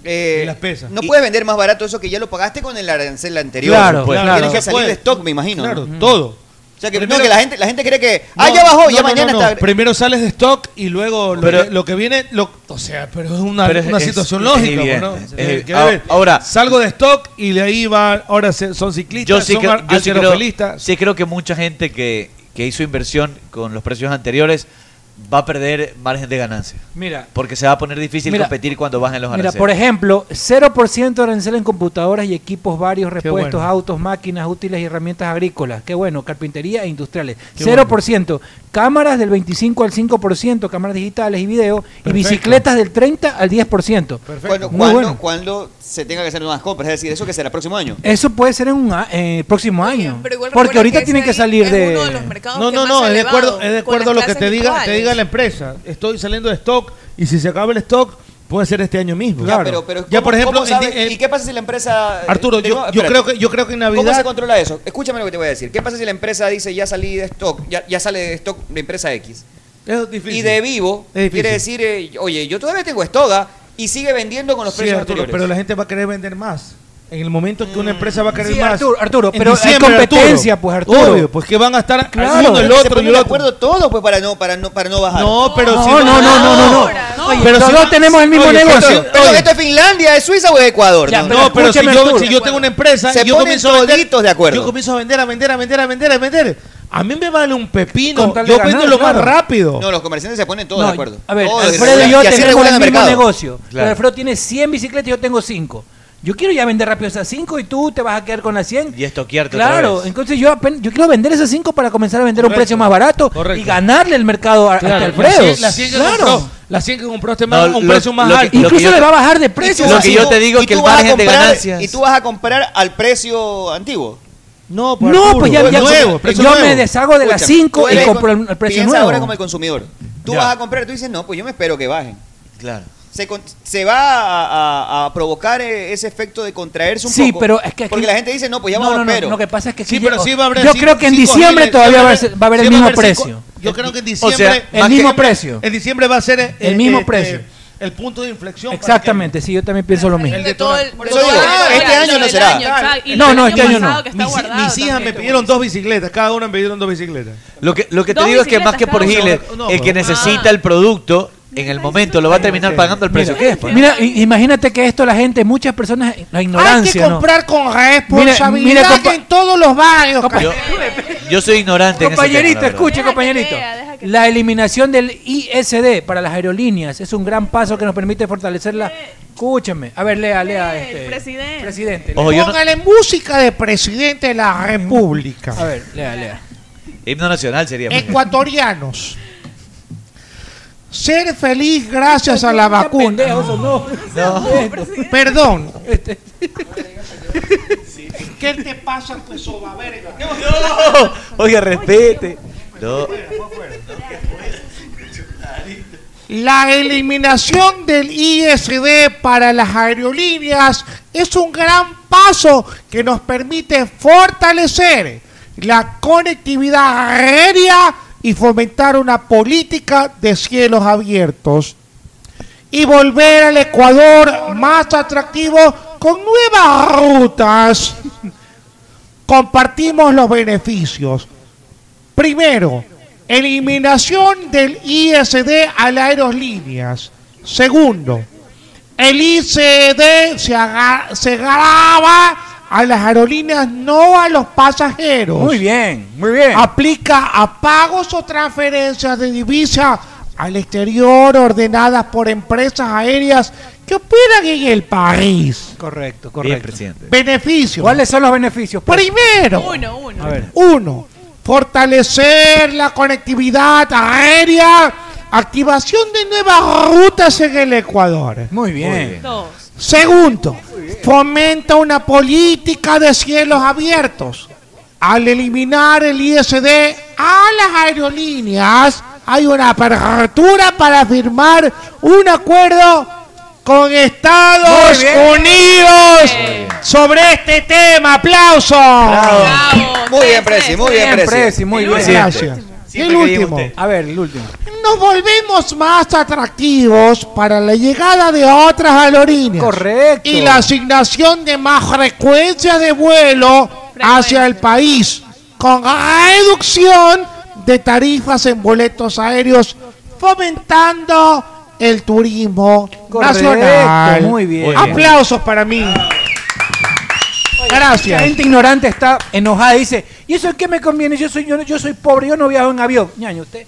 Eh,
Y las pesas.
No
Y-
puedes vender más barato eso que ya lo pagaste con el arancel anterior.
Claro,
Tienes
claro.
que salir de
Puede.
stock, me imagino.
Claro,
¿no?
todo.
O sea, que,
Primero-
no, que la, gente, la gente cree que.
No,
ah, ya bajó,
no,
ya
no,
mañana
no, no.
está.
Primero sales de stock y luego lo,
Pero-
que, lo que viene, lo- o sea, pero es una,
Pero es-
una
es-
situación
es
lógica.
evidente,
¿no?
es-
Eh, que
ah,
debe-
ahora-
salgo de stock y de ahí va, ahora se- son ciclistas,
yo sí,
son
creo,
ar-
yo sí creo,
alterofilistas.
sí creo que mucha gente que, que hizo inversión con los precios anteriores va a perder margen de ganancia.
Mira.
Porque se va a poner difícil
Mira.
competir cuando bajen los
Mira,
aranceles.
por ejemplo, 0% de arancel en computadoras y equipos varios, repuestos,
bueno.
autos, máquinas, útiles y herramientas agrícolas. Qué bueno, carpintería e industriales.
Qué
0%. Cámaras del 25 al 5%, cámaras digitales y video, y
Perfecto.
bicicletas del 30 al 10%.
Cuando,
Muy
cuando-
bueno.
cuando se tenga que hacer nuevas compras, es decir, eso que será próximo año.
Eso puede ser en un a- eh, próximo año.
igual
Porque
recuerda
ahorita
que
tienen
ese
que salir de...
Eh, No, no, no, es de acuerdo, es de acuerdo a lo que te diga, te diga la empresa. Estoy saliendo de stock y si se acaba el stock, puede ser este año mismo.
Ya, pero, pero
ya
¿cómo-
por ejemplo,
cómo sabes?
el di- el-
¿y qué pasa si la empresa... eh,
Arturo,
de
yo-
nuevo-
yo
espérate.
creo que yo creo que en
¿Cómo se
Navidad
controla eso? Escúchame lo que te voy a decir. ¿Qué pasa si la empresa dice ya salí de stock, ya, ya sale de stock la empresa X? Y de vivo
Es difícil.
quiere decir, eh, oye, yo todavía tengo estoga y sigue vendiendo con los
Sí,
precios
Arturo,
anteriores.
pero la gente va a querer vender más. En el momento que una empresa va a querer
Sí,
más.
Arturo, Arturo,
En
pero hay
diciembre,
competencia,
Arturo.
pues, Arturo.
Obvio, pues que van a estar
Claro,
uno, el
se
otro
ponen
y el
de
otro.
acuerdo todos pues para no para no para no bajar.
No, pero si-
No, no, no, no, no, no. Oye,
Pero si
los
no-
dos tenemos el mismo
oye, pero
negocio.
si-
Pero esto es Finlandia, es Suiza o es Ecuador.
Ya, pero escúchame, Arturo. Se ponen
toditos de acuerdo.
Yo comienzo a vender, a vender, a vender, a vender, a vender. A mí me vale un pepino.
Con tal de
Yo
ganar,
vendo lo más
claro.
rápido.
No, los comerciantes se ponen todos
No,
de acuerdo.
A ver,
Todos
Alfredo y
regulan-
yo
y así
tenemos
regulan
el
el
mismo
mercado.
negocio. Pero
Claro.
Alfredo tiene 100 bicicletas y yo tengo 5. Yo quiero ya vender rápido esas 5 y tú te vas a quedar con las 100.
Y estoquearte otra
Claro,
vez.
entonces yo apen- yo quiero vender esas 5 para comenzar a vender a un
Correcto,
precio más barato y
correcto.
ganarle el mercado a, a
Claro,
Alfredo.
las cien- las cien que
claro.
compró- las 100 que compró este man a un
lo-
precio más
lo que-
alto.
lo que
Incluso
yo
le
te-
va a bajar de
Y tú
precio.
vas
Lo que yo
a-
te digo
y
que
tú
el
vas a
margen de
comprar-
ganancias-
Y tú vas a comprar al precio antiguo.
No,
pues, No, Arturo, pues, ya- el ya- nuevo, el precio yo nuevo. me deshago de las
Escúchame,
cinco
tú
y
eres-
compro al- al precio
piensa
nuevo.
ahora como el consumidor. Tú
Ya.
vas a comprar, tú dices, no, pues yo me espero que bajen.
Claro.
Se, con- se va a, a- a provocar eh, ese efecto de contraerse un
Sí,
poco.
pero es que aquí-
porque la gente dice, no, pues ya
No,
vamos
no,
a
no,
espero.
lo que pasa es que aquí
Sí, pero
ya-
sí va a haber
yo
cinco-
creo que en
cinco
diciembre
miles,
todavía
sí
va a
va a
haber- va a haber
sí
el
va a
mismo
haber cinco-
precio.
Yo creo que en
O sea,
diciembre.
el
más que-
mismo precio.
En diciembre va a ser. eh,
El mismo
eh,
precio.
eh, El punto de inflexión. para
Exactamente, sí, yo también pienso lo mismo.
que- El detonante.
por eso digo, este año no será.
exacto. Y
No,
el
no,
año
este año
pasado
no.
que está
Mis-
guardado
mis hijas me pidieron dos bicicletas, cada una me pidieron dos bicicletas.
Lo que, lo que te
Dos
digo es que más
bicicletas
que por
cada uno.
Giles,
No,
el que
no.
necesita el producto, en el momento lo va a terminar pagando el precio que es. pues.
Mira, i- imagínate que esto la gente, muchas personas, eh, la ignorancia. ¿no?
con
Mira, mira, compa-
en todos los barrios.
Yo, yo soy ignorante en ese
Compañerito,
tema, la verdad.
escuche, compañerito. La eliminación del ISD para las aerolíneas es un gran paso que nos permite fortalecerla. Escúchame. A ver, lea, lea. Este. Presidente. Presidente.
Ojo, yo no-
Póngale música de presidente de la República.
A ver, lea, lea.
Himno nacional sería. muy bien.
Ecuatorianos. Ser feliz gracias a la vacuna. Perdón. ¿Qué te pasa, pues, soba verga?
Oiga, respete. No.
La eliminación del ISD para las aerolíneas es un gran paso que nos permite fortalecer la conectividad aérea y fomentar una política de cielos abiertos y volver al Ecuador más atractivo con nuevas rutas. Compartimos los beneficios. Primero, eliminación del ISD a las aerolíneas. Segundo, el ICD se, aga- se graba a las aerolíneas, no a los pasajeros.
Muy bien, muy bien.
Aplica a pagos o transferencias de divisa al exterior ordenadas por empresas aéreas que operan en el país.
Correcto,
Bien,
correcto.
presidente.
Beneficios.
¿Cuáles son los beneficios? pues?
Primero.
Uno, uno.
A ver.
Uno, fortalecer la conectividad aérea, activación de nuevas rutas en el Ecuador.
Muy bien.
Dos.
Segundo, fomenta una política de cielos abiertos. Al eliminar el ISD a las aerolíneas, hay una apertura para firmar un acuerdo con Estados
Muy bien.
Unidos sobre este tema. ¡Aplausos!
Muy bien, Presi, muy bien, Presi.
Presi, muy bien.
Gracias. Y el último.
A ver, el último.
Nos volvemos más atractivos para la llegada de otras aerolíneas.
Correcto.
Y la asignación de más frecuencias de vuelo hacia el país, con reducción de tarifas en boletos aéreos, fomentando el turismo
Correcto,
nacional.
muy bien. Muy bien.
Aplausos para mí.
La
Gracias.
gente ignorante está enojada y dice, ¿y eso qué me conviene? Yo soy, yo, no- yo soy pobre, yo no viajo en avión. Ñaño, usted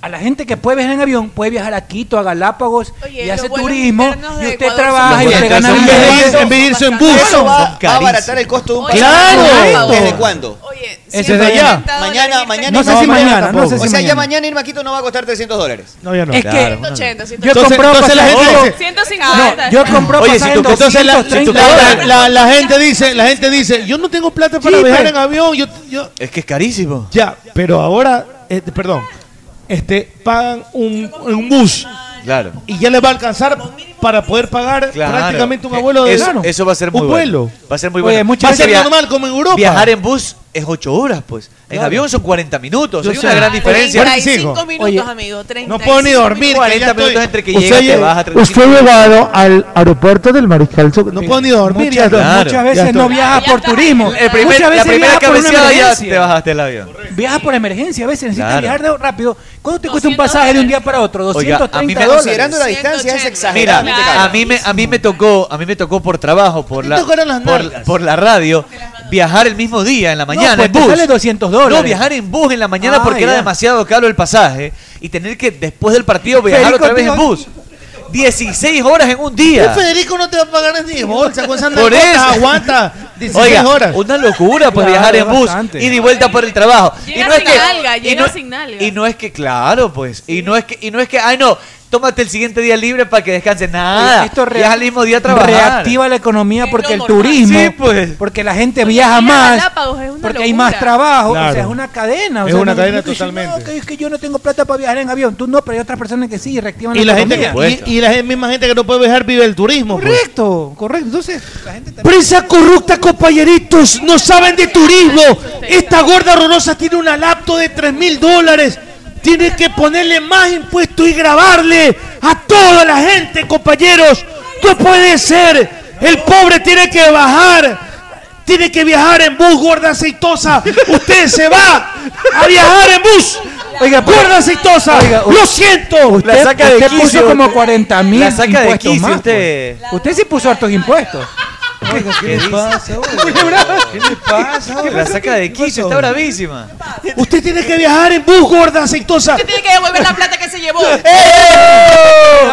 A la gente que puede viajar en avión, puede viajar a Quito, a Galápagos y
los
hace
vuelos
turismo.
internos
Y
de
usted
Ecuador
trabaja y
son
usted gana
baratos.
bien.
En vez de irse- en vez de irse en bus.
Eso
Son
va, va a
carísimos.
abaratar el costo de un
Oye,
pasaje.
¡Claro!
¿Desde cuándo?
Es desde allá.
Mañana, mañana.
No sé
irme
si
a Miami
mañana,
tampoco.
no sé si
O sea, ya
mañana.
mañana irme a Quito no va a costar 300 dólares.
No, ya no.
Es que-
Claro,
180, 180.
Yo he comprado
entonces la
pasajes-
gente dice-
No, yo he comprado
Oye, si
pasajes en
tú- entonces la,
230
la-
dólares.
la- la gente dice, la gente dice, yo no tengo plata para
Sí,
viajar
pero-
en avión, yo, yo
Es que es carísimo.
ya, pero ahora, eh, perdón, este pagan un, un bus
Claro.
y ya les va a alcanzar para poder pagar
Claro. Eh,
prácticamente un abuelo de
eso,
verano.
eso va a ser muy
un
bueno.
vuelo.
Va a ser muy
Oye,
bueno.
mucha
Va a ser
gente-
via-
normal, como en Europa.
Viajar en bus es 8 horas, pues. En
Claro.
avión son 40 minutos.
Yo
Hay
sé.
una gran diferencia.
35 minutos, amigo. 35
no puedo ni dormir, que
40
40 ya minutos estoy- entre que
Usted
llegas, te
lle-
bajas,
usted ha llegado al aeropuerto del Mariscal Sucre. No puedo ni dormir.
Muchas- Claro.
Muchas veces no viajas por turismo.
El primer-
Muchas
la
veces
primera
viajas por una
cabeceada ya
emergencia.
te bajaste el avión.
Viajas por emergencia, a veces necesitas
Claro.
viajar de- rápido. ¿Cuánto te cuesta un pasaje de un día para otro?
Oiga,
230
a mí me-
dólares.
Considerando la distancia es
Mira,
exagerado.
a mí me a mí me tocó, a mí me tocó por trabajo, por la
tocaron las
por,
nalgas?
por la radio viajar el mismo día en la mañana
pues
en
te
bus.
sale 200 dólares.
No, viajar en bus en la mañana
Ah,
porque era
ya.
demasiado caro el pasaje y tener que después del partido viajar
Federico,
otra vez en
tío.
bus. 16 horas en un día.
Federico no te va a pagar ni bolsa con esas
Por
nalgotas,
eso.
aguanta 16
Oiga,
horas.
una locura pues
Claro,
viajar en bus
bastante.
ida y vuelta por el trabajo.
Llega
y no es
sin
que
nalga,
y
llega
no-
sin nalga.
Y no es que claro, pues, y no es que y no es que ay no, tómate el siguiente día libre para que descanses nada.
Esto re-
viaja el mismo día a trabajar.
Reactiva la economía porque el turismo,
Sí, pues.
porque la gente viaja más,
Galápagos es una
porque hay
locura.
más trabajo, o sea,
Claro.
es una cadena. o
Es
sea,
una
no-
cadena
no que dicen,
totalmente.
"No, que es que yo no tengo plata para viajar en avión. Tú no, pero hay otras personas que sí, reactivan
Y la, gente,
economía.
que- pues, y, y la misma gente que no puede viajar vive el turismo. pues.
Correcto, correcto. Entonces, la gente
Prensa corrupta, compañeritos, no saben de turismo. Esta gorda horrorosa tiene una laptop de 3 mil dólares. Tienen que ponerle más impuestos y grabarle a toda la gente, compañeros. No puede ser. El pobre tiene que bajar. Tiene que viajar en bus, gorda aceitosa. Usted se va a viajar en bus.
Oiga, pero-
gorda aceitosa.
Oiga, u-
Lo siento.
usted, usted puso como 40 mil
La saca de
impuestos
quicio
más,
usted.
pues. Usted sí puso hartos impuestos. Oiga, ¿qué le pasa? ¿Qué le pasa?
La saca de quicio, está bravísima.
Usted tiene que viajar en bus, gorda aceitosa.
Usted tiene que devolver la plata que se llevó.
¡Eh!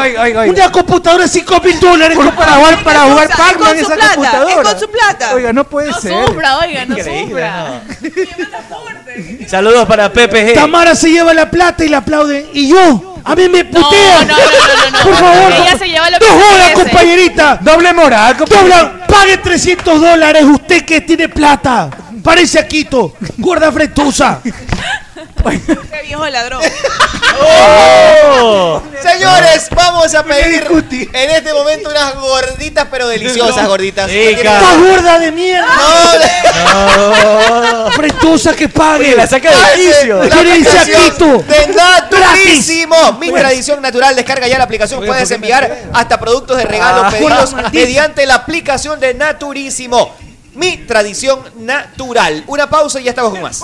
Oiga, oiga, oiga.
Una computadora de 5 mil dólares
para jugar, para jugar
Es
Pac-Man
con
en
su
esa
plata. Es
computadora.
con su plata.
Oiga, no puede
No
ser.
sufra, oiga, no
Increíble,
sufra.
Saludos para PPG.
Tamara se lleva la plata y la aplauden. Y yo, a mí me putean.
no, no, no, no, no.
Por favor.
Ella se lleva lo que
No joda,
merece.
compañerita.
Doble moral,
Dobla, pague 300 dólares usted que tiene plata. Parece a Quito. Gorda frentusa.
Qué viejo ladrón.
¡Oh!
Señores, vamos a pedir en este momento unas gorditas, pero deliciosas gorditas.
Chica.
Esta gorda de mierda.
No,
No.
Frentusa que pague.
La saca de quicio.
la
Quiere irse a Quito.
aplicación de Naturísimo. Mi tradición natural. Descarga ya la aplicación. Puedes enviar hasta productos de regalo,
Ah.
pedidos mediante la aplicación de Naturísimo. Mi tradición natural. Una pausa y ya estamos con más.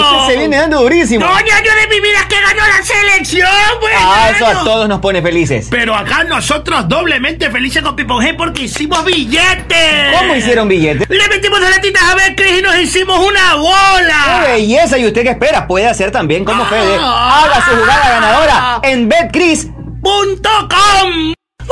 Usted se viene dando durísimo.
año de mi vida que ganó la selección, bueno.
Ah, eso a todos nos pone felices.
Pero acá nosotros doblemente felices con Pipo G porque hicimos billetes.
¿Cómo hicieron billetes?
Le metimos las latitas a ver, Cris, y nos hicimos una
¡Qué
bola.
belleza! ¿Y usted qué espera? Puede hacer también como
Ah.
Fede. Haga su jugada ganadora en BetCris.
Punto com.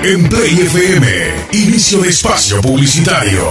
En Play FM, inicio de espacio publicitario.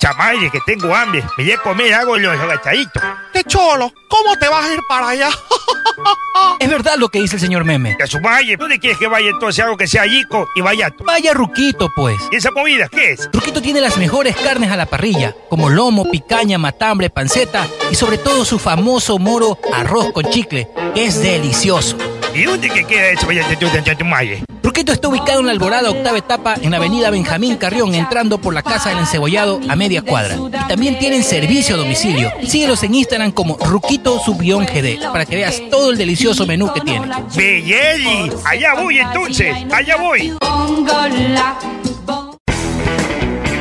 Chamaye, que tengo hambre. Me voy a comer algo los agachaditos.
¡Te cholo! ¿Cómo te vas a ir para allá? es verdad lo que dice el señor Meme.
Que su valle. ¿Dónde quieres que vaya entonces algo que sea yico y vallato?
Vaya Ruquito, pues.
¿Y esa comida qué es?
Ruquito tiene las mejores carnes a la parrilla, como lomo, picaña, matambre, panceta y sobre todo su famoso moro arroz con chicle, que es delicioso.
¿Y dónde que queda eso vallato de Chamaye?
Ruquito está ubicado en la Alborada Octava Etapa en la avenida Benjamín Carrión, entrando por la Casa del Encebollado a media cuadra. Y también tienen servicio a domicilio. Síguelos en Instagram como Ruquito Subión GD para que veas todo el delicioso menú que tienen.
Belleli, allá voy entonces, allá voy.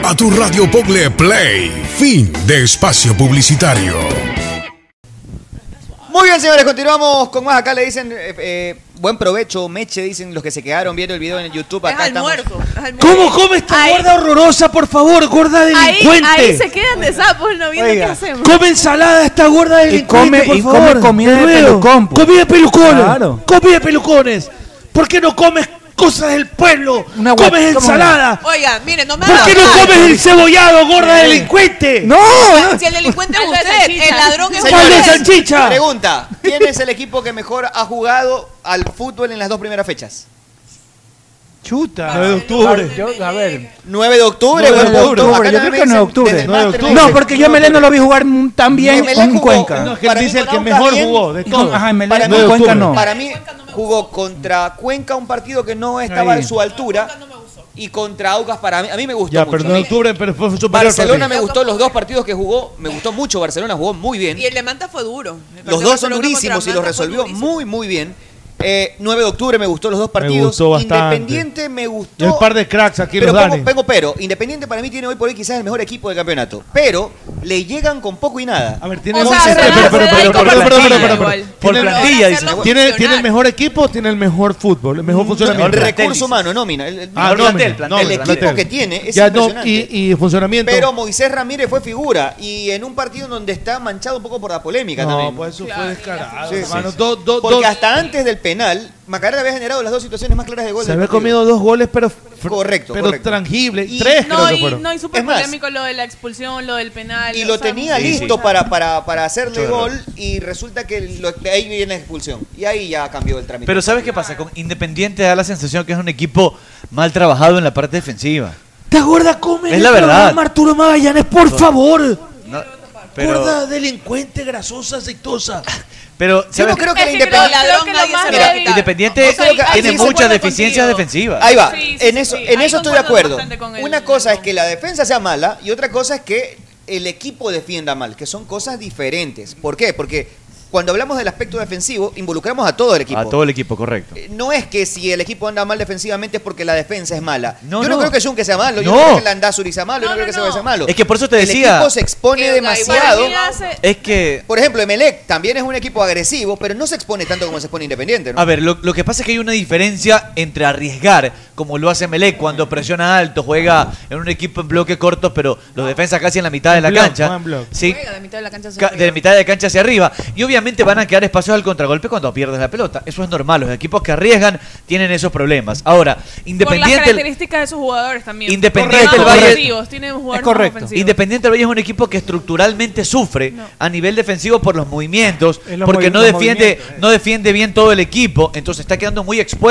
A tu radio Pogle Play, fin de espacio publicitario.
Muy bien, señores, continuamos con más. Acá le dicen eh, eh, buen provecho, Meche, dicen los que se quedaron viendo el video en el YouTube. Acá estamos.
¿Cómo come esta gorda horrorosa, por favor, gorda
Ahí,
delincuente?
ahí se quedan de sapos, no viendo
Oiga.
qué hacemos.
Come ensalada esta gorda delincuente,
come-
por
y come
favor.
comida
Te
de
ruego.
pelucón, pues.
Comida de pelucones.
Claro.
Comida de pelucones. ¿Por qué no comes cosas del pueblo?
guac-
comes
¿cómo
ensalada.
Oiga, mire, no me
¿Por
haga
qué no
hablar.
comes el cebollado, gorda delincuente? No.
Si el delincuente es usted, el ladrón es
Señores,
¿Cuál es salchicha?
Pregunta, ¿quién es el equipo que mejor ha jugado al fútbol en las dos primeras fechas?
Chuta.
9 de octubre.
a ver.
9 de octubre,
9 de
huevón,
octubre, yo
acá también
creo que
me
9 de
dicen
octubre.
desde el máster, me
No,
dicen-
porque yo a Melé no lo vi jugar mm, tan bien
Melé
en
jugó-
Cuenca.
no, es que él Para dice mí el que Cuenca mejor bien. jugó de
Y-
todos.
Ajá, en Melé
Para
no, en
mí-
Cuenca no.
Para mí jugó contra Cuenca un partido que no estaba
Ahí.
a su altura y contra Aucas para mí a mí me gustó
Ya,
mucho.
pero no
A
en
mí-
octubre, pero fue superior.
Barcelona
para ti.
me gustó los dos partidos que jugó, me gustó mucho Barcelona jugó muy bien.
Y el de Manta fue duro. El
Los
de
dos son
Barcelona
durísimos y
contra
los
Manta fue
resolvió
durísimo.
muy muy bien. Eh, 9 de octubre me gustó los dos partidos.
gustó bastante.
Independiente me
Y un
gustó
par de cracks aquí
pero
los
pongo,
Dani.
pongo pero, Independiente para mí tiene hoy por hoy quizás el mejor equipo del campeonato. Pero le llegan con poco y nada. A ver,
Tiene un- Espera, espera, espera, espera, espera, espera, espera, espera. Tiene- Tiene, tiene el mejor equipo, tiene el mejor fútbol, el
Mm.
mejor funcionamiento.
recurso humano, nómina. El, el-
Ah, nómina,
el plantel, plantel,
nómina,
el equipo
plantel.
que tiene es
Ya, no,
impresionante.
y, y funcionamiento.
pero Moisés Ramírez fue figura y en un partido donde está manchado un poco por la polémica
No,
también.
pues eso fue descarado.
Sí, sí,
hermano.
sí.
Dos- dos-
Porque
dos-
hasta antes del penal, Macarena había generado las dos situaciones más claras de gol.
se
del
había
partido.
comido dos goles, pero fr-
Correcto,
pero
correcto.
tangible. Tres
no,
creo que
y,
fueron.
no, y súper
Es más,
polémico lo de la expulsión, lo del penal.
Y
o
lo
sea,
tenía
muchas
listo
cosas.
para, para, para hacerle
Mucho
gol y resulta que lo- de ahí viene la expulsión. Y ahí ya cambió el trámite.
Pero ¿sabes qué pasa? Con Independiente da la sensación que es un equipo mal trabajado en la parte defensiva.
Esta gorda come.
Es la verdad.
Arturo Magallanes, por favor.
No, pero,
Gorda delincuente, grasosa, aceitosa.
pero
Yo no
¿sabes?
creo que
Es
la
que creo-
independencia.
creo que lo más
Mira,
débil-
Independiente
O sea, ahí- ahí
tiene
sí
muchas
concuerdo
deficiencias defensivas.
Ahí va.
Sí, sí,
en eso,
sí.
en
Ahí
eso estoy de
concuerdo
acuerdo.
bastante con el-
Una cosa es que la defensa sea mala y otra cosa es que el equipo defienda mal, que son cosas diferentes. ¿Por qué? Porque cuando hablamos del aspecto defensivo, involucramos a todo el equipo.
A todo el equipo, correcto.
No es que si el equipo anda mal defensivamente es porque la defensa es mala.
No,
yo no,
no.
creo que Jun que sea malo, yo
No.
no creo que Landazuri sea malo, yo no, creo que Seba sea malo.
Es que por eso te
El
decía-
equipo se expone demasiado.
Es que
Por ejemplo, Emelec también es un equipo agresivo, pero no se expone tanto como se expone Independiente, ¿no?
A ver, lo, lo que pasa es que hay una diferencia entre arriesgar, como lo hace Melec cuando presiona alto, juega en un equipo en bloque corto, pero los defensas casi en la mitad de la
En block,
cancha.
juegan block.
Sí,
Oiga, de mitad de la cancha se
ca-
fue.
de la mitad de la cancha hacia arriba. Y obviamente van a quedar espacios al contragolpe cuando pierdes la pelota. Eso es normal. Los equipos que arriesgan tienen esos problemas. Ahora,
Por las
Independiente.
características de sus jugadores también.
Independiente
Correcto,
del Valle-
ofensivos, tienen jugadores más ofensivos.
Independiente del Valle es un equipo que estructuralmente sufre a nivel defensivo por los movimientos,
Es los
porque
movi-
no
los eh.
defiende, no defiende bien todo el equipo, entonces está quedando muy expuesto.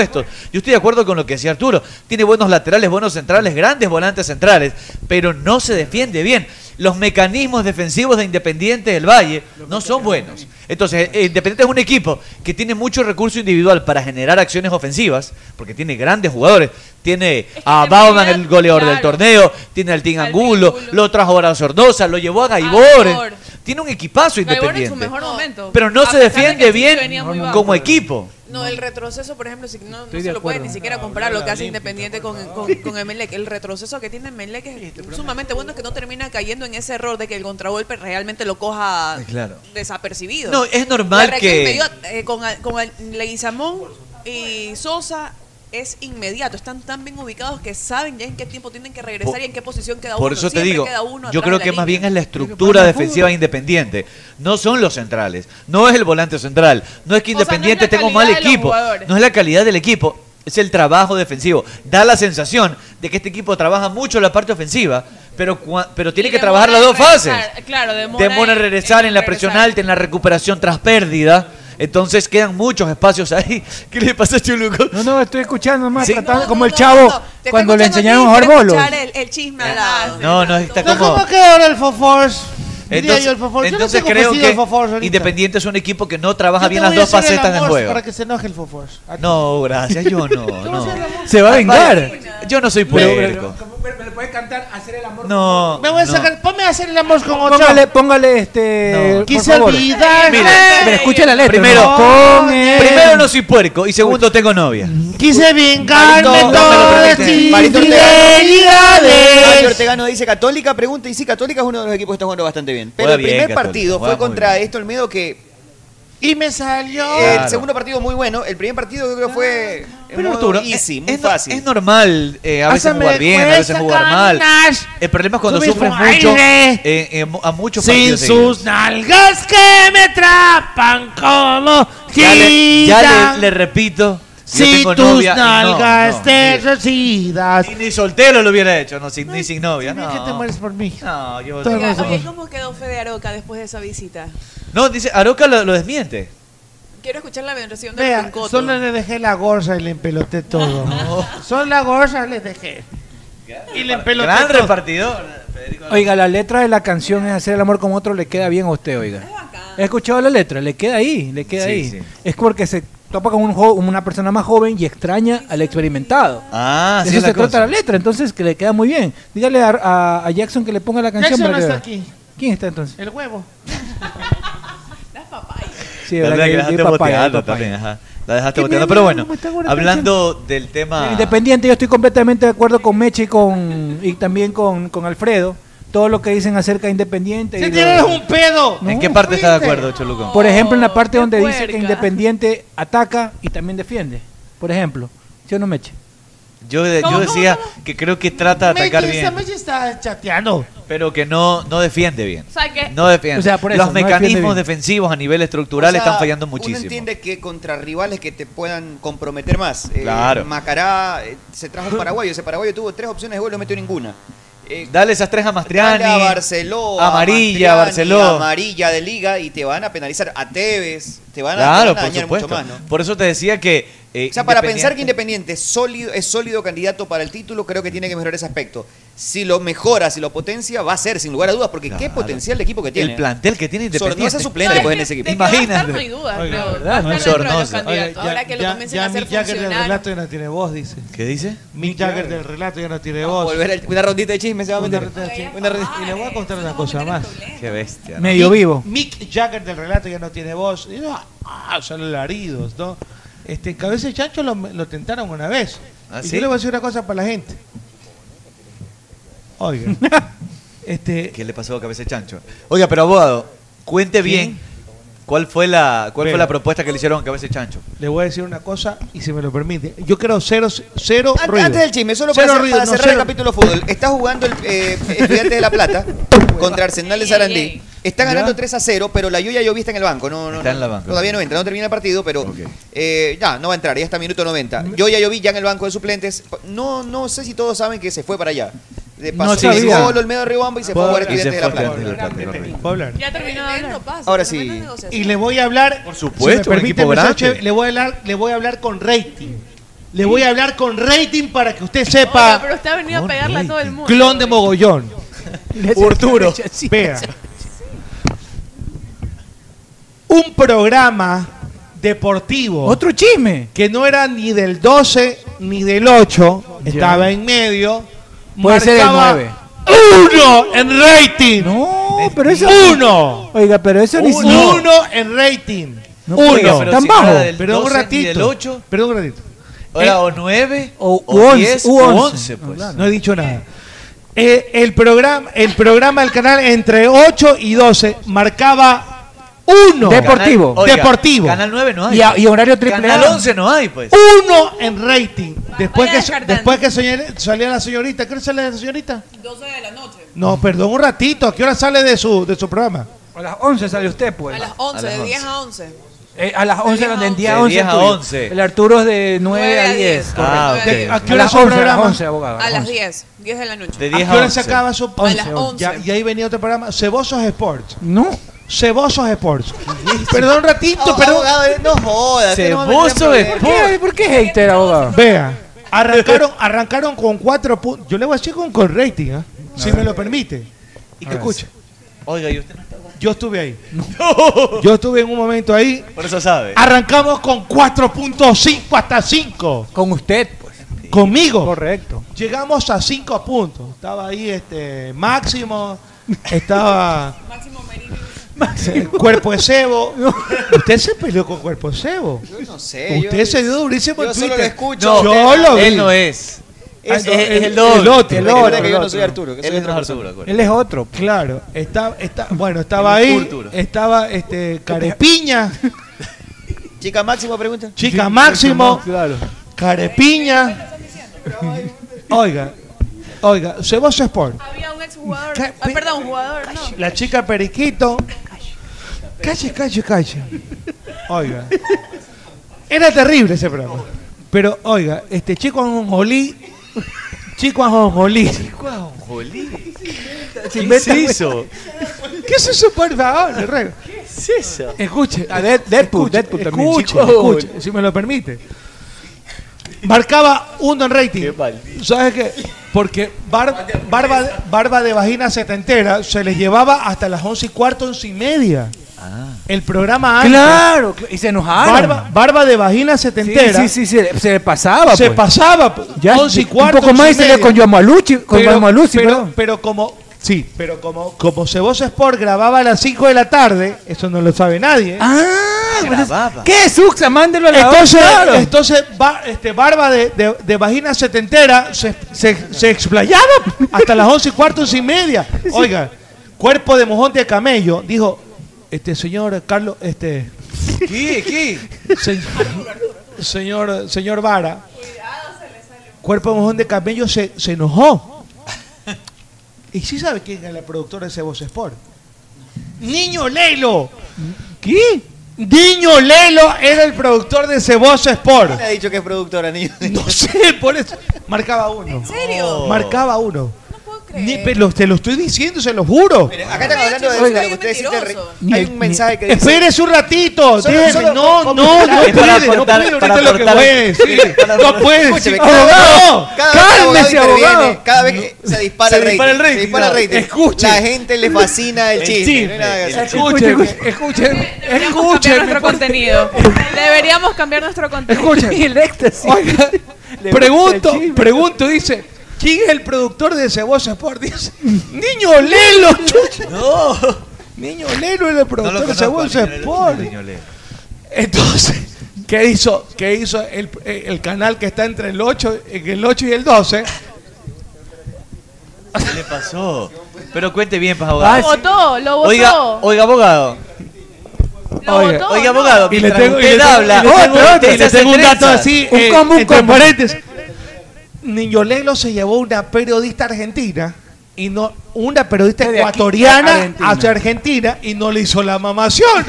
Yo estoy de acuerdo con lo que decía Arturo. Tiene buenos laterales, buenos centrales, grandes volantes centrales, pero no se defiende bien. Los mecanismos defensivos de Independiente del Valle no son buenos. Entonces, eh, Independiente es un equipo que tiene mucho recurso individual para generar acciones ofensivas, porque tiene grandes jugadores. Tiene a Bauman, el goleador del torneo, tiene al Team Angulo, lo trajo ahora a Sordosa, lo llevó a Gaibor.
Gaibor.
Tiene un equipazo
Gaibor en
independiente.
su mejor momento.
Pero no
A
se
pesar de que
defiende
Chicho
bien
venía muy bajo.
como equipo.
No, el retroceso, por ejemplo, si- no, no
Estoy
se
de
lo puede
acuerdo.
ni siquiera
Ah,
comparar lo
la
que hace
Olímpica,
Independiente con, con, con Emelec. El retroceso que tiene Emelec es sumamente bueno es que no termina cayendo en ese error de que el contragolpe realmente lo coja
Claro.
desapercibido.
No, es normal
La
que-
reacción inmediata, eh, con a- con a- Leguizamón y Sosa es inmediato. Están tan bien ubicados que saben ya en qué tiempo tienen que regresar
Por-
y en qué posición queda uno.
Por eso te
Siempre
digo,
queda uno
yo
atrás
creo
de
que
la
más
línea.
bien es la estructura
para el
defensiva de Independiente. No son los centrales, no es el volante central, no es que Independiente tenga un mal
calidad de los
equipo,
jugadores.
no es la calidad del equipo, es el trabajo defensivo. Da la sensación de que este equipo trabaja mucho la parte ofensiva, pero, cua- pero tiene que trabajar las dos fases.
Claro, demora.
Demora en regresar en la presión alta, en la recuperación tras pérdida. Entonces quedan muchos espacios ahí. ¿Qué le pasa a este Chuluco?
No, no, estoy escuchando más,
tratando-
como el chavo cuando le enseñaron a jugar
Quiero
bolos.
escuchar el, el chisme al lado.
No, no, está
No,
como...
¿Cómo queda ahora el Fofors? Diría
Entonces,
yo el Fofors. Yo no
entonces
tengo
creo
ofensido al Fofors
que
ahorita.
Independiente es un equipo que no trabaja
Yo te
bien
voy
las
a
dos
hacer el
facetas del
amor
juego.
Para que se enoje el Fofors.
No, gracias, yo no. no.
Se va a vengar.
Yo no soy puerco.
Me lo puede cantar, hacer el amor.
No.
Me voy a
no.
sacar, ponme a hacer el amor con ocho.
Póngale, póngale este. por
Quise
favor.
olvidar.
Mira,
Ah.
pero escucha la letra.
Primero,
¿no? Con él.
primero no soy puerco y segundo tengo novia.
Quise
Marito,
vengarme
no me lo
todas
permites.
mis
Marito Ortega- Mario
infidelidades.
Ortegano dice Católica, pregunta, y sí, Católica es uno de los equipos que está jugando bastante bien. Pero
Juega
el
bien,
primer
Católica,
partido fue
juega muy
contra esto el miedo que
Y me salió.
el segundo partido muy bueno, el primer partido yo creo fue eh,
Pero
muy
Arturo,
easy,
es,
muy
es no-
fácil.
es normal eh, a veces
Hazme
jugar bien, a veces
cuesta,
jugar mal.
caminas.
El problema es cuando
Tú mismo
sufres mucho
aire.
eh, eh, mo- a muchos
Sin
partidos seguidos.
sus nalgas que me trapan como
Ya le, ya
giran.
le- le repito, yo
Si
tengo
tus
novia,
nalgas
no, no,
te
mira.
residas.
Ni soltero lo hubiera hecho, no, sin, ni sin novia, no.
que te mueres por mí.
No, yo-
Todo
Oiga,
eso.
oye, ¿cómo quedó Fede Aroca después de esa visita?
No, dice, Aroca lo, lo desmiente.
Quiero escuchar la versión del
Vea,
Pincoto.
solo le dejé la gorra y le empeloté todo. Solo la gorra le dejé. Y le empeloté
Gran
todo.
repartidor.
Oiga, la letra de la canción es hacer el amor con otro, le queda bien a usted, oiga. He escuchado la letra, le queda ahí, le queda
Sí,
ahí.
sí.
Es porque se topa con un jo- una persona más joven y extraña al experimentado.
Ah,
De
sí,
eso
es la
se trata
cosa.
la letra, entonces que le queda muy bien. Dígale a, a- a Jackson que le ponga la canción.
Jackson
para
no
que
está
vea.
aquí.
¿Quién está entonces?
El huevo.
Sí,
la
verdad
verdad que
que
la
vi
dejaste
papaya, vi
boteando
papaya.
también, ajá. La dejaste
Que mira,
boteando. Pero
mira
bueno,
cómo está gorda la
hablando del tema.
Independiente, yo estoy completamente de acuerdo con Meche y, con, y también con, con Alfredo. Todo lo que dicen acerca de Independiente. y
¡Se
lo-
tiraron un pedo!
¿En
No,
qué parte está de
fuiste.
acuerdo, Choluco?
Por ejemplo, en la parte donde dice que
puerca.
Independiente ataca y también defiende. Por ejemplo, ¿sí o no Meche?
Yo, de- yo
¿Cómo,
decía que creo que trata de atacar
Mechi, esa
bien,
Mechi está chateando.
pero que no, no defiende bien.
O sea, que
No defiende.
O sea, por eso,
Los
no defiende
mecanismos
bien.
defensivos a nivel estructural
O sea,
están fallando
Uno
muchísimo.
entiende que contra rivales que te puedan comprometer más. Eh,
Claro.
Macará eh, se trajo un paraguayo. Ese paraguayo tuvo tres opciones de gol, no metió ninguna. Eh,
Dale esas tres a Mastriani.
dale a Barceló. a
Amarilla,
Mastriani,
Barceló.
Amarilla de liga y te van a penalizar a Tevez. Te van a,
Claro,
te van a
por
dañar
supuesto.
mucho más, ¿no?
Por eso te decía que. eh,
O sea, para
Independiente-
pensar que Independiente es sólido, es sólido candidato para el título, creo que tiene que mejorar ese aspecto. Si lo mejora, si lo potencia, va a ser, sin lugar a dudas, porque qué
Claro.
potencial de equipo que tiene.
El plantel que tiene
Sornosa
Independiente.
suplente, pues, en ese equipo.
Imagínate.
No hay duda,
Oiga,
creo.
¿verdad?
Va a estar dentro
No
de los
Sornosa.
candidatos.
Ya-
Ahora que lo
ya-
comiencen
ya
a hacer
Mick Jagger del
funcionar.
relato ya no tiene voz, dice.
¿Qué dice?
Mick Jagger del relato ya no tiene voz.
Volver a- una rondita de chisme se va a
Una
meter.
reta- una reta- y le voy a contar una cosa más.
Qué bestia. ¿no?
Medio
Mick-
vivo.
Mick Jagger del relato ya no tiene voz. Y, ah, ah, son alaridos, ¿no? Este, Cabeza de Chancho lo, lo tentaron una vez.
¿Ah,
y
sí?
yo le voy a decir una cosa para la gente. Oiga. este,
¿Qué le pasó a Cabeza de Chancho? Oiga, pero abogado, cuente bien cuál fue la cuál fue
Pero-
la propuesta que le hicieron a Cabeza de Chancho.
Le voy a decir una cosa y si me lo permite. Yo quiero cero, cero
Ante-
ruido.
Antes del chisme, solo
Cero
para, hacer-
ruido,
para
no,
cerrar
cero-
el capítulo fútbol. Está jugando el eh, Estudiantes de La Plata contra Arsenal de Sarandí. Está ganando
Ya.
3 a 0, pero la Yuya Llovi está en el banco. No, no,
Está en
no,
la banca.
Todavía no entra, no termina el partido, pero eh, ya, no va a entrar. Ya está minuto 90. Yuya Llovi ya en el banco de suplentes. No, no sé si todos saben que se fue para allá. Le pasó
sabía.
el gol, Olmedo Riobamba y se fue a jugar a
Y se
Estudiantes de
fue
La
a
Plata.
Estudiantes de La Plata, correcto.
Voy a hablar.
ya terminó de hablar.
Ahora sí.
Y le voy a hablar. Por
supuesto, un equipo grande.
le voy a hablar, le voy a hablar con rating. Le voy a hablar con rating para que usted sepa.
Oiga, pero usted ha venido a pegarle a todo el mundo.
Clon de mogollón. Urturo. Vea. Un programa deportivo.
Otro chisme.
que no era ni del 12 ni del 8, estaba en medio.
Puede ser el
marcaba
nueve.
Uno en rating.
No, pero eso.
Uno.
Oiga, pero eso ni
Uno en rating.
No,
Uno.
oiga, pero
tan
si
bajo.
fuera del
Perdón un
12 ni
ratito.
del 8.
Perdón un ratito.
Ahora,
Eh,
o 9,
o,
o
11,
10,
u
o
11,
11,
no,
pues.
claro. No he dicho nada. Eh, el, programa, el programa del canal entre 8 y 12 marcaba 1.
Canal- oiga,
Deportivo.
Canal 9 no hay. pues.
Y a- y horario triple
Canal
A.
11 no hay, pues.
Uno en rating. Después que, después que soñé- salía la señorita. ¿Qué hora sale la señorita?
12 de la noche.
No, perdón un ratito. ¿A qué hora sale de su, de su programa?
A las 11 sale usted, pues.
A las 11, de 10 a 11.
Eh, a las 11 de del día
De
11.
10 a
tuyo.
11.
El Arturo es de 9 a 10.
Ah,
correcto.
ok.
¿A qué hora
su
A las
programa?
11, abogado.
A las 10, 10 de la noche.
De
¿A
10
qué
a
hora se
11.
acaba su
A las 11.
Ya- y ahí venía otro programa. Cebosos Sports.
No.
Cebosos Sports. perdón un ratito,
Oh,
perdón.
abogado, eh, no jodas. usted no me metió en problemas.
¿Por qué hater, abogado?
Vea, arrancaron, arrancaron con cuatro puntos. Yo le voy a decir con, con rating, ¿ah? si me lo permite. Y que
A ver.
escuche.
Oiga, ¿y usted no
Yo estuve ahí. Yo estuve en un momento ahí.
Por eso sabe.
Arrancamos con 4.5 hasta 5.
Con usted, pues.
Conmigo.
Correcto.
Llegamos a 5 puntos. Estaba ahí este Máximo. Estaba. Máximo Cuerpo de cebo. Usted se peleó con cuerpo de cebo.
Yo no sé.
Usted
yo-
se dio durísimo en
Yo solo
Twitter.
lo escucho.
No, yo lo vi.
Él no es.
Ah,
Es,
no,
es- es el
el-
otro.
el otro, el
Recuerda
otro,
que
el
yo no
otro.
soy Arturo. Que soy
Él
otra
no es
persona.
Arturo, acuérdate.
Él es otro. pues.
Claro, está, está, bueno, estaba
El
ahí,
Arturo.
estaba este Carepiña,
Chica Máximo pregunta.
Chica Máximo,
Claro.
Carepiña. Oiga, oiga, Ceboso Sport,
Había un exjugador.
¿Qué?
Ah, perdón, un jugador. No.
la chica Periquito. Calle, calle, calle. Oiga, era terrible ese programa. Pero, oiga, este Chico Anjonjolí, Chico Anjonjolí.
¿Qué es eso?
¿Qué es eso, por favor? le ruego?
¿Qué es eso?
Escuche,
A Dead- Deadpool,
escuche,
Deadpool también,
escuche,
chico.
escuche, si me lo permite. Marcaba uno en rating.
Qué maldito.
¿Sabes qué? Porque bar- barba, de- barba de vagina setentera se les llevaba hasta las once y cuarto, once y media. El programa antes,
Ah. Claro, cl- y se enojaron.
barba, barba de vagina
Sí,
setentera,
sí, sí, se, se le pasaba.
se
pues.
pasaba.
Ya,
once y
un
cuarto,
poco más
once
y se le
media.
con Yoamaluchi, con Yoamaluchi,
pero,
perdón.
pero como... Sí, pero como, como Cebos Sport grababa a las 5 de la tarde, eso no lo sabe nadie.
Ah, pues,
grababa.
¿qué Suxa? Mándelo a la
Entonces,
otra. Claro.
entonces ba- este, Barba de, de- de vagina setentera se, se, se explayaba hasta las once y cuarto, once y media. Oiga, cuerpo de mojón de camello, dijo, este señor Carlos, este,
¿Qué? ¿Qué?
se- señor, señor Vara, cuerpo de mojón de camello se, se enojó. Y sí sabe quién es la productora de ese Voz Sport. Niño Lelo. ¿Qué? Niño Lelo era el productor de Ceboso Sport.
¿Quién le ha dicho que es productora, niño?
No sé, por eso. Marcaba uno.
¿En serio?
Marcaba uno.
No puedo creer.
Ni- pero te lo estoy diciendo, se lo juro.
Mire, Acá están hablando de,
Oiga,
de lo que usted
mentiroso.
decía. re-
Ni
Hay
el-
un
ni-
mensaje que dice.
Espérese un ratito,
Solo-
déjeme.
solo
no,
con-
no, no
Es para
puede, no
cortar-
puede
para
ahorita lo que
cortar-
voy a decir.
para-
No puede
Escúcheme,
decir.
cada vez-
¡Abogado!
cada vez que
¡Cálmese,
abogado interviene,
abogado!
Cada vez que se dispara
Se
el rating.
dispara el rating,
Se dispara
no.
el rating.
Escuche.
La gente le fascina el,
El
chisme.
chisme,
no hay nada que
el
hacer.
Escúcheme, escúcheme,
Deberíamos cambiar nuestro contenido. Deberíamos cambiar nuestro contenido.
escúcheme.
El éxtasis.
Oiga, pregunto,
gusta el chisme.
pregunto, dice, ¿quién es el productor de Ceboso Sport? Dice, niño Lelo, chucha.
No.
Niño Lelo era el
No
productor
lo
de
conozco.
Ceboso Sport. Entonces, ¿qué hizo, qué hizo el, el canal que está entre el 8, en el 8 y el 12?
¿Qué le pasó? Pero cuente bien, pues,
Lo
Ah,
abogado.
votó, lo votó.
Oiga, oiga, abogado.
lo
oiga,
votó.
Oiga,
¿no?
abogado.
Y le
mientras
tengo, y le
usted
tengo-
habla.
y le tengo,
usted
otro, y
se
le
hace
tengo un dato
trenzas.
así,
Un
eh,
combo, un
entre
combo.
paréntesis. Niño Lelo se llevó una periodista argentina y no una periodista
De aquí a
ecuatoriana
Argentina.
hacia Argentina y no le hizo la mamación.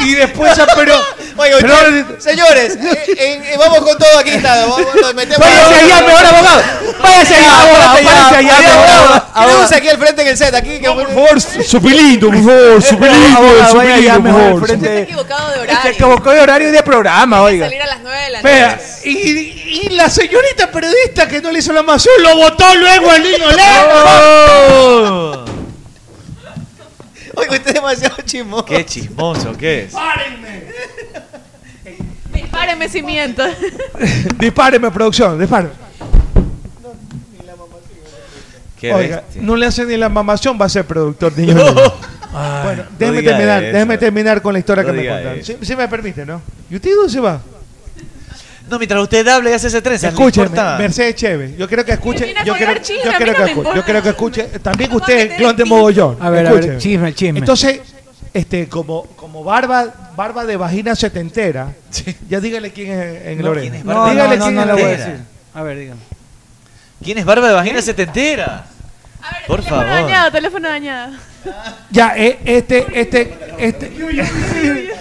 y
Pues
después esa pero,
Oiga,
pero-
usted- señores, eh, eh, vamos con todo aquí. Está, vamos, nos metemos
Váyase allá, mejor abogado. Váyase allá, abogado. Váyase allá, abogado.
Tenemos aquí al frente en el set. Aquí, que-
por favor, supilindo, por favor, supilindo,
Abogado, vaya allá
supilindo, por
mejor al
favor.
frente.
Está equivocado
Este
de
Se
horario.
equivocó de horario y de programa, oiga.
Salir a las 9 de la noche.
Vea, y, y la señorita periodista que no le hizo la mamación lo votó luego el niño Lelo.
Oiga, usted es demasiado chismoso.
Qué chismoso que es.
Dispáreme si miento.
Dispáreme, producción, dispáreme.
Qué
Oiga,
bestia.
no le hacen ni la mamación, va a ser productor niño. Lelo. Bueno, déjeme terminar, déjeme terminar con la historia
No
que me
diga
contaron.
eso.
Si, si me permite, ¿no? ¿Y usted dónde se va?
No, mientras usted habla y hace ese tren,
Escúcheme, Mercedes Chévez. Yo quiero que escuche.
Termina
Yo
con
quiero,
hablar chisme,
yo
a mí
quiero
no
que
me
escuche.
importa.
Yo quiero que escuche. También usted, clon de mogollón.
A ver, a ver,
Escúcheme.
chisme, el chisme.
Entonces, este, como, como barba, barba de vagina setentera, ya dígale quién es en
No,
el oreno.
¿quién es barba de
dígale
vagina
quién
setentera? No, no,
es en el
no lo voy a
oreno.
decir. A ver, dígame.
¿Quién es Barba de Vagina Setentera? Por
Teléfono
favor.
dañado, teléfono dañado.
Ya, eh, este, este, este.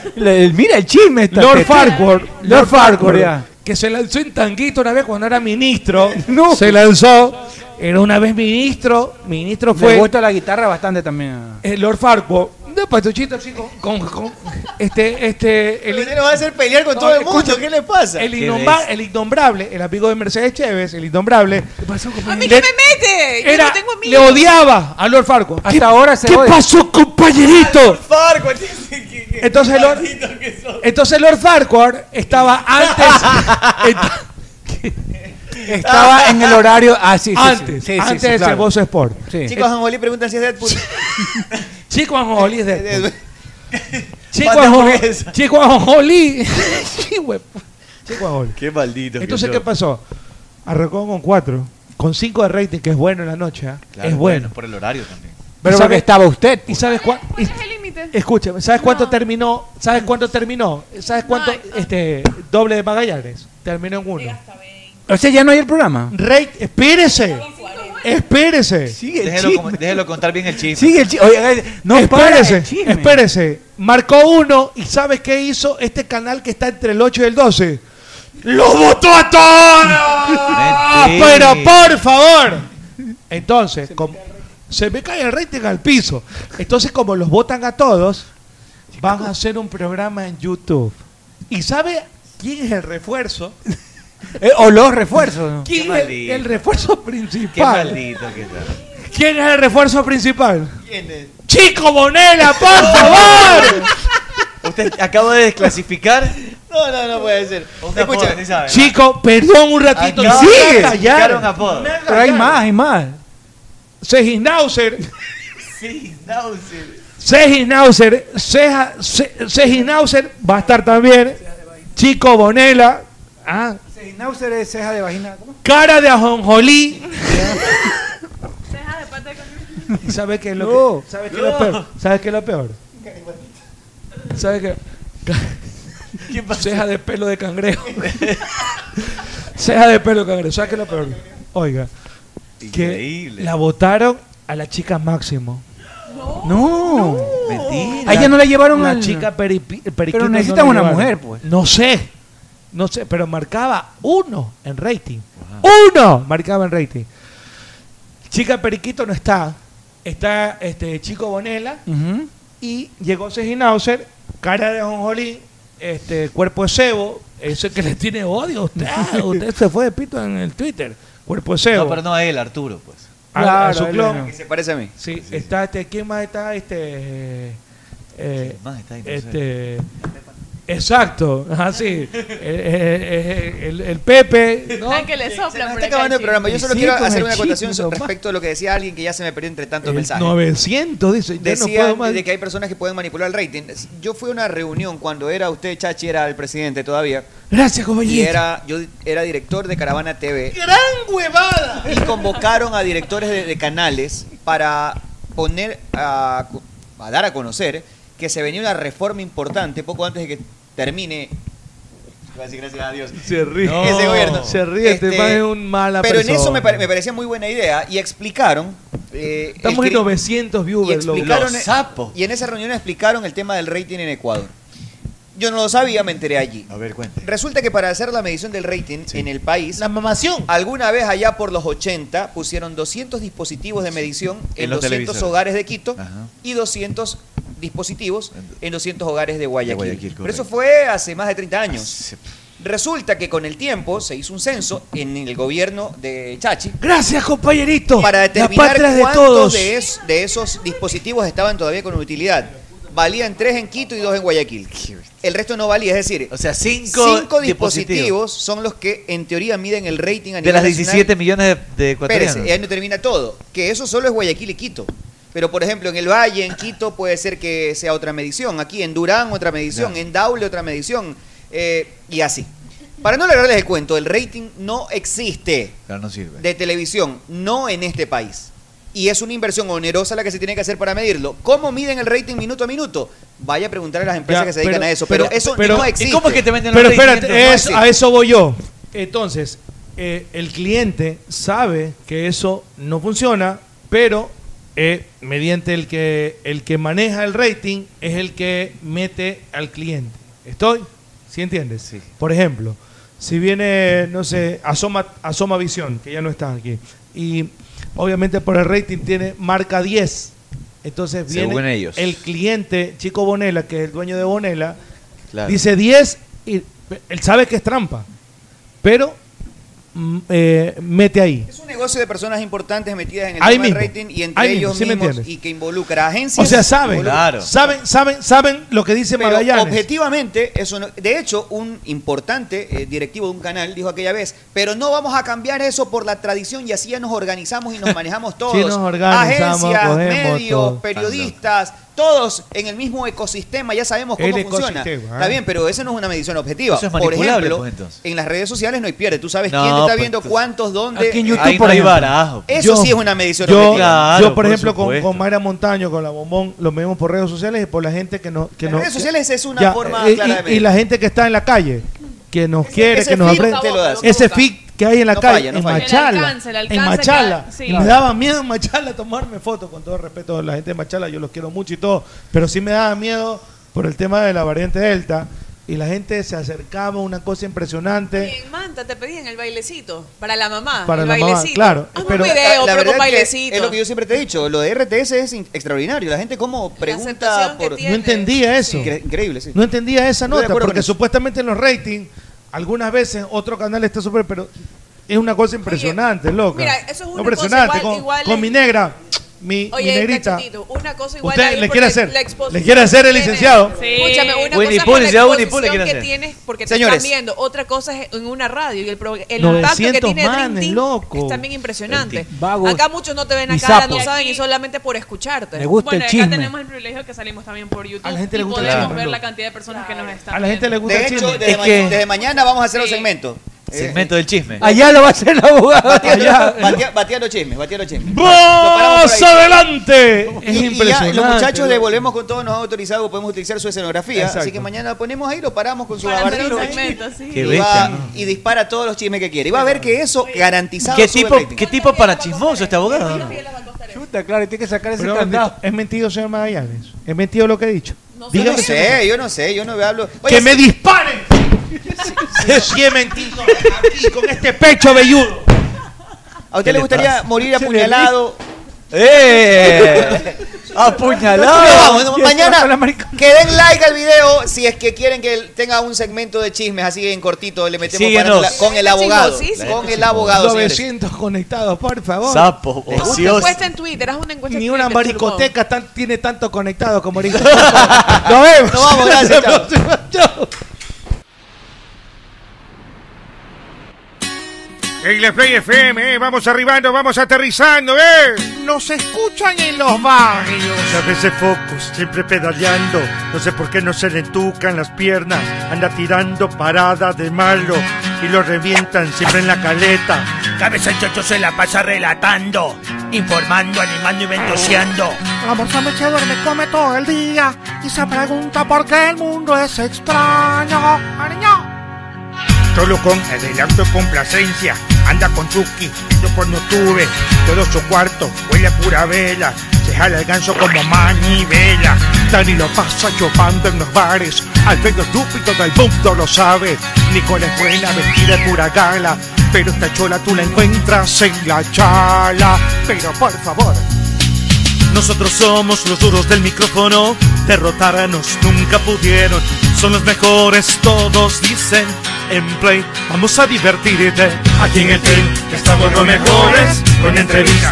mira el chisme.
Lord Farquhar. Lord Farquhar,
ya.
que se lanzó en tanguito una vez cuando era ministro. Se lanzó. Era una vez ministro. Ministro
Fue.
fue.
Me gusta la guitarra bastante también.
Eh, Lord Farquhar. No, patuchito, chico. Con, con- este, este. El
Usted nos va a hacer pelear con todo el mundo, ¿qué le pasa?
El,
¿Qué
innombra-
ves?
el innombrable, el amigo de Mercedes Chévez, el innombrable.
¿A mí
le-
qué me mete? Yo
era-
no tengo
le
amigos.
odiaba a Lord Farquhar. Hasta ahora
se
¿Qué
odia.
pasó, compañerito? Entonces Lord, entonces Lord Farquhar estaba antes
Estaba en el horario. Ah, sí, sí, sí.
antes,
Sí, sí, sí,
antes de
claro.
Ceboso Sport.
Sí.
Chicos, Anjolí preguntan si es Deadpool.
Chico Anjolí es Deadpool. Chico
Pata
Anjolí.
hamburguesa.
Chico Anjolí. Sí, güey. Chico Anjolí.
Qué maldito. que
Entonces,
yo.
¿qué pasó? Arrancó con cuatro, con cinco de rating, que es bueno en la noche. ¿ah?
Claro,
es bueno.
Por el horario también.
Pero
porque
estaba usted. ¿Y sabes cuá- y-
¿Qué límite?
Escúchame, ¿sabes cuánto terminó? ¿Sabes cuánto terminó? ¿Sabes cuánto este doble de Magallanes? Terminó en uno.
O sea, ya no hay el programa.
Rey, espérese. Espérese.
Déjelo, con- déjelo contar bien el eh, chisme.
Sigue el chisme. no para el
espérese,
chisme.
espérese. Marcó uno y ¿sabes qué hizo este canal que está entre el 8 y el 12? ¡Lo votó a todos!
Mentira.
¡Pero por favor! Entonces, como se me cae el rating al piso. Entonces, como los votan a todos, van a hacer un programa en YouTube. ¿Y sabe quién es el refuerzo?
Eh, o los refuerzos. ¿no?
¿Quién es el,
maldito.
refuerzo
Qué
principal?
maldito que está.
¿Quién es el refuerzo principal?
¿Quién es?
¡Chico Bonela, por favor!
Usted acaba de desclasificar.
No, no, no puede ser. Escucha,
sí sabe.
Chico, perdón un ratito.
Acaba
y
de
sigue.
clasificar un apodo.
Pero hay más, hay más.
Sejinauser,
Sí, Nauser.
Sejinauser, Ceja- Se- Sejinauser va a estar también. Chico Bonela, ah,
Seinauser es ceja de vagina. ¿cómo?
cara de ajonjolí. ¿Y sabe qué es lo que, sabe qué es lo peor? ¿Sabe qué es lo peor? ¿Sabe qué? Ceja de pelo de cangrejo. Ceja de pelo de cangrejo. ¿Sabe qué es lo peor? Oiga, que
Increíble.
la votaron a la chica Máximo.
No.
Mentira.
A ella no la llevaron
la
al-
chica peripi- periquito
Pero
no
necesitan
la
una
llevaron.
mujer, pues.
No sé. No sé, pero marcaba uno en rating. Uno marcaba en rating. Chica Periquito no está. Está este Chico Bonela
Ujú.
y llegó Sejinauser, cara de Jonjolín, este cuerpo de cebo, ese que le tiene odio a usted. usted se fue de pito en el Twitter. Cuerpo de cebo.
No, pero no a él, Arturo, pues.
A- a
Claro,
su
él
clon.
no.
que se parece a mí.
Sí, está este, ¿quién más está? Este, eh, eh,
más está ahí? No sé.
este, exacto, eh, así, eh, el, el Pepe, ¿no?
Saben que le
Se nos
soplan por
está
acá,
acabando el programa. Yo solo
Sí,
quiero
con
hacer
el
una
chisme
acotación so-
nomás.
respecto a lo que decía alguien que ya se me perdió entre tantos
El
mensajes.
900, dice, ya no
Decía
puedo más.
de que hay personas que pueden manipular el rating. Yo fui a una reunión cuando era usted, Chachi, era el presidente todavía.
Gracias,
Y
compañero.
era, yo era director de Caravana TV.
¡Gran huevada!
Y convocaron a directores de, de canales para poner a, a dar a conocer que se venía una reforma importante poco antes de que termine. Gracias, gracias a Dios.
Se ríe.
No.
Ese gobierno.
Se ríe, este
Este,
man es un mala
Pero en eso
persona.
me, pare- me parecía muy buena idea y explicaron. eh, el
Estamos
cri-
en 900
y
viewers, loco.
explicaron e-
Los sapos.
y en esa reunión explicaron el tema del rating en Ecuador. Yo no lo sabía, me enteré allí.
A ver, cuente.
Resulta que para hacer la medición del rating en el país,
La mamación.
alguna vez allá por los 80 pusieron 200 dispositivos de medición en,
En los
200
televisores.
hogares de Quito
Ajá.
y 200 dispositivos en 200 hogares de Guayaquil.
De Guayaquil,
Pero eso
correcto. Ah,
fue hace más de 30 años.
Sí.
Resulta que con el tiempo se hizo un censo en el gobierno de Chachi
Gracias, compañerito.
para
la
determinar
patria es de
cuántos
todos.
de, este es- de esos dispositivos estaban todavía con utilidad. Valían tres en Quito y dos en Guayaquil. El resto no valía, es decir,
O sea, cinco,
cinco, dispositivos son los que en teoría miden el rating a nivel
De las
nacional.
17 millones de, de ecuatorianos.
Espérese, y ahí no termina todo. Que eso solo es Guayaquil y Quito. Pero, por ejemplo, en el Valle, en Quito, puede ser que sea otra medición. Aquí, en Durán, otra medición. En Daule, otra medición. Eh, y así. Para no alargarles el cuento, el rating no existe
Claro, no sirve.
de televisión, no en este país. Y es una inversión onerosa la que se tiene que hacer para medirlo. ¿cómo miden el rating minuto a minuto? Vaya a preguntar a las empresas
Ya,
que se dedican
pero-
a eso, pero,
pero-
eso
pero-
no existe.
¿y cómo es que te venden Pero los espérate, ratings? es- a eso voy yo. Entonces, eh, el cliente sabe que eso no funciona, pero eh, mediante el que el que maneja el rating es el que mete al cliente. ¿Estoy? ¿Sí entiendes? Por ejemplo, si viene, no sé, Asoma, Asoma Visión, que ya no está aquí, y obviamente por el rating tiene marca 10. Entonces viene
Según ellos.
el cliente, Chico Bonela, que es el dueño de Bonela,
Claro.
Dice 10 y él sabe que es trampa, pero mm, eh, mete ahí.
Es un negocio de personas importantes metidas en el
Ahí
tema del
mismo,
rating y entre
ahí mismo,
ellos
¿sí me
mismos
entiendes?
y que involucra agencias.
O sea, saben,
involucra-
saben, saben, saben lo que dice
Pero
Magallanes.
objetivamente, eso no- de hecho, un importante eh, directivo de un canal dijo aquella vez, pero no vamos a cambiar eso por la tradición y así ya nos organizamos y nos manejamos todos.
Sí, nos organizamos,
Agencias,
cogemos
medios,
todo.
periodistas, todos en el mismo ecosistema, ya sabemos cómo
El
funciona.
ecosistema,
Está
ah.
bien, pero esa no es una medición objetiva.
Eso es
por
manipulable,
ejemplo,
pues, entonces.
en las redes sociales no hay pierde. Tú sabes
No,
quién está
pues,
viendo
entonces-
cuántos, dónde.
Aquí en YouTube, Ahí no por hay ejemplo. barajo.
pues. Eso
Yo-
sí es una medición
yo,
objetiva.
yo, por
por
ejemplo, con,
supuesto.
con Mayra Montaño, con la Bombón, lo vemos por redes sociales y por la gente que nos... Que
Las
nos-
redes sociales es una forma
y,
clara de
y-
medir.
y la gente que está en la calle, que nos quiere,
ese
que nos
feed
aprende.
te lo da, te lo
Ese
da.
feed que hay en la
No
calle,
falla, no
en
falla. El
Machala.
alcance, el
en
alcance
Machala.
cada- sí.
Y
Claro.
me daba miedo en Machala tomarme fotos, con todo respeto a la gente de Machala, yo los quiero mucho y todo, pero sí me daba miedo por el tema de la variante Delta. Y la gente se acercaba, una cosa impresionante.
En Manta te pedían el bailecito para la mamá.
Para
el
la mamá,
bailecito.
claro,
Hazme
pero-
un video, pero con
verdad que
bailecito.
Es lo que yo siempre te he dicho, lo de RTS es in- extraordinario. La gente como pregunta por...
No entendía eso.
Incre- increíble, sí.
No entendía esa
Estoy de
nota,
acuerdo con
porque
eso.
supuestamente en los ratings, algunas veces otro canal está súper, pero es una cosa impresionante, loca.
mira, eso es una cosa
impresionante.
igual-
con,
igual
con
es-
mi negra, mi, mi
Oye,
negrita.
Cachitito, una cosa igual
Usted
ahí
le
porque
quiere hacer,
la exposición
le quiere hacer el
que tienes.
licenciado.
Escúchame, una
Winnie
cosa
Pooh,
es
licenciado
la
Winnie Pooh le
exposición
quiere
que
hacer.
tienes porque te
Señores.
están viendo. Otra cosa es en una radio y el, pro- el impacto que
900
tiene Dream
manes,
Team
loco.
es también impresionante.
Vagos
Acá muchos no te ven
y
acá, no
sapos.
saben y solamente por escucharte.
Le gusta
bueno,
el
acá
chisme.
tenemos el privilegio que salimos también por YouTube
A la gente le
y
gusta el
podemos
chisme.
ver la cantidad de personas que nos están
A la gente le gusta
De
el
hecho,
chisme.
desde, ma- desde mañana vamos a hacer un segmento. eh.
Segmento del chisme.
Allá lo va a hacer el abogado.
Bateando,
Allá.
batea- bateando chismes, bateando chismes.
¡Vamos adelante! Es
Y- y ya
impresionante.
los muchachos de Volvemos con todos nos han autorizado, podemos utilizar su escenografía. Así
Exacto.
que mañana ponemos ahí, lo paramos con su
Para hacer un
gabardino
segmento, sí.
Qué
y,
bestia,
va-
¿no?
y dispara todos los chismes que quiere. Y va a ver que eso garantizado
¿Qué
sube
tipo,
rating.
¿Qué tipo para chismoso este abogado? no?
Chuta, claro, tiene que sacar ese
Pero,
candado.
¿Es mentido, señor Magallanes? ¿Es mentido lo que he dicho?
Yo no
Dígame.
sé, yo no sé, yo no hablo.
¡Que me
dispara
disparen! Si es mentido aquí con este pecho velludo.
¿A usted
¿Qué
le
le
gustaría
pasa?
morir
Se le
apuñalado?
¡Eh!
Pero
¡Apuñalado!
vamos, mañana que den like al video si es que quieren que él tenga un segmento de chismes así en cortito le metemos
Síguenos.
para- con el
La gente
abogado
chismosísima.
con el abogado señores.
900 conectados, por favor.
Sapo,
¿Te gusta? pues,
Una encuesta en Twitter, haz una encuesta
Ni
en
una
Twitter,
maricoteca tan- tiene tanto conectado como ahorita. Nos vemos.
Nos vamos, gracias, chao.
Chao.
En la Play FM, eh, vamos arribando, vamos aterrizando, ¿eh? Nos escuchan en los barrios.
A veces focos, siempre pedaleando. No sé por qué no se le entucan las piernas. Anda tirando paradas de malo y lo revientan siempre en la caleta.
Cabeza el chocho se la pasa relatando, informando, animando y ventoseando.
El amor se duerme, come todo el día y se pregunta por qué el mundo es extraño.
Solo con adelanto y complacencia. Anda con Chucky, yo cuando tuve todo su cuarto, huele a pura vela. Se jala el ganso como manivela.
Dani lo pasa chupando en los bares, al pedo estúpido del mundo lo sabe. Nicole es buena, vestida de pura gala, pero esta chola tú la encuentras en la chala. Pero por favor,
Nosotros somos los duros del micrófono, derrotarnos nunca pudieron. Son los mejores, todos dicen. En Play, vamos a divertirte. Aquí en el team, estamos los mejores, con entrevistas.